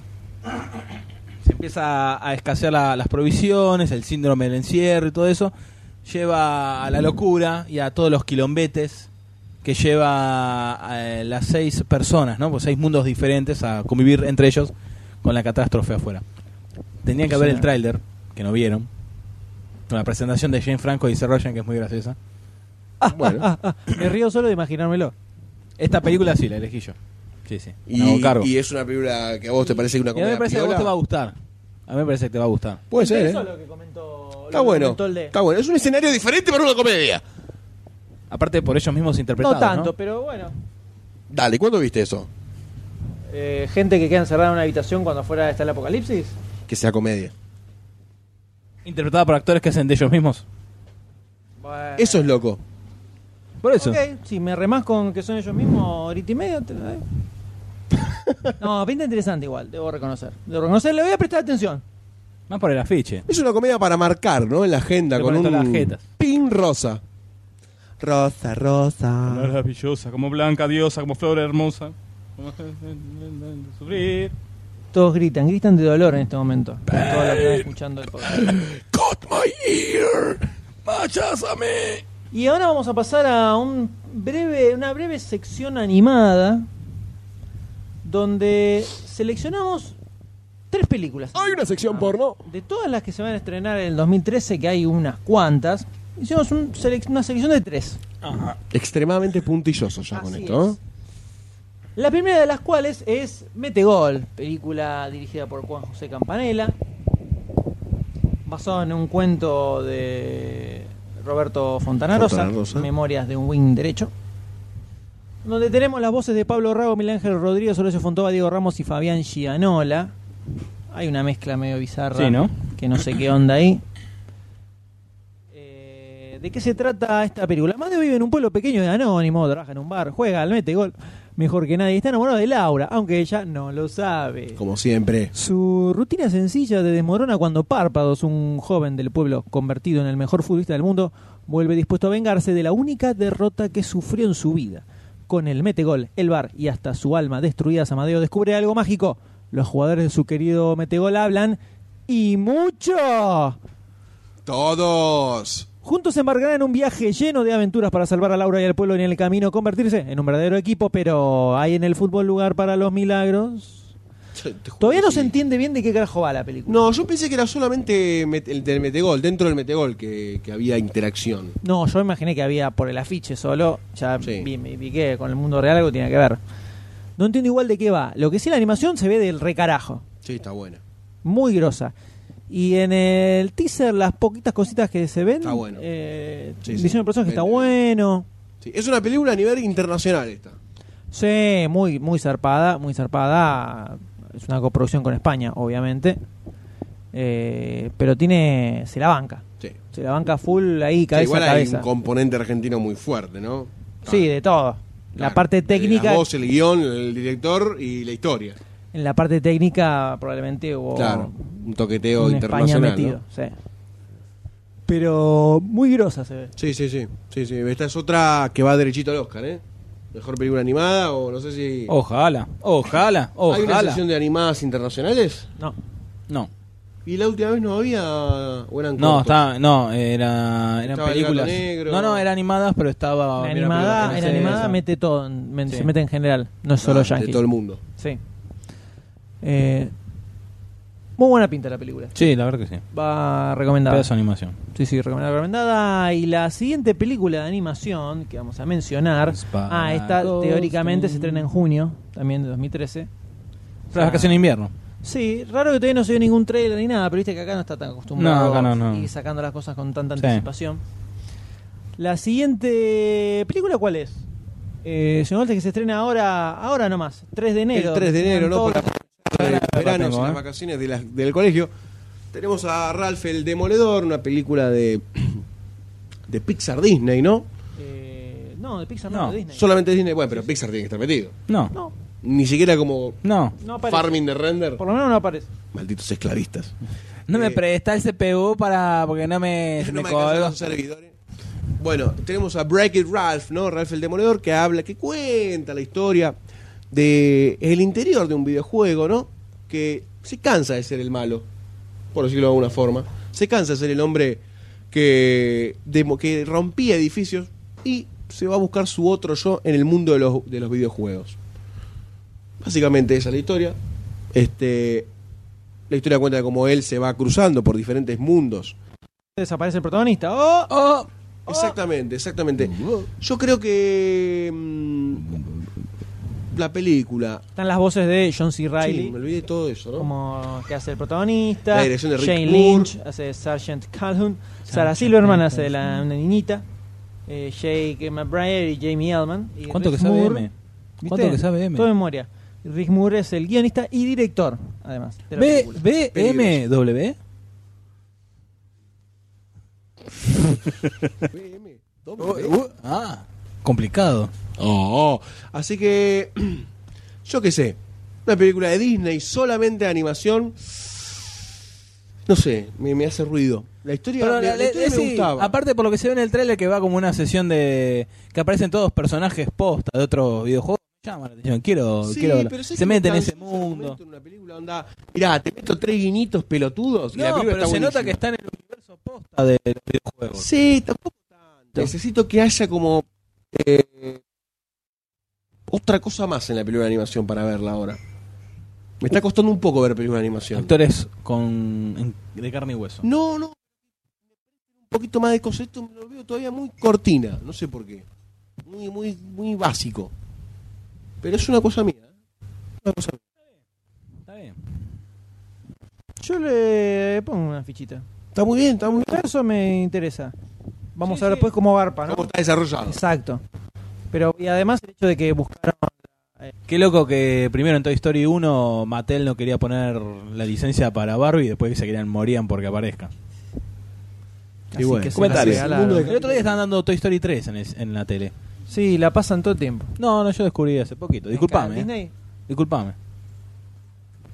[SPEAKER 4] se empieza a escasear la- las provisiones, el síndrome del encierro y todo eso, lleva a la locura y a todos los quilombetes que lleva a eh, las seis personas, ¿no? Pues seis mundos diferentes a convivir entre ellos con la catástrofe afuera. Tenía que haber el tráiler, que no vieron, con la presentación de Jane Franco y Seth Rogen, que es muy graciosa.
[SPEAKER 1] Bueno.
[SPEAKER 3] Ah, Me río solo de imaginármelo.
[SPEAKER 4] Esta película sí, la elegí yo. Sí, sí. me hago
[SPEAKER 1] Y,
[SPEAKER 4] cargo.
[SPEAKER 1] y es una película que a vos te parece una
[SPEAKER 4] Y a mí
[SPEAKER 1] comedia
[SPEAKER 4] me parece que a vos
[SPEAKER 1] piola.
[SPEAKER 4] te va a gustar. A mí me parece que te va a gustar.
[SPEAKER 1] Puede ser,
[SPEAKER 3] Eso
[SPEAKER 1] ¿eh?
[SPEAKER 3] es lo que comentó. lo
[SPEAKER 1] Está
[SPEAKER 3] que
[SPEAKER 1] bueno.
[SPEAKER 3] comentó el de-
[SPEAKER 1] Está bueno. Es un escenario diferente para una comedia.
[SPEAKER 4] Aparte por ellos mismos interpretados,
[SPEAKER 3] No
[SPEAKER 4] ¿no?
[SPEAKER 3] tanto, pero bueno.
[SPEAKER 1] Dale, ¿cuándo viste eso?
[SPEAKER 3] Eh, gente que queda encerrada en una habitación cuando fuera está el apocalipsis.
[SPEAKER 1] Que sea comedia.
[SPEAKER 4] Interpretada por actores que hacen de ellos mismos.
[SPEAKER 3] Bueno.
[SPEAKER 1] Eso es loco.
[SPEAKER 4] Por eso.
[SPEAKER 3] Ok, si me remás con que son ellos mismos, ahorita y media. te
[SPEAKER 1] *laughs*
[SPEAKER 3] la doy. No, pinta interesante igual, debo reconocer. Debo reconocer, le voy a prestar atención.
[SPEAKER 4] Más por el afiche.
[SPEAKER 1] Es una comedia para marcar, ¿no? En la agenda,
[SPEAKER 4] Le
[SPEAKER 1] con
[SPEAKER 4] pones todas las
[SPEAKER 1] un
[SPEAKER 4] jetas.
[SPEAKER 1] pin rosa. Rosa, rosa.
[SPEAKER 5] Ah. Maravillosa, como blanca diosa, como flor hermosa. Como- *laughs* Sufrir.
[SPEAKER 3] Todos gritan, gritan de dolor en este momento. Todos los que están escuchando el podcast.
[SPEAKER 1] Got my ear. Macházame.
[SPEAKER 3] Y ahora vamos a pasar a un breve, una breve sección animada donde seleccionamos tres películas.
[SPEAKER 1] Hay una
[SPEAKER 3] Ah.
[SPEAKER 1] sección porno.
[SPEAKER 3] De todas las que se van a estrenar en el 2013, que hay unas cuantas, hicimos un selec- una selección de tres.
[SPEAKER 1] Extremadamente puntilloso ya con
[SPEAKER 3] Así
[SPEAKER 1] esto. ¿eh?
[SPEAKER 3] es. La primera de las cuales es Mete Gol, película dirigida por Juan José Campanella, basado en un cuento de Roberto Fontana Rosa,
[SPEAKER 1] Fontana Rosa.
[SPEAKER 3] Memorias de un Wing Derecho, donde tenemos las voces de Pablo Rago, Miguel Ángel Rodríguez, Horacio Fontova, Diego Ramos y Fabián Gianola. Hay una mezcla medio bizarra
[SPEAKER 4] Sí, ¿no?
[SPEAKER 3] que no sé qué onda ahí. Eh, Eh, ¿De qué se trata esta película? Mario vive en un pueblo pequeño de anónimo, trabaja en un bar, juega, al mete gol, mejor que nadie. Está enamorado de Laura, aunque ella no lo sabe.
[SPEAKER 1] Como siempre.
[SPEAKER 3] Su rutina sencilla de desmorona cuando Párpados, un joven del pueblo convertido en el mejor futbolista del mundo, vuelve dispuesto a vengarse de la única derrota que sufrió en su vida. Con el metegol, el bar y hasta su alma destruida, Samadeo descubre algo mágico. Los jugadores de su querido metegol hablan y mucho.
[SPEAKER 1] Todos.
[SPEAKER 3] Juntos se embarcarán en un viaje lleno de aventuras para salvar a Laura y al pueblo y en el camino convertirse en un verdadero equipo, pero ¿hay en el fútbol lugar para los milagros? Todavía no se entiende bien de qué carajo va la película.
[SPEAKER 1] No, yo pensé que era solamente met- el del metegol, dentro del metegol que, que había interacción.
[SPEAKER 3] No, yo imaginé que había por el afiche solo. Ya
[SPEAKER 1] Sí.
[SPEAKER 3] vi, me piqué con el mundo real algo tiene que ver. No entiendo igual de qué va. Lo que sí, la animación se ve del recarajo.
[SPEAKER 1] Sí, está buena.
[SPEAKER 3] Muy grosa. Y en el teaser, las poquitas cositas que se ven.
[SPEAKER 1] Está bueno.
[SPEAKER 3] eh,
[SPEAKER 1] Sí, sí.
[SPEAKER 3] diseño de personaje está
[SPEAKER 1] Vende.
[SPEAKER 3] bueno.
[SPEAKER 1] Sí, es una película a nivel internacional esta.
[SPEAKER 3] Sí, muy, muy zarpada, muy zarpada. Es una coproducción con España, obviamente. Eh, pero tiene. se la banca.
[SPEAKER 1] Sí.
[SPEAKER 3] Se la banca full ahí,
[SPEAKER 1] Sí,
[SPEAKER 3] cabeza
[SPEAKER 1] igual
[SPEAKER 3] a
[SPEAKER 1] hay
[SPEAKER 3] cabeza.
[SPEAKER 1] un componente argentino muy fuerte, ¿no? Ah,
[SPEAKER 3] Sí, de todo. La
[SPEAKER 1] Claro,
[SPEAKER 3] parte
[SPEAKER 1] de
[SPEAKER 3] técnica.
[SPEAKER 1] La voz, el guión, el director y la historia.
[SPEAKER 3] En la parte técnica probablemente hubo
[SPEAKER 1] Claro, un toqueteo
[SPEAKER 3] Oh, un España
[SPEAKER 1] internacional.
[SPEAKER 3] metido,
[SPEAKER 1] ¿no?
[SPEAKER 3] sí. Pero muy grosa se ve.
[SPEAKER 1] Sí, sí, sí, sí, sí. Esta es otra que va derechito al Oscar, ¿eh? Mejor película animada o no sé si...
[SPEAKER 4] Ojalá, ojalá,
[SPEAKER 1] ¿Hay una
[SPEAKER 4] ojalá.
[SPEAKER 1] sesión de animadas internacionales?
[SPEAKER 3] No.
[SPEAKER 4] No,
[SPEAKER 1] ¿Y la última vez no había? ¿O eran
[SPEAKER 4] no,
[SPEAKER 1] cortos?
[SPEAKER 4] estaba, no, era, eran
[SPEAKER 1] Estaba el gato
[SPEAKER 4] películas.
[SPEAKER 1] negro.
[SPEAKER 4] No, no, eran animadas, pero
[SPEAKER 1] Ah,
[SPEAKER 4] estaba.
[SPEAKER 3] En
[SPEAKER 4] era
[SPEAKER 3] animada,
[SPEAKER 4] película
[SPEAKER 3] en
[SPEAKER 4] francesa.
[SPEAKER 3] animada mete todo, en- men-
[SPEAKER 4] Sí.
[SPEAKER 3] se mete en general, no es
[SPEAKER 1] Ah,
[SPEAKER 3] solo
[SPEAKER 1] De
[SPEAKER 3] yankee.
[SPEAKER 1] todo el mundo.
[SPEAKER 3] Sí. Eh, muy buena pinta la película.
[SPEAKER 4] Sí, la verdad que sí.
[SPEAKER 3] Va recomendada.
[SPEAKER 4] Pedazo de animación.
[SPEAKER 3] Sí, sí, recomendada, recomendada. Y la siguiente película de animación que vamos a mencionar.
[SPEAKER 4] Spark
[SPEAKER 3] ah, esta teóricamente se
[SPEAKER 4] Ghost.
[SPEAKER 3] estrena en junio, también de 2013.
[SPEAKER 4] Las vacaciones de invierno.
[SPEAKER 3] Ah, Sí, raro que todavía no se vio ningún trailer ni nada, pero viste que acá no está tan acostumbrado
[SPEAKER 4] No, acá no, no.
[SPEAKER 3] y sacando las cosas con tanta
[SPEAKER 4] Sí.
[SPEAKER 3] anticipación. La siguiente película, ¿cuál es? Eh, John Walter, que se estrena ahora, ahora nomás, 3 de enero.
[SPEAKER 1] El 3 de enero, ¿no?
[SPEAKER 3] Todos
[SPEAKER 1] Para los veranos
[SPEAKER 4] tengo,
[SPEAKER 1] y las
[SPEAKER 4] ¿eh?
[SPEAKER 1] vacaciones de las- del colegio. Tenemos a Ralph el Demoledor, una película de, de Pixar Disney, ¿no?
[SPEAKER 3] los- eh, no, de Pixar no,
[SPEAKER 4] No,
[SPEAKER 3] de Disney.
[SPEAKER 1] Solamente Disney, bueno, pero Pixar tiene que estar metido.
[SPEAKER 4] No,
[SPEAKER 3] No,
[SPEAKER 1] Ni siquiera como
[SPEAKER 4] no.
[SPEAKER 3] no aparece.
[SPEAKER 1] farming de render.
[SPEAKER 3] Por lo menos no aparece.
[SPEAKER 1] Malditos esclavistas.
[SPEAKER 4] No me
[SPEAKER 1] Eh,
[SPEAKER 4] presta el CPU para. porque no me. se
[SPEAKER 1] No
[SPEAKER 4] me
[SPEAKER 1] me
[SPEAKER 4] colgó.
[SPEAKER 1] alcanzan los servidores. ¿eh? Bueno, tenemos a Break It Ralph, ¿no? Ralph el Demoledor, que habla, que cuenta la historia de el interior de un videojuego, ¿no? Que se cansa de ser el malo, por decirlo de alguna forma. Se cansa de ser el hombre que, demo- que rompía edificios y se va a buscar su otro yo en el mundo de los, de los videojuegos. Básicamente esa es la historia. Este, la historia cuenta cómo él se va cruzando por diferentes mundos
[SPEAKER 3] Desaparece el protagonista. ¡Oh!
[SPEAKER 4] Oh,
[SPEAKER 1] Exactamente, exactamente. Yo creo que mm, la película.
[SPEAKER 3] Están las voces de John C.
[SPEAKER 1] Sí,
[SPEAKER 3] Reilly,
[SPEAKER 1] me olvidé de todo eso, ¿no?
[SPEAKER 3] como que hace el protagonista.
[SPEAKER 1] La dirección de Rick
[SPEAKER 3] Shane
[SPEAKER 1] Moore.
[SPEAKER 3] Lynch hace Sargent Calhoun. Sarah Silverman hace la una niñita. Eh, Jake McBride y Jamie Ellman. Y
[SPEAKER 4] ¿Cuánto
[SPEAKER 3] Rick
[SPEAKER 4] que sabe
[SPEAKER 3] Moore,
[SPEAKER 4] M?
[SPEAKER 3] ¿viste?
[SPEAKER 4] ¿Cuánto que sabe M?
[SPEAKER 3] Todo memoria. Rick Moore es el guionista y director, además. de la
[SPEAKER 4] B,
[SPEAKER 3] película.
[SPEAKER 4] B, M,
[SPEAKER 1] Peligroso.
[SPEAKER 4] W.
[SPEAKER 1] BM,
[SPEAKER 4] Uh,
[SPEAKER 1] doble.
[SPEAKER 4] uh, ah, complicado.
[SPEAKER 1] Oh. Así que. *clears throat* Yo qué sé. Una película de Disney solamente de animación. No sé, me, me hace ruido. La historia,
[SPEAKER 4] Pero
[SPEAKER 1] me,
[SPEAKER 4] la-
[SPEAKER 1] la
[SPEAKER 4] la-
[SPEAKER 1] historia me
[SPEAKER 4] sí,
[SPEAKER 1] gustaba.
[SPEAKER 4] aparte por lo que se ve en el trailer que va como una sesión de que aparecen todos personajes posta de otros videojuegos. Me llama la atención, quiero,
[SPEAKER 1] Sí,
[SPEAKER 4] quiero verla.
[SPEAKER 1] pero sé
[SPEAKER 4] se
[SPEAKER 1] que
[SPEAKER 4] mete en
[SPEAKER 1] cansa
[SPEAKER 4] ese
[SPEAKER 1] en algún
[SPEAKER 4] mundo.
[SPEAKER 1] momento en una película onda, mirá, te meto tres guinitos pelotudos. y la
[SPEAKER 4] No,
[SPEAKER 1] película
[SPEAKER 4] pero
[SPEAKER 1] está
[SPEAKER 4] se nota
[SPEAKER 1] buenísima.
[SPEAKER 4] que está en el universo posta de los videojuegos.
[SPEAKER 1] Sí, tampoco tanto. Necesito que haya como eh, otra cosa más en la película de animación para verla ahora. Me está costando un poco ver película de animación.
[SPEAKER 4] Actores con en- de carne y hueso.
[SPEAKER 1] No, no. Un poquito más de cosas. Esto me lo veo todavía muy cortina. No sé por qué. Muy, muy, muy básico. Pero es una cosa mía. ¿eh? Una cosa mía.
[SPEAKER 4] Está bien.
[SPEAKER 3] Yo le pongo una fichita.
[SPEAKER 1] Está muy bien, está muy bien.
[SPEAKER 3] Eso me interesa. Vamos
[SPEAKER 4] Sí,
[SPEAKER 3] a ver
[SPEAKER 4] sí.
[SPEAKER 3] después cómo garpa, ¿no?
[SPEAKER 1] ¿Cómo está desarrollado?
[SPEAKER 3] Exacto. Pero, y además el hecho de que buscaron
[SPEAKER 4] Qué loco que primero en Toy Story 1 Mattel no quería poner la licencia para Barbie y después se querían morían porque aparezca.
[SPEAKER 3] Así
[SPEAKER 1] bueno,
[SPEAKER 3] que se la
[SPEAKER 1] comentarios.
[SPEAKER 3] regalaron.
[SPEAKER 1] Mundo de-
[SPEAKER 4] El otro día estaban dando Toy Story 3 en, el- en la tele.
[SPEAKER 3] Sí, la pasan todo el tiempo.
[SPEAKER 4] No, no, yo descubrí hace poquito. Disculpame.
[SPEAKER 3] ¿En
[SPEAKER 4] eh.
[SPEAKER 3] el canal
[SPEAKER 4] Disculpame.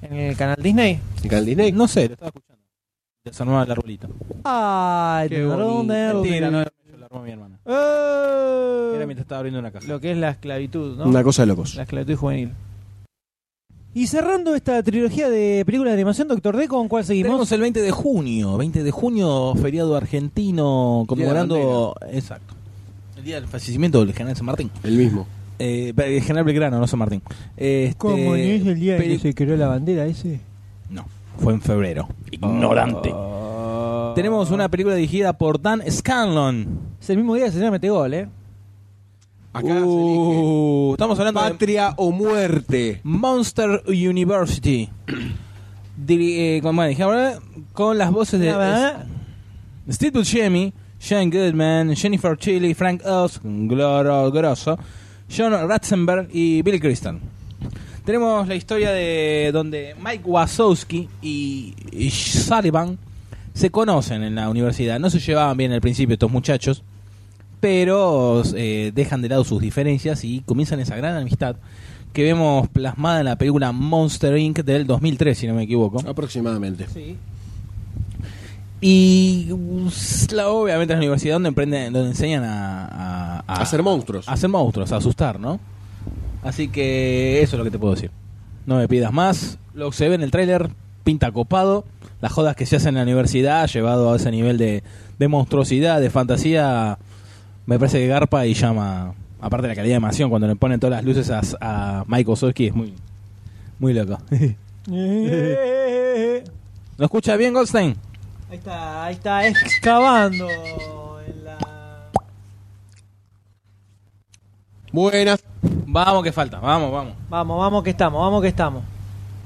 [SPEAKER 3] Disney? ¿En el canal Disney?
[SPEAKER 1] El canal Disney.
[SPEAKER 4] No sé, lo estaba escuchando. Desarmaba el arbolito.
[SPEAKER 3] Ay,
[SPEAKER 1] Qué
[SPEAKER 3] no,
[SPEAKER 1] bonito.
[SPEAKER 3] no, no.
[SPEAKER 4] Mentira, no, yo lo armó mi hermana.
[SPEAKER 3] Eh,
[SPEAKER 4] Era mientras estaba abriendo una caja.
[SPEAKER 3] Lo que es la esclavitud, ¿no?
[SPEAKER 1] Una cosa de locos.
[SPEAKER 3] La esclavitud juvenil. Y cerrando esta trilogía de películas de animación, Doctor D, ¿con cuál seguimos?
[SPEAKER 4] Tenemos el 20 de junio, 20 de junio, feriado argentino,
[SPEAKER 1] Día de la
[SPEAKER 4] conmemorando. Exacto. El día del fallecimiento del general San Martín.
[SPEAKER 1] El mismo.
[SPEAKER 4] Eh, el general Belgrano, no San Martín. Este,
[SPEAKER 3] Eh,
[SPEAKER 4] peli-
[SPEAKER 3] creó la bandera ese?
[SPEAKER 4] No, fue en febrero. Ignorante. Tenemos una película dirigida por Dan Scanlon.
[SPEAKER 3] Ah. Es el mismo día que se llama Metegol, ¿eh?
[SPEAKER 1] Acá se elige
[SPEAKER 4] Uh, estamos hablando de
[SPEAKER 1] patria o muerte.
[SPEAKER 4] Monster University. Diri- eh, como dije ahora, con las voces de
[SPEAKER 3] Ah,
[SPEAKER 4] Steve Buscemi, Shane Goodman, Jennifer Chili, Frank Oz, Gloro Grosso, John Ratzenberg y Billy Crystal. Tenemos la historia de donde Mike Wazowski y, y Sullivan se conocen en la universidad. No se llevaban bien al principio estos muchachos, pero eh, dejan de lado sus diferencias y comienzan esa gran amistad que vemos plasmada en la película Monster Inc. del 2003, si no me equivoco.
[SPEAKER 1] Aproximadamente.
[SPEAKER 4] Y us- la, obviamente es la universidad donde emprenden, donde enseñan a, a, a-
[SPEAKER 1] A hacer monstruos.
[SPEAKER 4] a hacer monstruos, a asustar, ¿no? Así que eso es lo que te puedo decir. No me pidas más. Lo que se ve en el tráiler pinta copado. Las jodas que se hacen en la universidad, llevado a ese nivel de, de monstruosidad, de fantasía, me parece que garpa y llama. Aparte de la calidad de animación, cuando le ponen todas las luces a, a Mike Wazowski, es muy, muy loco. *laughs*
[SPEAKER 3] eh.
[SPEAKER 4] ¿No escucha bien, Goldstein?
[SPEAKER 3] *laughs* Ahí está, ahí está excavando en la...
[SPEAKER 1] Buenas.
[SPEAKER 4] Vamos, que falta. Vamos, vamos.
[SPEAKER 3] Vamos, vamos que estamos, vamos que estamos.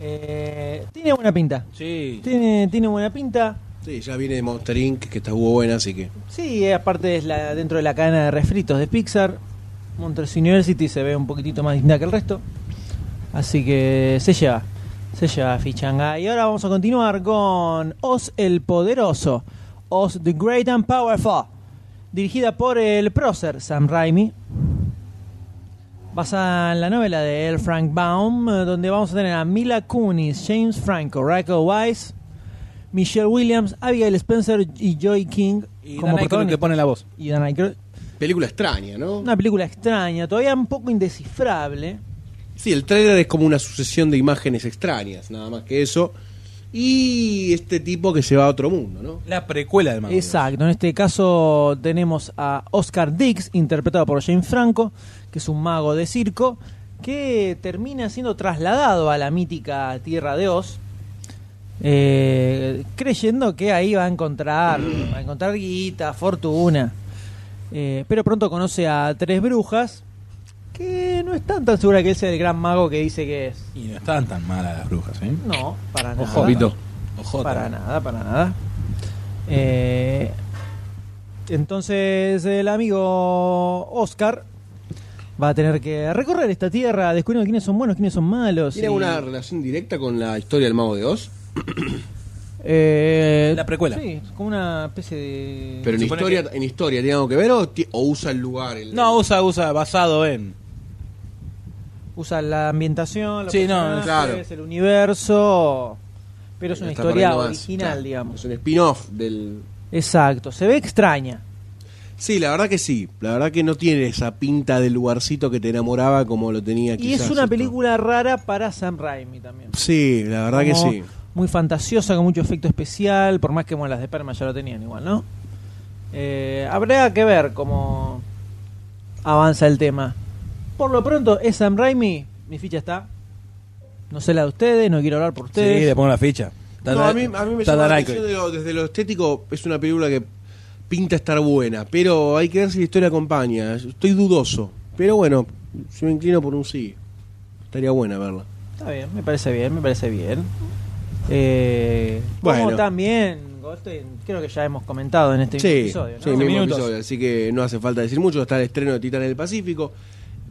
[SPEAKER 3] Eh, tiene buena pinta.
[SPEAKER 4] Sí.
[SPEAKER 3] Tiene, tiene buena pinta.
[SPEAKER 1] Sí, ya viene Monster Inc. que estuvo buena, así que.
[SPEAKER 3] Sí, eh, aparte es la, dentro de la cadena de refritos de Pixar. Monsters University se ve un poquitito más digna que el resto. Así que se lleva, se lleva Fichanga. Y ahora vamos a continuar con Oz el Poderoso, Oz the Great and Powerful, dirigida por el prócer Sam Raimi. Basada en la novela de L. Frank Baum, eh, donde vamos a tener a Mila Kunis, James Franco, Rachel Weisz, Michelle Williams, Abigail Spencer y Joy King
[SPEAKER 4] Y Dan Aykroyd
[SPEAKER 3] protagonistas.
[SPEAKER 4] que pone la voz.
[SPEAKER 3] Y Dan Aykroyd.
[SPEAKER 1] Película extraña, ¿no?
[SPEAKER 3] Una película extraña, todavía un poco indescifrable.
[SPEAKER 1] Sí, el trailer es como una sucesión de imágenes extrañas, nada más que eso. Y este tipo que se va a otro mundo, ¿no?
[SPEAKER 4] La precuela de Mago.
[SPEAKER 3] Exacto, en este caso tenemos a Oscar Dix, interpretado por James Franco, que es un mago de circo, que termina siendo trasladado a la mítica Tierra de Oz, eh, creyendo que ahí va a encontrar, va a encontrar guita, fortuna. Eh, pero pronto conoce a tres brujas que no están tan seguras que él sea el gran mago que dice que es.
[SPEAKER 4] Y no estaban tan malas las brujas, ¿eh?
[SPEAKER 3] No, para nada.
[SPEAKER 1] Vito.
[SPEAKER 4] Ojo.
[SPEAKER 3] Para nada, para nada. Eh, entonces el amigo Oscar va a tener que recorrer esta tierra, descubriendo quiénes son buenos, quiénes son malos.
[SPEAKER 1] ¿Tiene
[SPEAKER 3] y-
[SPEAKER 1] alguna relación directa con la historia del Mago de Oz?
[SPEAKER 3] Eh,
[SPEAKER 4] La precuela.
[SPEAKER 3] Sí, es como una especie de...
[SPEAKER 1] Pero en
[SPEAKER 4] Supone
[SPEAKER 1] historia, en historia ¿tiene algo que ver o, ti- o usa el lugar? el-
[SPEAKER 4] No, usa, usa, basado en.
[SPEAKER 3] Usa la ambientación, los
[SPEAKER 4] Sí, no,
[SPEAKER 3] personajes,
[SPEAKER 1] claro.
[SPEAKER 3] el universo... Pero es una
[SPEAKER 1] Está
[SPEAKER 3] historia
[SPEAKER 1] perdiendo más,
[SPEAKER 3] original,
[SPEAKER 1] claro.
[SPEAKER 3] digamos.
[SPEAKER 1] Es un spin-off del...
[SPEAKER 3] Exacto, se ve extraña.
[SPEAKER 1] Sí, la verdad que sí. La verdad que no tiene esa pinta del lugarcito que te enamoraba como lo
[SPEAKER 3] Y
[SPEAKER 1] tenía
[SPEAKER 3] es
[SPEAKER 1] Eh, quizás
[SPEAKER 3] una
[SPEAKER 1] esto.
[SPEAKER 3] película rara para Sam Raimi también.
[SPEAKER 1] Sí, la verdad que
[SPEAKER 3] Como
[SPEAKER 1] sí.
[SPEAKER 3] Muy fantasiosa, con mucho efecto especial, por más que bueno, las de Perma ya lo tenían igual, ¿no? Eh, habrá que ver cómo avanza el tema. Por lo pronto, es Sam Raimi, mi ficha está. No sé la de ustedes, no quiero hablar por ustedes.
[SPEAKER 4] Sí, le pongo la ficha.
[SPEAKER 1] No, a mí, a mí me
[SPEAKER 4] Está
[SPEAKER 1] llama
[SPEAKER 4] Dan
[SPEAKER 1] la
[SPEAKER 4] Aykroyd.
[SPEAKER 1] atención de lo- desde lo estético, es una película que pinta estar buena, pero hay que ver si la historia acompaña. Estoy dudoso, pero bueno, yo me inclino por un sí. Estaría buena verla.
[SPEAKER 3] Está bien, me parece bien, me parece bien. Eh, como
[SPEAKER 1] Bueno.
[SPEAKER 3] también, Goldstein, creo que ya hemos comentado en este
[SPEAKER 1] Sí,
[SPEAKER 3] episodio, ¿no?
[SPEAKER 1] sí, mismo
[SPEAKER 4] minutos.
[SPEAKER 1] episodio, así que no hace falta decir mucho. Está el estreno de Titán en el Pacífico.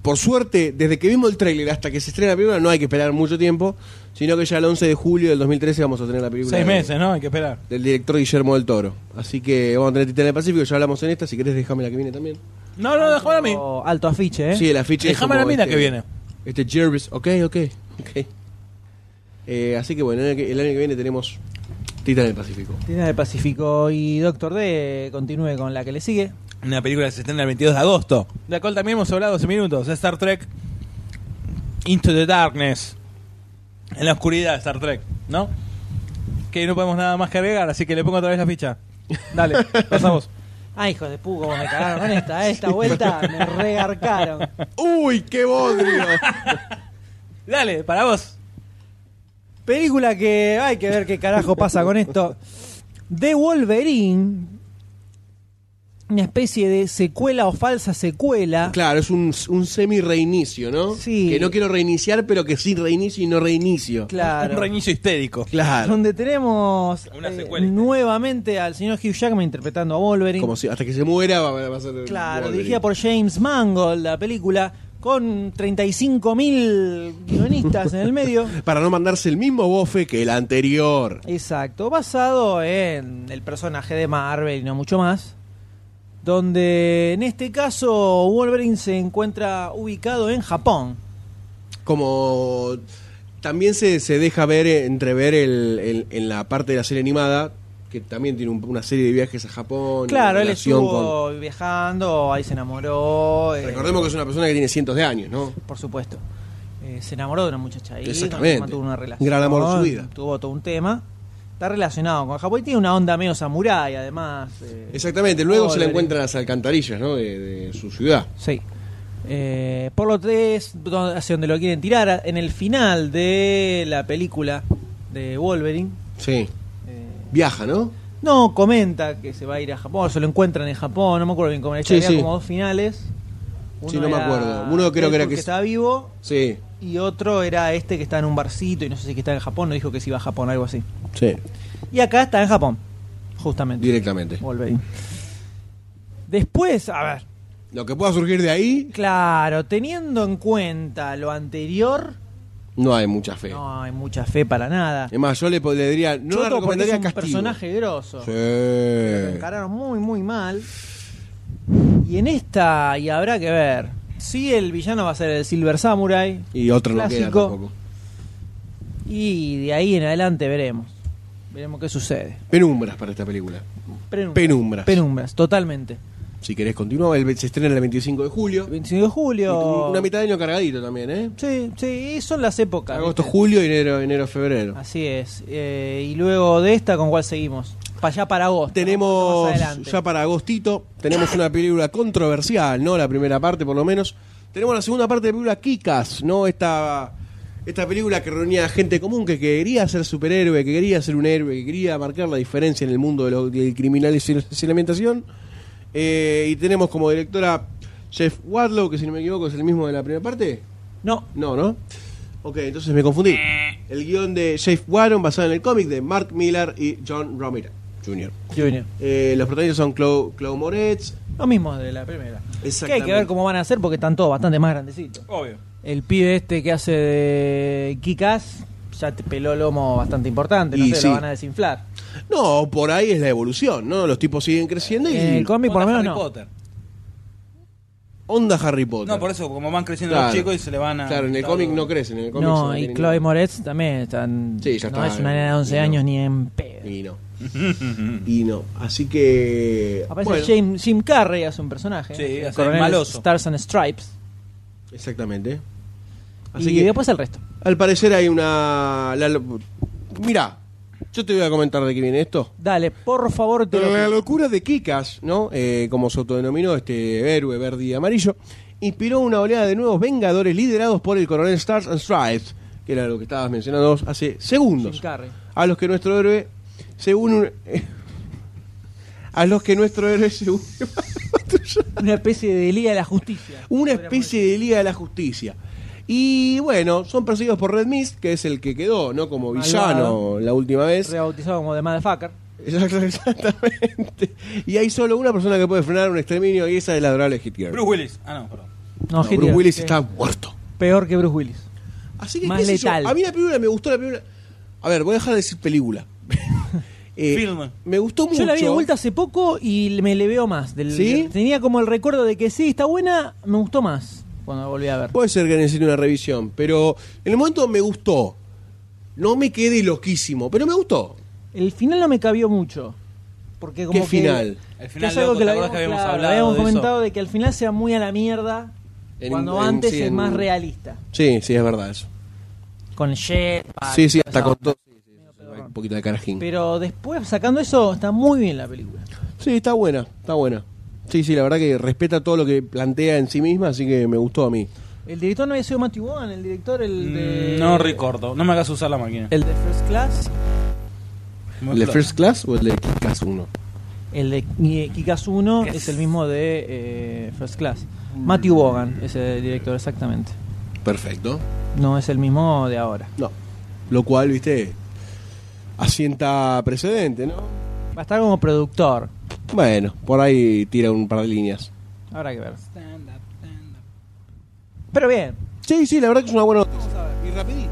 [SPEAKER 1] por suerte, desde que vimos el tráiler hasta que se estrena la película, no hay que esperar mucho tiempo, sino que ya el 11 de julio del 2013 vamos a tener la película.
[SPEAKER 5] Seis
[SPEAKER 1] de-
[SPEAKER 5] meses, ¿no? Hay que esperar.
[SPEAKER 1] Del director Guillermo del Toro. Así que vamos a tener Titán del Pacífico, ya hablamos en esta, si querés déjame la que viene también.
[SPEAKER 5] No, no, déjame a mí.
[SPEAKER 3] O alto afiche, ¿eh?
[SPEAKER 1] Sí, Oh, el afiche es
[SPEAKER 5] Déjame
[SPEAKER 1] como
[SPEAKER 5] la mina que viene.
[SPEAKER 1] Este Jervis, ok, ok, ok. Eh, así que bueno, el año que, el año que viene tenemos Titán del Pacífico.
[SPEAKER 3] Tiene del Pacífico y Doctor D continúe con la que le sigue.
[SPEAKER 5] Una película que se estrena el 22 de agosto. De la cual también hemos hablado hace minutos. Star Trek Into the Darkness. En la oscuridad de Star Trek, ¿no? Que no podemos nada más que agregar, así que le pongo otra vez la ficha. Dale, *laughs*
[SPEAKER 1] *laughs*
[SPEAKER 5] pasamos.
[SPEAKER 3] Ay, Ah, hijo de pugo, me cagaron con esta, ¿eh? esta vuelta me regarcaron.
[SPEAKER 1] ¡Uy, qué bodrio!
[SPEAKER 5] Dale, para vos.
[SPEAKER 3] Película que hay que ver qué carajo pasa con esto. The Wolverine. Una especie de secuela o falsa secuela.
[SPEAKER 1] *laughs* claro, es un, un semi-reinicio, ¿no?
[SPEAKER 3] Sí.
[SPEAKER 1] Que no quiero reiniciar, pero que sí reinicio y no reinicio.
[SPEAKER 3] Claro.
[SPEAKER 5] Un reinicio histérico.
[SPEAKER 1] Claro.
[SPEAKER 3] Donde tenemos
[SPEAKER 5] Una
[SPEAKER 3] eh,
[SPEAKER 5] secuela.
[SPEAKER 3] nuevamente al señor Hugh Jackman interpretando a Wolverine.
[SPEAKER 1] Como si hasta que se muera va va a pasar.
[SPEAKER 3] Claro,
[SPEAKER 1] Wolverine.
[SPEAKER 3] dirigida por James Mangold, la película, con 35.000 guionistas en el
[SPEAKER 1] *laughs*
[SPEAKER 3] medio.
[SPEAKER 1] Para no mandarse el mismo bofe que el anterior.
[SPEAKER 3] Exacto, basado en el personaje de Marvel y no mucho más. Donde en este caso Wolverine se encuentra ubicado en Japón.
[SPEAKER 1] Como también se, se deja ver, eh, entrever el, el- en la parte de la serie animada, que también tiene un- una serie de viajes a Japón.
[SPEAKER 3] Claro,
[SPEAKER 1] en
[SPEAKER 3] él
[SPEAKER 1] relación
[SPEAKER 3] estuvo viajando, ahí se enamoró. eh,
[SPEAKER 1] con- Recordemos que es una persona que tiene cientos de años, ¿no?
[SPEAKER 3] Por supuesto. Eh, se enamoró de una muchacha ahí.
[SPEAKER 1] Exactamente.
[SPEAKER 3] Mantuvo una relación.
[SPEAKER 1] Gran amor de su vida.
[SPEAKER 3] Tuvo todo un tema. Está relacionado con Japón y tiene una onda medio samurái, además. eh,
[SPEAKER 1] Exactamente, luego se la
[SPEAKER 3] Wolverine.
[SPEAKER 1] encuentran en las alcantarillas, ¿no? De, de su ciudad.
[SPEAKER 3] Sí. Eh, por lo que es do- hacia donde lo quieren tirar, en el final de la película de Wolverine,
[SPEAKER 1] Sí.
[SPEAKER 3] eh,
[SPEAKER 1] Viaja, ¿no?
[SPEAKER 3] no comenta que se va a ir a Japón, se lo encuentran en Japón, no me acuerdo bien cómo era,
[SPEAKER 1] Sí,
[SPEAKER 3] había
[SPEAKER 1] sí.
[SPEAKER 3] como dos finales.
[SPEAKER 1] Sí, no me acuerdo. Uno creo que era
[SPEAKER 3] Deadpool
[SPEAKER 1] que es-
[SPEAKER 3] estaba vivo
[SPEAKER 1] Sí,
[SPEAKER 3] y otro era este que está en un barcito y no sé si que está en Japón, no dijo que se iba a Japón, algo así.
[SPEAKER 1] sí.
[SPEAKER 3] Y acá está en Japón, justamente.
[SPEAKER 1] Directamente.
[SPEAKER 3] Wolverine. Después, a ver,
[SPEAKER 1] Lo que pueda surgir de ahí,
[SPEAKER 3] claro, teniendo en cuenta lo anterior,
[SPEAKER 1] no hay mucha fe.
[SPEAKER 3] No hay mucha fe para nada.
[SPEAKER 1] Es más, yo le, pod- le diría, no la
[SPEAKER 3] Choto porque es
[SPEAKER 1] recomendaría
[SPEAKER 3] un
[SPEAKER 1] castigo.
[SPEAKER 3] personaje grosso. Lo
[SPEAKER 1] Sí.
[SPEAKER 3] encararon muy, muy mal. Y en esta, y habrá que ver. Si el villano va a ser el Silver Samurai.
[SPEAKER 1] Y otro no queda
[SPEAKER 3] Clásico.
[SPEAKER 1] tampoco.
[SPEAKER 3] Y de ahí en adelante veremos. Veremos qué sucede.
[SPEAKER 1] Penumbras para esta película.
[SPEAKER 3] Penumbras.
[SPEAKER 1] Penumbras.
[SPEAKER 3] Penumbras, totalmente.
[SPEAKER 1] Si querés continuar, el- se estrena el 25 de julio.
[SPEAKER 3] 25 de julio.
[SPEAKER 1] Una mitad de año cargadito también, ¿eh?
[SPEAKER 3] Sí, sí, son las épocas.
[SPEAKER 1] Agosto,
[SPEAKER 3] ¿viste?
[SPEAKER 1] julio, enero, enero, febrero.
[SPEAKER 3] Así es. Eh, y luego de esta, ¿con cuál seguimos? Para allá, para agosto.
[SPEAKER 1] Tenemos
[SPEAKER 3] Más adelante.
[SPEAKER 1] ya para agostito, tenemos una película controversial, ¿no? La primera parte por lo menos. Tenemos la segunda parte de la película Kikas, ¿no? Esta, esta película que reunía gente común que quería ser superhéroe, que quería ser un héroe, que quería marcar la diferencia en el mundo de lo- del criminal y sin sin alimentación. Eh, y tenemos como directora Jeff Wadlow, que si no me equivoco es el mismo de la primera parte.
[SPEAKER 3] No,
[SPEAKER 1] No, ¿no? Ok, entonces me confundí.
[SPEAKER 5] Eh.
[SPEAKER 1] El guión de Jeff Warren basado en el cómic de Mark Miller y John Romita Jr.
[SPEAKER 3] Junior.
[SPEAKER 1] Eh, los protagonistas son Clau, Clau Moretz.
[SPEAKER 3] Lo mismo de la primera. Que hay
[SPEAKER 1] Exactamente.
[SPEAKER 3] que ver cómo van a hacer porque están todos bastante más grandecitos.
[SPEAKER 5] Obvio.
[SPEAKER 3] El pibe este que hace de Kikas ya te peló lomo bastante importante, no
[SPEAKER 1] Y
[SPEAKER 3] sé,
[SPEAKER 1] sí.
[SPEAKER 3] lo van a desinflar.
[SPEAKER 1] No, por ahí es la evolución, ¿no? Los tipos siguen creciendo y.
[SPEAKER 3] En Eh, el cómic por lo menos
[SPEAKER 5] Harry
[SPEAKER 3] no.
[SPEAKER 5] Potter.
[SPEAKER 1] Onda Harry Potter.
[SPEAKER 5] No, por eso, como van creciendo
[SPEAKER 1] Claro.
[SPEAKER 5] los chicos y se le van a. Mm,
[SPEAKER 1] Claro, en el cómic no crecen. En el cómic se
[SPEAKER 3] No, y
[SPEAKER 1] mantienen
[SPEAKER 3] Chloe
[SPEAKER 1] igual.
[SPEAKER 3] Moretz también están,
[SPEAKER 1] Sí, ya
[SPEAKER 3] no
[SPEAKER 1] está,
[SPEAKER 3] es una nena de 11
[SPEAKER 1] y no.
[SPEAKER 3] años ni en pedo.
[SPEAKER 5] *laughs*
[SPEAKER 1] Y no. y no. Así que.
[SPEAKER 3] Aparece
[SPEAKER 1] bueno,
[SPEAKER 3] Jim, Jim Carrey, hace un personaje.
[SPEAKER 5] Sí,
[SPEAKER 3] el
[SPEAKER 5] hace
[SPEAKER 3] coronel
[SPEAKER 5] maloso.
[SPEAKER 3] Stars and Stripes.
[SPEAKER 1] Exactamente. Así
[SPEAKER 3] y
[SPEAKER 1] que.
[SPEAKER 3] después el resto.
[SPEAKER 1] Al parecer hay una. la- Mirá, yo te voy a comentar de qué viene esto.
[SPEAKER 3] Dale, por favor, te lo
[SPEAKER 1] La
[SPEAKER 3] pido.
[SPEAKER 1] locura de Kikas, ¿no? Eh, como se autodenominó este héroe verde y amarillo, inspiró una oleada de nuevos vengadores liderados por el coronel Stars and Stripes, que era lo que estabas mencionando vos hace
[SPEAKER 3] Jim
[SPEAKER 1] segundos.
[SPEAKER 3] Carrey.
[SPEAKER 1] A los que nuestro héroe se une. un- *laughs* a los que nuestro héroe se une.
[SPEAKER 3] Una especie de Liga de la Justicia.
[SPEAKER 1] *laughs* una
[SPEAKER 3] Podríamos
[SPEAKER 1] especie de Liga de la Justicia. Y bueno, son perseguidos por Red Mist, que es el que quedó, ¿no? Como villano
[SPEAKER 3] Malvado.
[SPEAKER 1] la última vez.
[SPEAKER 3] rebautizado como The Motherfucker.
[SPEAKER 1] Exactamente. Y hay solo una persona que puede frenar un exterminio y esa es la adorable Hit Girl.
[SPEAKER 5] Bruce Willis. Ah, no, perdón.
[SPEAKER 3] No, Hitler,
[SPEAKER 1] Bruce Willis
[SPEAKER 3] sí.
[SPEAKER 1] está muerto.
[SPEAKER 3] Peor que Bruce Willis.
[SPEAKER 1] Así que,
[SPEAKER 3] Más
[SPEAKER 1] qué sé yo,
[SPEAKER 3] letal.
[SPEAKER 1] a mí la película me gustó la película. A ver, voy a dejar de decir
[SPEAKER 3] *laughs*
[SPEAKER 1] película. Eh,
[SPEAKER 5] Film.
[SPEAKER 1] Me gustó mucho.
[SPEAKER 3] Yo la vi de vuelta hace poco y me le veo más. Del,
[SPEAKER 1] ¿Sí?
[SPEAKER 3] Tenía como el recuerdo de que sí, está buena, me gustó más cuando la volví a ver.
[SPEAKER 1] Puede ser que necesite una revisión, pero en el momento me gustó. No me quedé loquísimo, pero me gustó.
[SPEAKER 3] El final no me cabió mucho. Porque como
[SPEAKER 1] ¿Qué
[SPEAKER 3] que-
[SPEAKER 1] final?
[SPEAKER 5] El
[SPEAKER 3] Que
[SPEAKER 5] final,
[SPEAKER 3] es algo
[SPEAKER 5] loco,
[SPEAKER 3] que, lo
[SPEAKER 5] ¿te acordás
[SPEAKER 3] habíamos,
[SPEAKER 5] que habíamos
[SPEAKER 3] claro,
[SPEAKER 5] hablado
[SPEAKER 3] habíamos
[SPEAKER 5] de eso?
[SPEAKER 3] comentado de que al final sea muy a la mierda
[SPEAKER 1] En-
[SPEAKER 3] cuando
[SPEAKER 1] en-
[SPEAKER 3] antes
[SPEAKER 1] sí,
[SPEAKER 3] es
[SPEAKER 1] en-
[SPEAKER 3] más realista.
[SPEAKER 1] Sí, sí, es verdad eso.
[SPEAKER 3] Con Jet.
[SPEAKER 1] sí, sí, hasta con todo. Un poquito de carajín.
[SPEAKER 3] Pero después, sacando eso, está muy bien la película.
[SPEAKER 1] Sí, está buena, está buena. Sí, sí, la verdad que respeta todo lo que plantea en sí misma, así que me gustó a mí.
[SPEAKER 3] El director no había sido Matthew Vaughn, el director, el de...
[SPEAKER 5] Mm, No recuerdo, no me hagas usar la máquina.
[SPEAKER 3] El de First Class,
[SPEAKER 1] ¿El de First Class o el de Class 1?
[SPEAKER 3] el de eh, Kikas 1 es el mismo de eh, First Class.
[SPEAKER 1] Mm.
[SPEAKER 3] Matthew Vaughan es el director, exactamente.
[SPEAKER 1] Perfecto.
[SPEAKER 3] No es el mismo de ahora.
[SPEAKER 1] No. Lo cual, viste, asienta precedente, ¿no?
[SPEAKER 3] Va a estar como productor.
[SPEAKER 1] Bueno, por ahí tira un par de líneas.
[SPEAKER 3] Habrá que ver. Pero bien.
[SPEAKER 1] Sí, sí, la verdad que es una buena noticia. Y rapidito.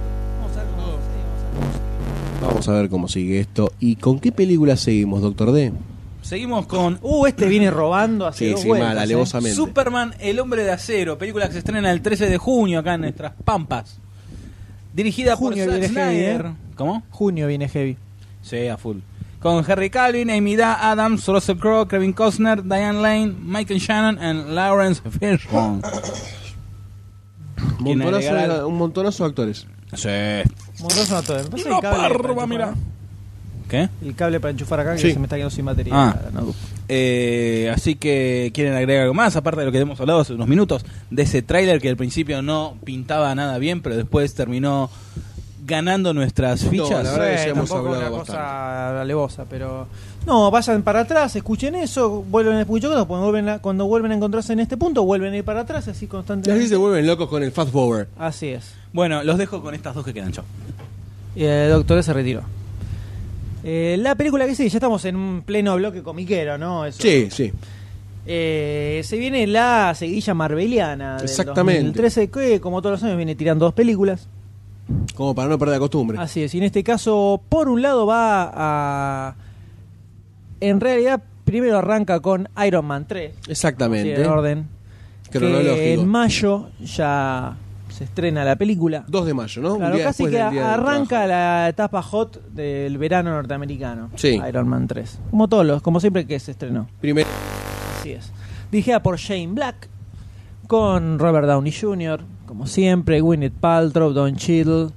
[SPEAKER 1] Vamos a ver cómo sigue esto. ¿Y con qué película seguimos, Doctor D?
[SPEAKER 5] Seguimos con
[SPEAKER 3] Uh, este viene robando hace
[SPEAKER 1] Sí,
[SPEAKER 3] dos
[SPEAKER 1] sí,
[SPEAKER 3] vueltas,
[SPEAKER 1] mal,
[SPEAKER 3] ¿eh?
[SPEAKER 1] alevosamente.
[SPEAKER 5] Superman, el hombre de acero, película que se estrena el 13 de junio acá en nuestras pampas. Dirigida
[SPEAKER 3] Junio
[SPEAKER 5] por Zack
[SPEAKER 3] viene heavy,
[SPEAKER 5] Snyder.
[SPEAKER 3] ¿eh?
[SPEAKER 5] ¿Cómo?
[SPEAKER 3] Junio viene heavy.
[SPEAKER 5] Sí, a full. Con Henry Calvin, Amy Da, Adams, Russell Crowe, Kevin Costner, Diane Lane, Michael Shannon y Lawrence
[SPEAKER 1] *laughs*
[SPEAKER 5] Fishburne. ¿Quién
[SPEAKER 1] Montonazo
[SPEAKER 5] agregará
[SPEAKER 1] de-
[SPEAKER 5] algo?
[SPEAKER 1] un montonazo de actores.
[SPEAKER 5] sí.
[SPEAKER 3] Montoso no todo. Me parece
[SPEAKER 5] Una
[SPEAKER 3] el cable para
[SPEAKER 5] parva,
[SPEAKER 3] enchufar
[SPEAKER 5] mirá.
[SPEAKER 3] acá.
[SPEAKER 5] ¿Qué?
[SPEAKER 3] El cable para enchufar acá que
[SPEAKER 1] Sí.
[SPEAKER 3] se me está quedando sin batería.
[SPEAKER 5] Ah.
[SPEAKER 3] No.
[SPEAKER 5] Eh, así que quieren agregar algo más, aparte de lo que hemos hablado hace unos minutos, de ese tráiler que al principio no pintaba nada bien, pero después terminó ganando nuestras fichas.
[SPEAKER 1] la verdad que sí
[SPEAKER 3] Eh,
[SPEAKER 1] hemos
[SPEAKER 3] tampoco
[SPEAKER 1] hablado
[SPEAKER 3] una cosa alevosa, pero... No, vayan para atrás, escuchen eso, vuelven a escuchar cosas, cuando vuelven a, cuando vuelven a encontrarse en este punto, vuelven a ir para atrás, así
[SPEAKER 1] Y así se
[SPEAKER 3] constantemente.
[SPEAKER 1] vuelven locos con el Fast Forward.
[SPEAKER 3] Así es.
[SPEAKER 5] Bueno, los dejo con estas dos que quedan, chao.
[SPEAKER 3] Y el doctor se retiró. Eh, la película que sí, ya estamos en un pleno bloque comiquero, ¿no? Eso.
[SPEAKER 1] Sí, sí.
[SPEAKER 3] Eh, se viene la seguilla marbeliana del
[SPEAKER 1] Exactamente.
[SPEAKER 3] 2013, que como todos los años viene tirando dos películas.
[SPEAKER 1] Como para no perder la costumbre.
[SPEAKER 3] Así es, y en este caso, por un lado va a... En realidad, primero arranca con Iron Man 3, así
[SPEAKER 1] Exactamente.
[SPEAKER 3] en orden. Que en
[SPEAKER 1] Cronológico.
[SPEAKER 3] mayo ya se estrena la película.
[SPEAKER 1] 2 de mayo, ¿no? Un
[SPEAKER 3] Claro,
[SPEAKER 1] día
[SPEAKER 3] casi
[SPEAKER 1] después
[SPEAKER 3] que
[SPEAKER 1] del día del
[SPEAKER 3] arranca
[SPEAKER 1] trabajo.
[SPEAKER 3] la etapa hot del verano norteamericano.
[SPEAKER 1] Sí.
[SPEAKER 3] Iron Man 3. Como todos los, como siempre que se estrenó.
[SPEAKER 1] Primer-
[SPEAKER 3] Así es. Dirigida por Shane Black, con Robert Downey Jr., como siempre, Gwyneth Paltrow, Don Cheadle,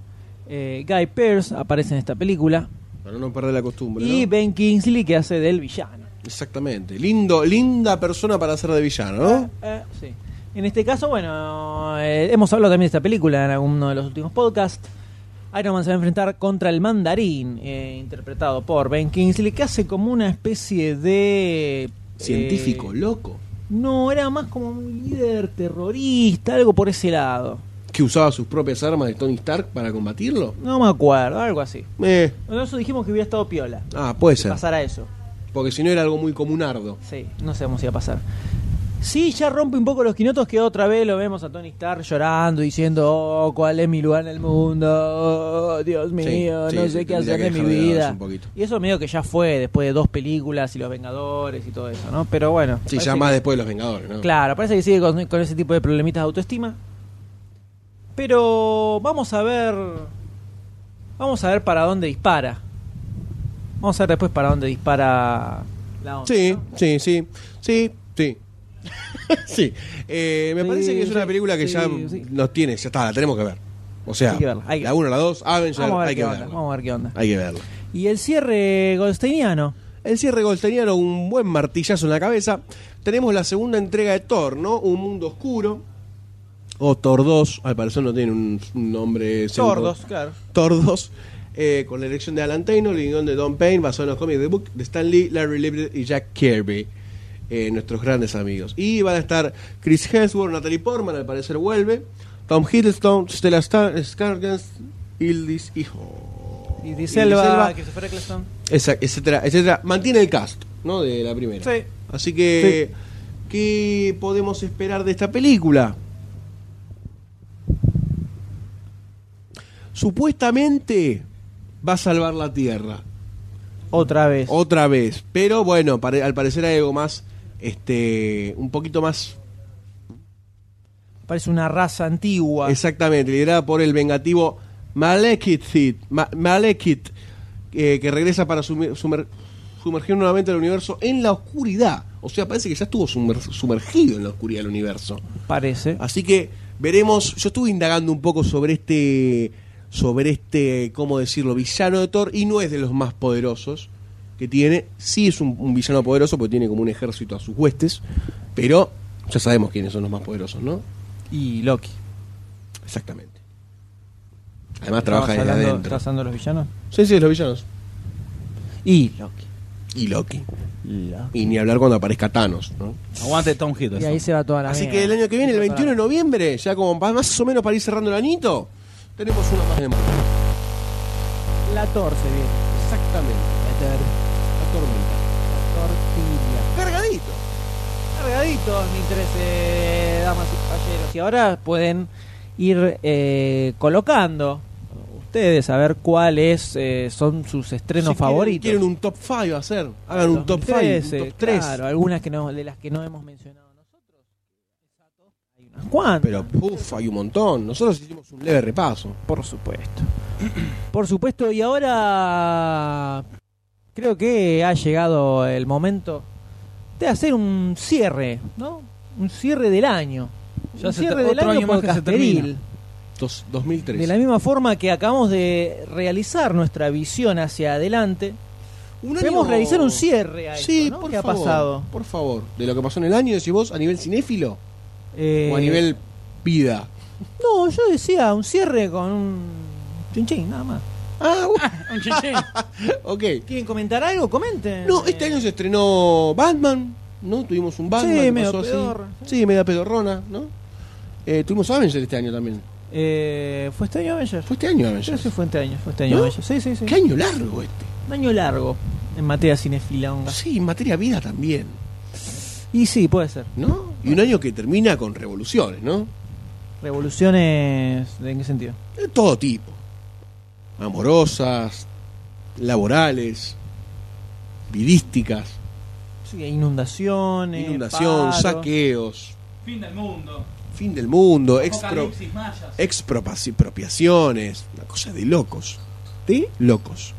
[SPEAKER 3] eh, Guy Pearce aparece en esta película.
[SPEAKER 1] Para no perder la costumbre.
[SPEAKER 3] Y
[SPEAKER 1] ¿no?
[SPEAKER 3] Ben Kingsley, que hace del villano.
[SPEAKER 1] Exactamente. Lindo, linda persona para ser de villano, ¿no?
[SPEAKER 3] Eh, sí. En este caso, bueno, eh, hemos hablado también de esta película en alguno de los últimos podcasts. Iron Man se va a enfrentar contra el mandarín, eh, interpretado por Ben Kingsley, que hace como una especie de... eh,
[SPEAKER 1] Científico, loco.
[SPEAKER 3] no, era más como un líder terrorista, algo por ese lado.
[SPEAKER 1] Que usaba sus propias armas de Tony Stark para combatirlo.
[SPEAKER 3] No me acuerdo, algo así.
[SPEAKER 1] Eh,
[SPEAKER 3] Nosotros dijimos que hubiera estado piola.
[SPEAKER 1] ah, puede ser.
[SPEAKER 3] Pasará eso.
[SPEAKER 1] Porque si no era algo muy comunardo.
[SPEAKER 3] Sí, no sabemos si va a pasar. Sí, ya rompe un poco los quinotos que otra vez lo vemos a Tony Stark llorando, diciendo, oh, ¿cuál es mi lugar en el mundo? Oh, Dios mío,
[SPEAKER 1] sí,
[SPEAKER 3] no
[SPEAKER 1] sí,
[SPEAKER 3] sé qué
[SPEAKER 1] tendría
[SPEAKER 3] hacer
[SPEAKER 1] que
[SPEAKER 3] de mi
[SPEAKER 1] dejar de lado eso
[SPEAKER 3] vida.
[SPEAKER 1] un poquito.
[SPEAKER 3] y eso medio que ya fue después de dos películas y Los Vengadores y todo eso, ¿no? Pero bueno.
[SPEAKER 1] Sí,
[SPEAKER 3] parece
[SPEAKER 1] ya más
[SPEAKER 3] que-
[SPEAKER 1] después de los Vengadores, ¿no?
[SPEAKER 3] Claro, parece que sigue con, con ese tipo de problemitas de autoestima. Pero vamos a ver. Vamos a ver para dónde dispara. Vamos a ver después para dónde dispara la onda.
[SPEAKER 1] Sí,
[SPEAKER 3] ¿no?
[SPEAKER 1] sí, sí. Sí, sí. *laughs* sí. Eh, me
[SPEAKER 3] Sí,
[SPEAKER 1] parece que es una
[SPEAKER 3] sí,
[SPEAKER 1] película que
[SPEAKER 3] sí,
[SPEAKER 1] ya
[SPEAKER 3] sí.
[SPEAKER 1] nos tiene, ya está, la tenemos que ver. O sea,
[SPEAKER 3] Hay que verla, hay que-
[SPEAKER 1] la 1, la 2, Avengers,
[SPEAKER 3] Vamos a ver
[SPEAKER 1] hay
[SPEAKER 3] qué
[SPEAKER 1] que
[SPEAKER 3] onda.
[SPEAKER 1] verla.
[SPEAKER 3] Vamos a ver qué onda.
[SPEAKER 1] Hay que verla.
[SPEAKER 3] Y el cierre goldsteiniano.
[SPEAKER 1] El cierre golteriano, un buen martillazo en la cabeza. Tenemos la segunda entrega de Thor, ¿no? Un mundo oscuro. O Thor 2, al parecer no tiene un, un nombre seguro.
[SPEAKER 3] Sordos, claro.
[SPEAKER 1] Tordos, eh, con la elección de Alan Taylor, el guion de Don Payne, basado en los cómics de Book, de Stan Lee, Larry Liebler y Jack Kirby, eh, nuestros grandes amigos. Y van a estar Chris Hemsworth, Natalie Portman, al parecer vuelve, Tom Hiddleston, Stella Star- Skarsgård, Ildis Hijo.
[SPEAKER 3] Y
[SPEAKER 1] Ildis
[SPEAKER 3] Diselva,
[SPEAKER 1] Elba,
[SPEAKER 3] que se fuera Cleston.
[SPEAKER 1] esa- etcétera, etcétera. Mantiene el cast, ¿no? De la primera.
[SPEAKER 3] Sí.
[SPEAKER 1] Así que, ¿qué podemos esperar de esta película? supuestamente va a salvar la Tierra.
[SPEAKER 3] Otra vez.
[SPEAKER 1] Otra vez. Pero bueno, pare- al parecer hay algo más, este, un poquito más
[SPEAKER 3] Parece una raza antigua.
[SPEAKER 1] Exactamente, liderada por el vengativo Malekith, Sith, Ma- Malekith, eh, que regresa para sumi- sumer- sumergir nuevamente el universo en la oscuridad. O sea, parece que ya estuvo sumer- sumergido en la oscuridad del universo.
[SPEAKER 3] Parece.
[SPEAKER 1] Así que veremos. Yo estuve indagando un poco sobre este, sobre este, cómo decirlo, villano de Thor y no es de los más poderosos que tiene. Sí es un, un villano poderoso porque tiene como un ejército a sus huestes, pero ya sabemos quiénes son los más poderosos, ¿no?
[SPEAKER 3] Y Loki.
[SPEAKER 1] Exactamente. Además trabaja desde
[SPEAKER 3] ¿Estabas hablando-
[SPEAKER 1] adentro.
[SPEAKER 3] estabas hablando de los villanos?
[SPEAKER 1] Sí, sí, los villanos.
[SPEAKER 3] Y Loki.
[SPEAKER 1] Y Loki. Y ni hablar cuando aparezca Thanos, ¿no?
[SPEAKER 5] Aguante Tom Hiddleston.
[SPEAKER 3] Y ahí se va toda la
[SPEAKER 1] Así
[SPEAKER 3] mierda.
[SPEAKER 1] que el año que viene, el
[SPEAKER 3] Se va toda
[SPEAKER 1] 21
[SPEAKER 3] la-
[SPEAKER 1] de noviembre, ya como pa- más o menos para ir cerrando el anito, tenemos una más de más.
[SPEAKER 3] La torce viene.
[SPEAKER 1] Exactamente. La tormenta.
[SPEAKER 3] Tortilla.
[SPEAKER 1] Cargadito.
[SPEAKER 3] Cargaditos, mis 13 damas y caballeros. Y ahora pueden ir eh, colocando ustedes a ver cuáles eh, son sus estrenos
[SPEAKER 1] Si quieren-
[SPEAKER 3] favoritos.
[SPEAKER 1] Quieren un top 5 hacer. Hagan un top
[SPEAKER 3] 2013,
[SPEAKER 1] 5, un top 3.
[SPEAKER 3] Claro, algunas que no, de las que no hemos mencionado nosotros. Hay unas cuantas.
[SPEAKER 1] Pero, puf, hay un montón. Nosotros hicimos un leve repaso.
[SPEAKER 3] Por supuesto. Por supuesto, y ahora creo que ha llegado el momento de hacer un cierre, ¿no? Un cierre del año.
[SPEAKER 5] Ya
[SPEAKER 3] un
[SPEAKER 5] se
[SPEAKER 3] cierre
[SPEAKER 5] te-
[SPEAKER 3] del
[SPEAKER 5] otro
[SPEAKER 3] año,
[SPEAKER 5] año más que se
[SPEAKER 3] podcasteril.
[SPEAKER 5] termina.
[SPEAKER 1] Dos-
[SPEAKER 3] De
[SPEAKER 1] 2003.
[SPEAKER 3] la misma forma que acabamos de realizar nuestra visión hacia adelante,
[SPEAKER 1] Un
[SPEAKER 3] debemos
[SPEAKER 1] año-
[SPEAKER 3] realizar un cierre a esto,
[SPEAKER 1] Sí,
[SPEAKER 3] ¿no?
[SPEAKER 1] por
[SPEAKER 3] ¿Qué ha
[SPEAKER 1] favor,
[SPEAKER 3] pasado?
[SPEAKER 1] Por favor, de lo que pasó en el año, decís vos, a nivel cinéfilo
[SPEAKER 3] Eh,
[SPEAKER 1] o a nivel vida.
[SPEAKER 3] No, yo decía un cierre con un chin chin, nada más.
[SPEAKER 1] Ah,
[SPEAKER 3] *laughs*
[SPEAKER 1] bueno,
[SPEAKER 4] Un chichín.
[SPEAKER 1] *laughs* ok.
[SPEAKER 3] ¿Quieren comentar algo? Comenten.
[SPEAKER 1] No, este
[SPEAKER 3] Eh,
[SPEAKER 1] año se estrenó Batman, ¿no? Tuvimos un Batman,
[SPEAKER 3] Sí,
[SPEAKER 1] que
[SPEAKER 3] medio
[SPEAKER 1] pasó así.
[SPEAKER 3] pedorra.
[SPEAKER 1] Sí, media pedorrona, ¿no? Eh, tuvimos Avengers este año también.
[SPEAKER 3] eh, ¿Fue este año Avengers?
[SPEAKER 1] Fue este año
[SPEAKER 3] Creo
[SPEAKER 1] Avengers.
[SPEAKER 3] que fue este año, fue este año
[SPEAKER 1] ¿No?
[SPEAKER 3] Avengers. Sí, sí, sí.
[SPEAKER 1] Qué año largo este.
[SPEAKER 3] Un año largo en materia cinefila. onda.
[SPEAKER 1] Sí, en materia vida también,
[SPEAKER 3] Y sí, puede ser.
[SPEAKER 1] ¿no? Y un año que termina con revoluciones, ¿no?
[SPEAKER 3] Revoluciones, ¿en qué sentido?
[SPEAKER 1] De todo tipo. Amorosas, laborales, vidísticas.
[SPEAKER 3] Sí, inundaciones.
[SPEAKER 1] Inundación,
[SPEAKER 3] paro.
[SPEAKER 1] saqueos,
[SPEAKER 5] Fin del mundo.
[SPEAKER 1] fin del mundo, expro,
[SPEAKER 5] Apocalipsis mayas.
[SPEAKER 1] expropiaciones, una cosa de locos. De locos.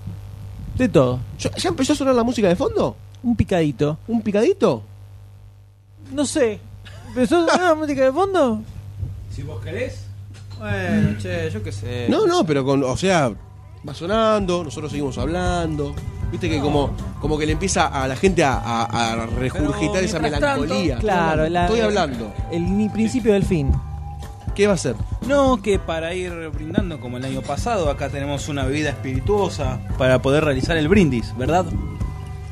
[SPEAKER 3] De todo.
[SPEAKER 1] ¿Ya, ya empezó a sonar la música de fondo?
[SPEAKER 3] Un picadito.
[SPEAKER 1] ¿Un picadito?
[SPEAKER 3] No sé. ¿Empezó a sonar la música de fondo?
[SPEAKER 5] Si vos querés.
[SPEAKER 3] Bueno, che, yo qué sé.
[SPEAKER 1] No, no, pero con, o sea, va sonando, nosotros seguimos hablando. Viste que como, como que le empieza a la gente a, a- a regurgitar
[SPEAKER 5] Pero
[SPEAKER 1] esa
[SPEAKER 5] mientras tanto,
[SPEAKER 1] melancolía.
[SPEAKER 3] Claro,
[SPEAKER 1] Estoy
[SPEAKER 3] la-
[SPEAKER 1] hablando.
[SPEAKER 3] El ni- principio del fin.
[SPEAKER 1] ¿Qué va a ser?
[SPEAKER 5] No, que para ir brindando como el año pasado, acá tenemos una bebida espirituosa para poder realizar el brindis, ¿verdad?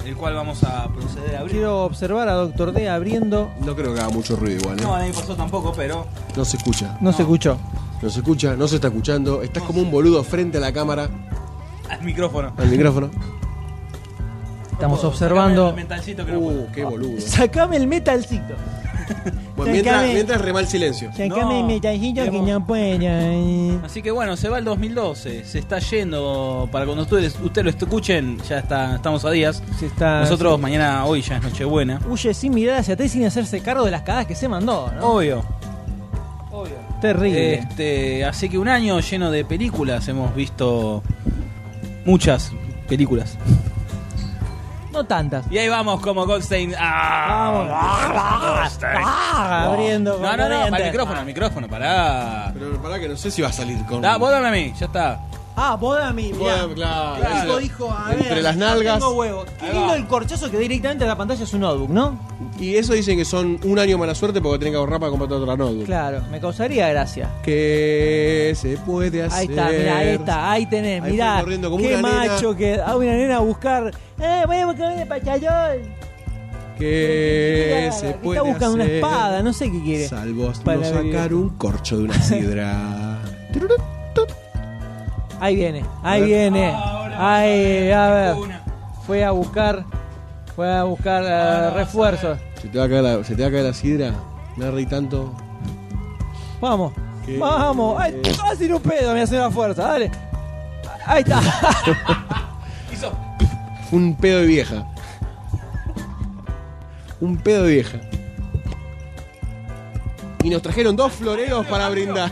[SPEAKER 5] El cual vamos a proceder a abrir.
[SPEAKER 3] Quiero observar a Doctor D abriendo.
[SPEAKER 1] No creo que haga mucho ruido igual, ¿eh?
[SPEAKER 5] No, el año pasado tampoco, pero
[SPEAKER 1] No se escucha.
[SPEAKER 3] No, se escuchó.
[SPEAKER 1] No se escucha, no se está escuchando. Estás como un boludo frente a la cámara,
[SPEAKER 5] al micrófono.
[SPEAKER 1] al micrófono.
[SPEAKER 3] Estamos
[SPEAKER 5] Puedo, sacame
[SPEAKER 3] observando.
[SPEAKER 5] el mentalcito que no puedo.
[SPEAKER 1] Uh, qué boludo.
[SPEAKER 3] Sacame el metalcito.
[SPEAKER 1] *laughs* Bueno, mientras,
[SPEAKER 3] Sacame.
[SPEAKER 1] mientras rema el silencio.
[SPEAKER 3] Sacame el
[SPEAKER 5] No,
[SPEAKER 3] metalcito que
[SPEAKER 5] vemos.
[SPEAKER 3] no puedo.
[SPEAKER 5] Así que bueno, se va el 2012, se está yendo. Para cuando ustedes, ustedes lo escuchen, ya está, estamos a días.
[SPEAKER 3] Se
[SPEAKER 1] Ah,
[SPEAKER 3] está,
[SPEAKER 5] Nosotros mañana, Ah, hoy ya es Nochebuena.
[SPEAKER 3] huye sin mirar hacia atrás y sin hacerse cargo de las cagadas que se mandó, ¿no?
[SPEAKER 5] Obvio.
[SPEAKER 3] Oh, Terrible.
[SPEAKER 5] Este, así que un año lleno de películas, hemos visto muchas películas.
[SPEAKER 3] No tantas.
[SPEAKER 5] Y ahí vamos como Goldstein. ¡Ah!
[SPEAKER 3] Vamos. Ah, abriendo.
[SPEAKER 5] No, no, no, para el micrófono, al micrófono, pará.
[SPEAKER 1] Pero pará que no sé si va a salir con.
[SPEAKER 4] Ah,
[SPEAKER 5] Da, vos dame a mí, ya está.
[SPEAKER 3] Ah, vos a mí, mirá.
[SPEAKER 1] Bueno, claro.
[SPEAKER 3] El tipo
[SPEAKER 1] Claro.
[SPEAKER 3] dijo, a
[SPEAKER 1] Entre
[SPEAKER 3] ver,
[SPEAKER 1] las
[SPEAKER 3] no
[SPEAKER 1] nalgas.
[SPEAKER 3] tengo huevo. Qué
[SPEAKER 5] Ahí
[SPEAKER 3] lindo
[SPEAKER 5] va.
[SPEAKER 3] el corchazo que directamente a la pantalla es un notebook, ¿no?
[SPEAKER 1] Y eso dicen que son un año mala suerte porque tienen que ahorrar para comprar otra notebook.
[SPEAKER 3] Claro, me causaría gracia.
[SPEAKER 1] ¿Qué se puede hacer?
[SPEAKER 3] Ahí está, mirá, ahí está, ahí tenés,
[SPEAKER 1] Ahí
[SPEAKER 3] mirá.
[SPEAKER 1] fue corriendo como
[SPEAKER 3] qué
[SPEAKER 1] una nena.
[SPEAKER 3] macho que. Ah, una nena a buscar. ¡Eh, voy a buscar un pachayol!
[SPEAKER 1] ¿Qué
[SPEAKER 3] Mirá,
[SPEAKER 1] se
[SPEAKER 3] está
[SPEAKER 1] puede
[SPEAKER 3] buscando una
[SPEAKER 1] hacer?
[SPEAKER 3] espada, no sé qué quiere.
[SPEAKER 1] Salvo
[SPEAKER 3] Para
[SPEAKER 1] no sacar
[SPEAKER 3] vivir.
[SPEAKER 1] un corcho
[SPEAKER 3] *laughs*
[SPEAKER 1] de una sidra.
[SPEAKER 3] Ahí viene, ahí
[SPEAKER 1] A ver.
[SPEAKER 3] viene.
[SPEAKER 5] Ahora,
[SPEAKER 3] ahí, a ver.
[SPEAKER 5] Una.
[SPEAKER 3] Fue a buscar, fue a buscar eh, refuerzos.
[SPEAKER 1] se, te va a caer la, se te va a caer la sidra. Me reí tanto.
[SPEAKER 3] Vamos. Vamos, ay, sin un pedo, me hace una fuerza, dale. Ahí está.
[SPEAKER 1] Fue un pedo de vieja. Un pedo de vieja. Y nos trajeron dos floreros para brindar.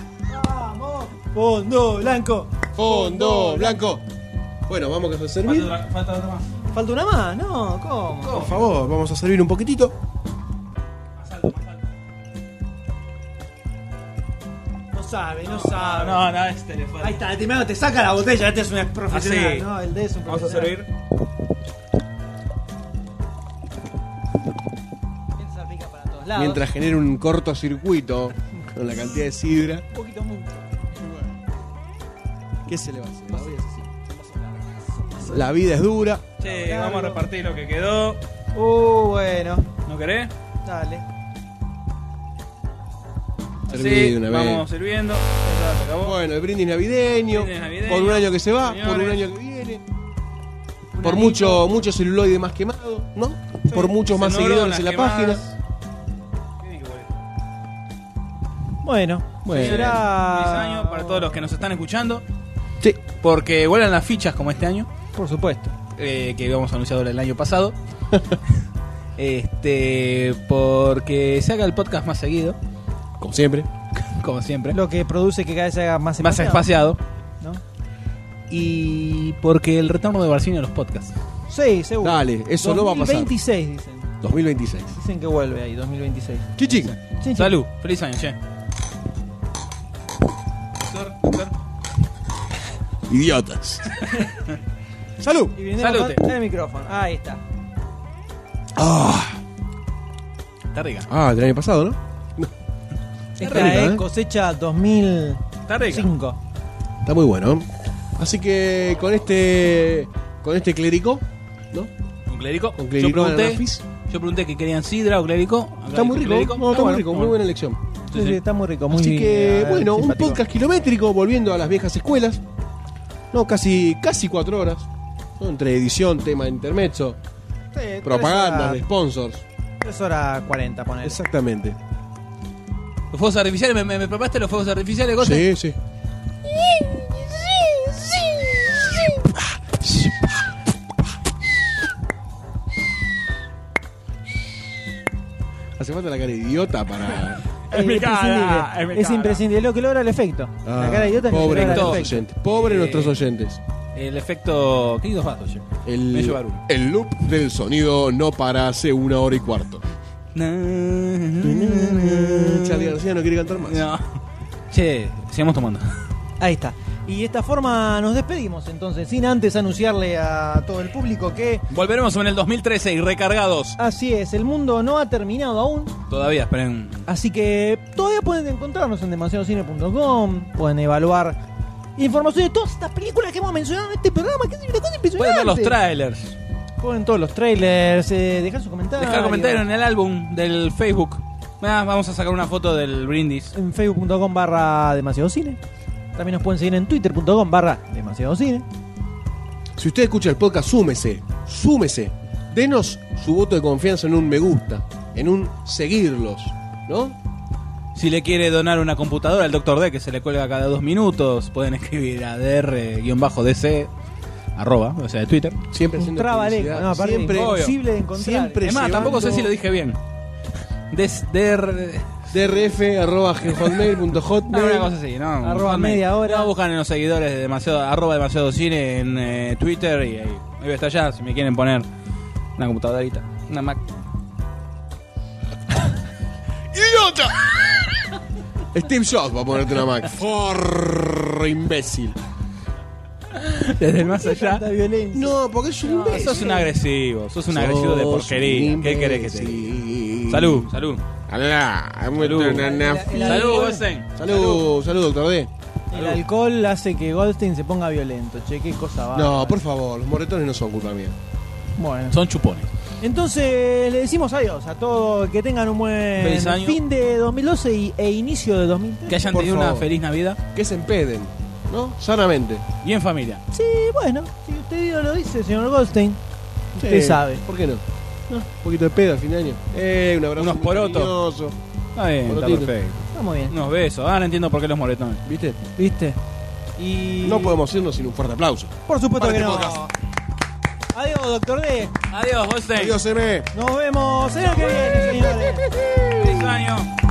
[SPEAKER 3] Fondo blanco.
[SPEAKER 1] Fondo blanco. Bueno, vamos a servir.
[SPEAKER 3] Falta una más, no, ¿cómo?
[SPEAKER 1] Por favor, vamos a servir un poquitito.
[SPEAKER 3] No sabe, no sabe.
[SPEAKER 5] No, no, es teléfono.
[SPEAKER 3] Ahí está, primero te saca la botella, este es un profesional,
[SPEAKER 5] Así.
[SPEAKER 3] ¿no? El D es un
[SPEAKER 5] Vamos a
[SPEAKER 3] profesional.
[SPEAKER 5] servir.
[SPEAKER 3] Piensa rica para todos lados.
[SPEAKER 1] Mientras genera un cortocircuito con la cantidad de sidra.
[SPEAKER 3] Un poquito mucho.
[SPEAKER 1] ¿Qué se le va a hacer? La vida es así. La vida es dura.
[SPEAKER 5] Che,
[SPEAKER 3] Largo.
[SPEAKER 5] vamos a repartir lo que quedó.
[SPEAKER 3] Uh, bueno,
[SPEAKER 5] ¿No querés?
[SPEAKER 3] dale.
[SPEAKER 1] Serví de una vez.
[SPEAKER 5] vamos sirviendo. Ya está, se acabó.
[SPEAKER 1] Bueno, el brindis navideño,
[SPEAKER 5] Brindis navideño,
[SPEAKER 1] Por un año que se va, por un
[SPEAKER 5] señores.
[SPEAKER 1] año que viene.
[SPEAKER 3] Un
[SPEAKER 1] por
[SPEAKER 3] anillo.
[SPEAKER 1] mucho, mucho celuloide más quemado, ¿no? Por muchos más seguidores
[SPEAKER 5] Neuronas
[SPEAKER 1] en la
[SPEAKER 5] quemadas.
[SPEAKER 1] página.
[SPEAKER 5] Tiene que volver.
[SPEAKER 3] Bueno,
[SPEAKER 1] Bueno.
[SPEAKER 3] será.
[SPEAKER 5] Feliz año para todos los que nos están escuchando.
[SPEAKER 1] Sí.
[SPEAKER 5] Porque vuelan las fichas como este año,
[SPEAKER 3] Por supuesto.
[SPEAKER 5] eh, que habíamos anunciado el
[SPEAKER 3] *laughs*
[SPEAKER 5] año pasado. este, porque se haga el podcast más seguido,
[SPEAKER 1] Como siempre.
[SPEAKER 5] como siempre.
[SPEAKER 3] ¿Eh? Lo que produce que cada vez se haga más
[SPEAKER 5] más
[SPEAKER 3] espacio.
[SPEAKER 5] espaciado.
[SPEAKER 3] ¿no?
[SPEAKER 5] Y porque el retorno de Barcini a los podcasts.
[SPEAKER 3] Sí, seguro.
[SPEAKER 1] Dale, eso no va a pasar.
[SPEAKER 3] 2026 dicen.
[SPEAKER 1] 2026.
[SPEAKER 3] Dicen que vuelve ahí, 2026.
[SPEAKER 1] Chichi.
[SPEAKER 3] Chin, chin.
[SPEAKER 5] Salud, feliz año, che.
[SPEAKER 1] Idiotas. *laughs*
[SPEAKER 5] *laughs*
[SPEAKER 1] Salud.
[SPEAKER 3] Y brindemos
[SPEAKER 5] Salute.
[SPEAKER 3] con el micrófono. Ahí está.
[SPEAKER 1] Ah,
[SPEAKER 5] Está rica.
[SPEAKER 1] ah, del año pasado, ¿no?
[SPEAKER 3] Esta
[SPEAKER 1] rica,
[SPEAKER 3] es
[SPEAKER 1] ¿eh?
[SPEAKER 3] cosecha 2005.
[SPEAKER 5] Está rica.
[SPEAKER 1] Está muy bueno. Así que con este con este clérico, ¿no?
[SPEAKER 5] ¿Con clérigo?
[SPEAKER 1] Con
[SPEAKER 5] yo,
[SPEAKER 1] clérigo
[SPEAKER 5] pregunté,
[SPEAKER 1] ananafis.
[SPEAKER 5] yo pregunté que querían sidra o clérigo.
[SPEAKER 1] Está muy rico.
[SPEAKER 5] Clérigo. Ah,
[SPEAKER 1] No, está muy
[SPEAKER 5] bueno,
[SPEAKER 1] rico, muy
[SPEAKER 5] bueno.
[SPEAKER 1] buena elección.
[SPEAKER 5] Sí,
[SPEAKER 3] Sí, sí,
[SPEAKER 5] sí.
[SPEAKER 3] está muy rico, muy
[SPEAKER 1] Así que,
[SPEAKER 3] eh,
[SPEAKER 1] bueno, un
[SPEAKER 3] simpático.
[SPEAKER 1] podcast kilométrico volviendo a las viejas escuelas. No, casi, casi cuatro horas. ¿no? Entre edición, tema de intermezzo,
[SPEAKER 3] Sí, tres
[SPEAKER 1] propaganda,
[SPEAKER 3] horas-
[SPEAKER 1] de sponsors.
[SPEAKER 3] Tres horas 40, poner.
[SPEAKER 1] Exactamente.
[SPEAKER 5] Los fuegos artificiales, ¿me, me, me preparaste los fuegos artificiales, Gote?
[SPEAKER 1] Sí, sí. Hace falta la cara de idiota para.
[SPEAKER 3] Es
[SPEAKER 5] mi cara,
[SPEAKER 3] imprescindible.
[SPEAKER 5] es mi
[SPEAKER 3] Es
[SPEAKER 5] cara.
[SPEAKER 3] imprescindible. Lo que logra el efecto. la cara de idiota es lo que
[SPEAKER 1] Ah, pobre
[SPEAKER 3] logra el
[SPEAKER 1] nuestros
[SPEAKER 5] todo.
[SPEAKER 3] efecto.
[SPEAKER 1] oyentes. Pobre
[SPEAKER 5] Eh,
[SPEAKER 1] nuestros oyentes.
[SPEAKER 5] El efecto. ¿Qué vas, Gote? Me
[SPEAKER 1] El,
[SPEAKER 5] llevaron.
[SPEAKER 1] el loop del sonido no para hace una hora y cuarto. Charlie García no quiere cantar más.
[SPEAKER 5] No. Che, sigamos tomando.
[SPEAKER 3] Ahí está. Y de esta forma nos despedimos entonces, sin antes anunciarle a todo el público que
[SPEAKER 5] Volveremos en el 2013 y recargados.
[SPEAKER 3] así es, el mundo no ha terminado aún,
[SPEAKER 5] Todavía, esperen.
[SPEAKER 3] así que todavía pueden encontrarnos en demasiadocine.com, pueden evaluar información de todas estas películas que hemos mencionado en este programa, que es una cosa impresionante.
[SPEAKER 5] Pueden ver los trailers.
[SPEAKER 3] Pueden todos los trailers, eh, dejar sus comentarios.
[SPEAKER 5] Dejar comentarios en el álbum del Facebook. Ah, vamos a sacar una foto del brindis.
[SPEAKER 3] en facebook.com barra demasiado cine. También nos pueden seguir en twitter.com barra demasiado cine.
[SPEAKER 1] Si usted escucha el podcast, súmese, súmese. Denos su voto de confianza en un me gusta, en un seguirlos, ¿no?
[SPEAKER 5] Si le quiere donar una computadora al Dr. D, que se le cuelga cada dos minutos, pueden escribir a dr-dc, arroba, o sea, de Twitter.
[SPEAKER 1] Siempre
[SPEAKER 3] Un
[SPEAKER 1] haciendo
[SPEAKER 3] trabalenguas,
[SPEAKER 1] publicidad,
[SPEAKER 3] no, aparte
[SPEAKER 1] siempre
[SPEAKER 3] imposible de encontrar.
[SPEAKER 1] siempre-
[SPEAKER 5] Es más, tampoco sé si lo dije bien. Des, der,
[SPEAKER 1] drf arroba hotmail.hotmail.
[SPEAKER 5] Alguna cosa así, *laughs* ¿no?
[SPEAKER 3] Arroba
[SPEAKER 5] Hotmail.
[SPEAKER 3] media hora.
[SPEAKER 5] No, buscan en los seguidores de demasiado, arroba demasiado cine en eh, Twitter y ahí. Ahí voy a estar ya, si me quieren poner una computadorita, una Mac.
[SPEAKER 1] ¡Idiota! Steve Jobs va a ponerte una Mac. For imbécil.
[SPEAKER 5] Desde el más allá.
[SPEAKER 3] Tanta violencia.
[SPEAKER 1] No, porque es un imbécil.
[SPEAKER 5] Sos un agresivo, sos un agresivo de
[SPEAKER 1] Sos
[SPEAKER 5] porquería.
[SPEAKER 1] un
[SPEAKER 5] ¿Qué querés que te diga?
[SPEAKER 1] imbécil.
[SPEAKER 5] Salud, salud.
[SPEAKER 1] Alá,
[SPEAKER 5] Salud.
[SPEAKER 1] Salud,
[SPEAKER 3] El
[SPEAKER 5] Salud,
[SPEAKER 3] alcohol-
[SPEAKER 5] Goldstein.
[SPEAKER 1] salud, salud, doctor D.
[SPEAKER 3] El alcohol hace que Goldstein se ponga violento, che, qué cosa va.
[SPEAKER 1] No, por favor, los moretones no son culpa mía.
[SPEAKER 3] Bueno.
[SPEAKER 5] Son chupones.
[SPEAKER 3] Entonces le decimos adiós a todos, que tengan un buen
[SPEAKER 5] Feliz año.
[SPEAKER 3] fin de 2012 y- e inicio de 2013.
[SPEAKER 5] Que hayan
[SPEAKER 1] Por
[SPEAKER 5] tenido una
[SPEAKER 1] favor.
[SPEAKER 5] feliz Navidad
[SPEAKER 1] Que se empeden, ¿no? Sanamente.
[SPEAKER 5] y en familia.
[SPEAKER 3] Sí, bueno, si usted lo dice, señor Goldstein, usted
[SPEAKER 1] Sí,
[SPEAKER 3] sabe.
[SPEAKER 1] ¿Por qué no? No, Un poquito de pedo al fin de año. Eh, un abrazo.
[SPEAKER 5] Unos
[SPEAKER 1] muy
[SPEAKER 5] porotos.
[SPEAKER 1] cariñoso.
[SPEAKER 5] Está bien, está
[SPEAKER 1] Porotito.
[SPEAKER 5] perfecto.
[SPEAKER 3] Ah, muy bien.
[SPEAKER 5] Unos besos. Ahora entiendo por qué los moretones.
[SPEAKER 1] ¿Viste?
[SPEAKER 3] ¿Viste? Y...
[SPEAKER 1] No podemos irnos sin un fuerte aplauso.
[SPEAKER 3] Por supuesto
[SPEAKER 1] Para
[SPEAKER 3] que
[SPEAKER 1] este
[SPEAKER 3] no.
[SPEAKER 1] podcast.
[SPEAKER 3] Adiós, doctor D.
[SPEAKER 5] Adiós, Goldstein.
[SPEAKER 1] Adiós, M.
[SPEAKER 3] Nos vemos. el año que viene, señores.
[SPEAKER 5] Feliz año.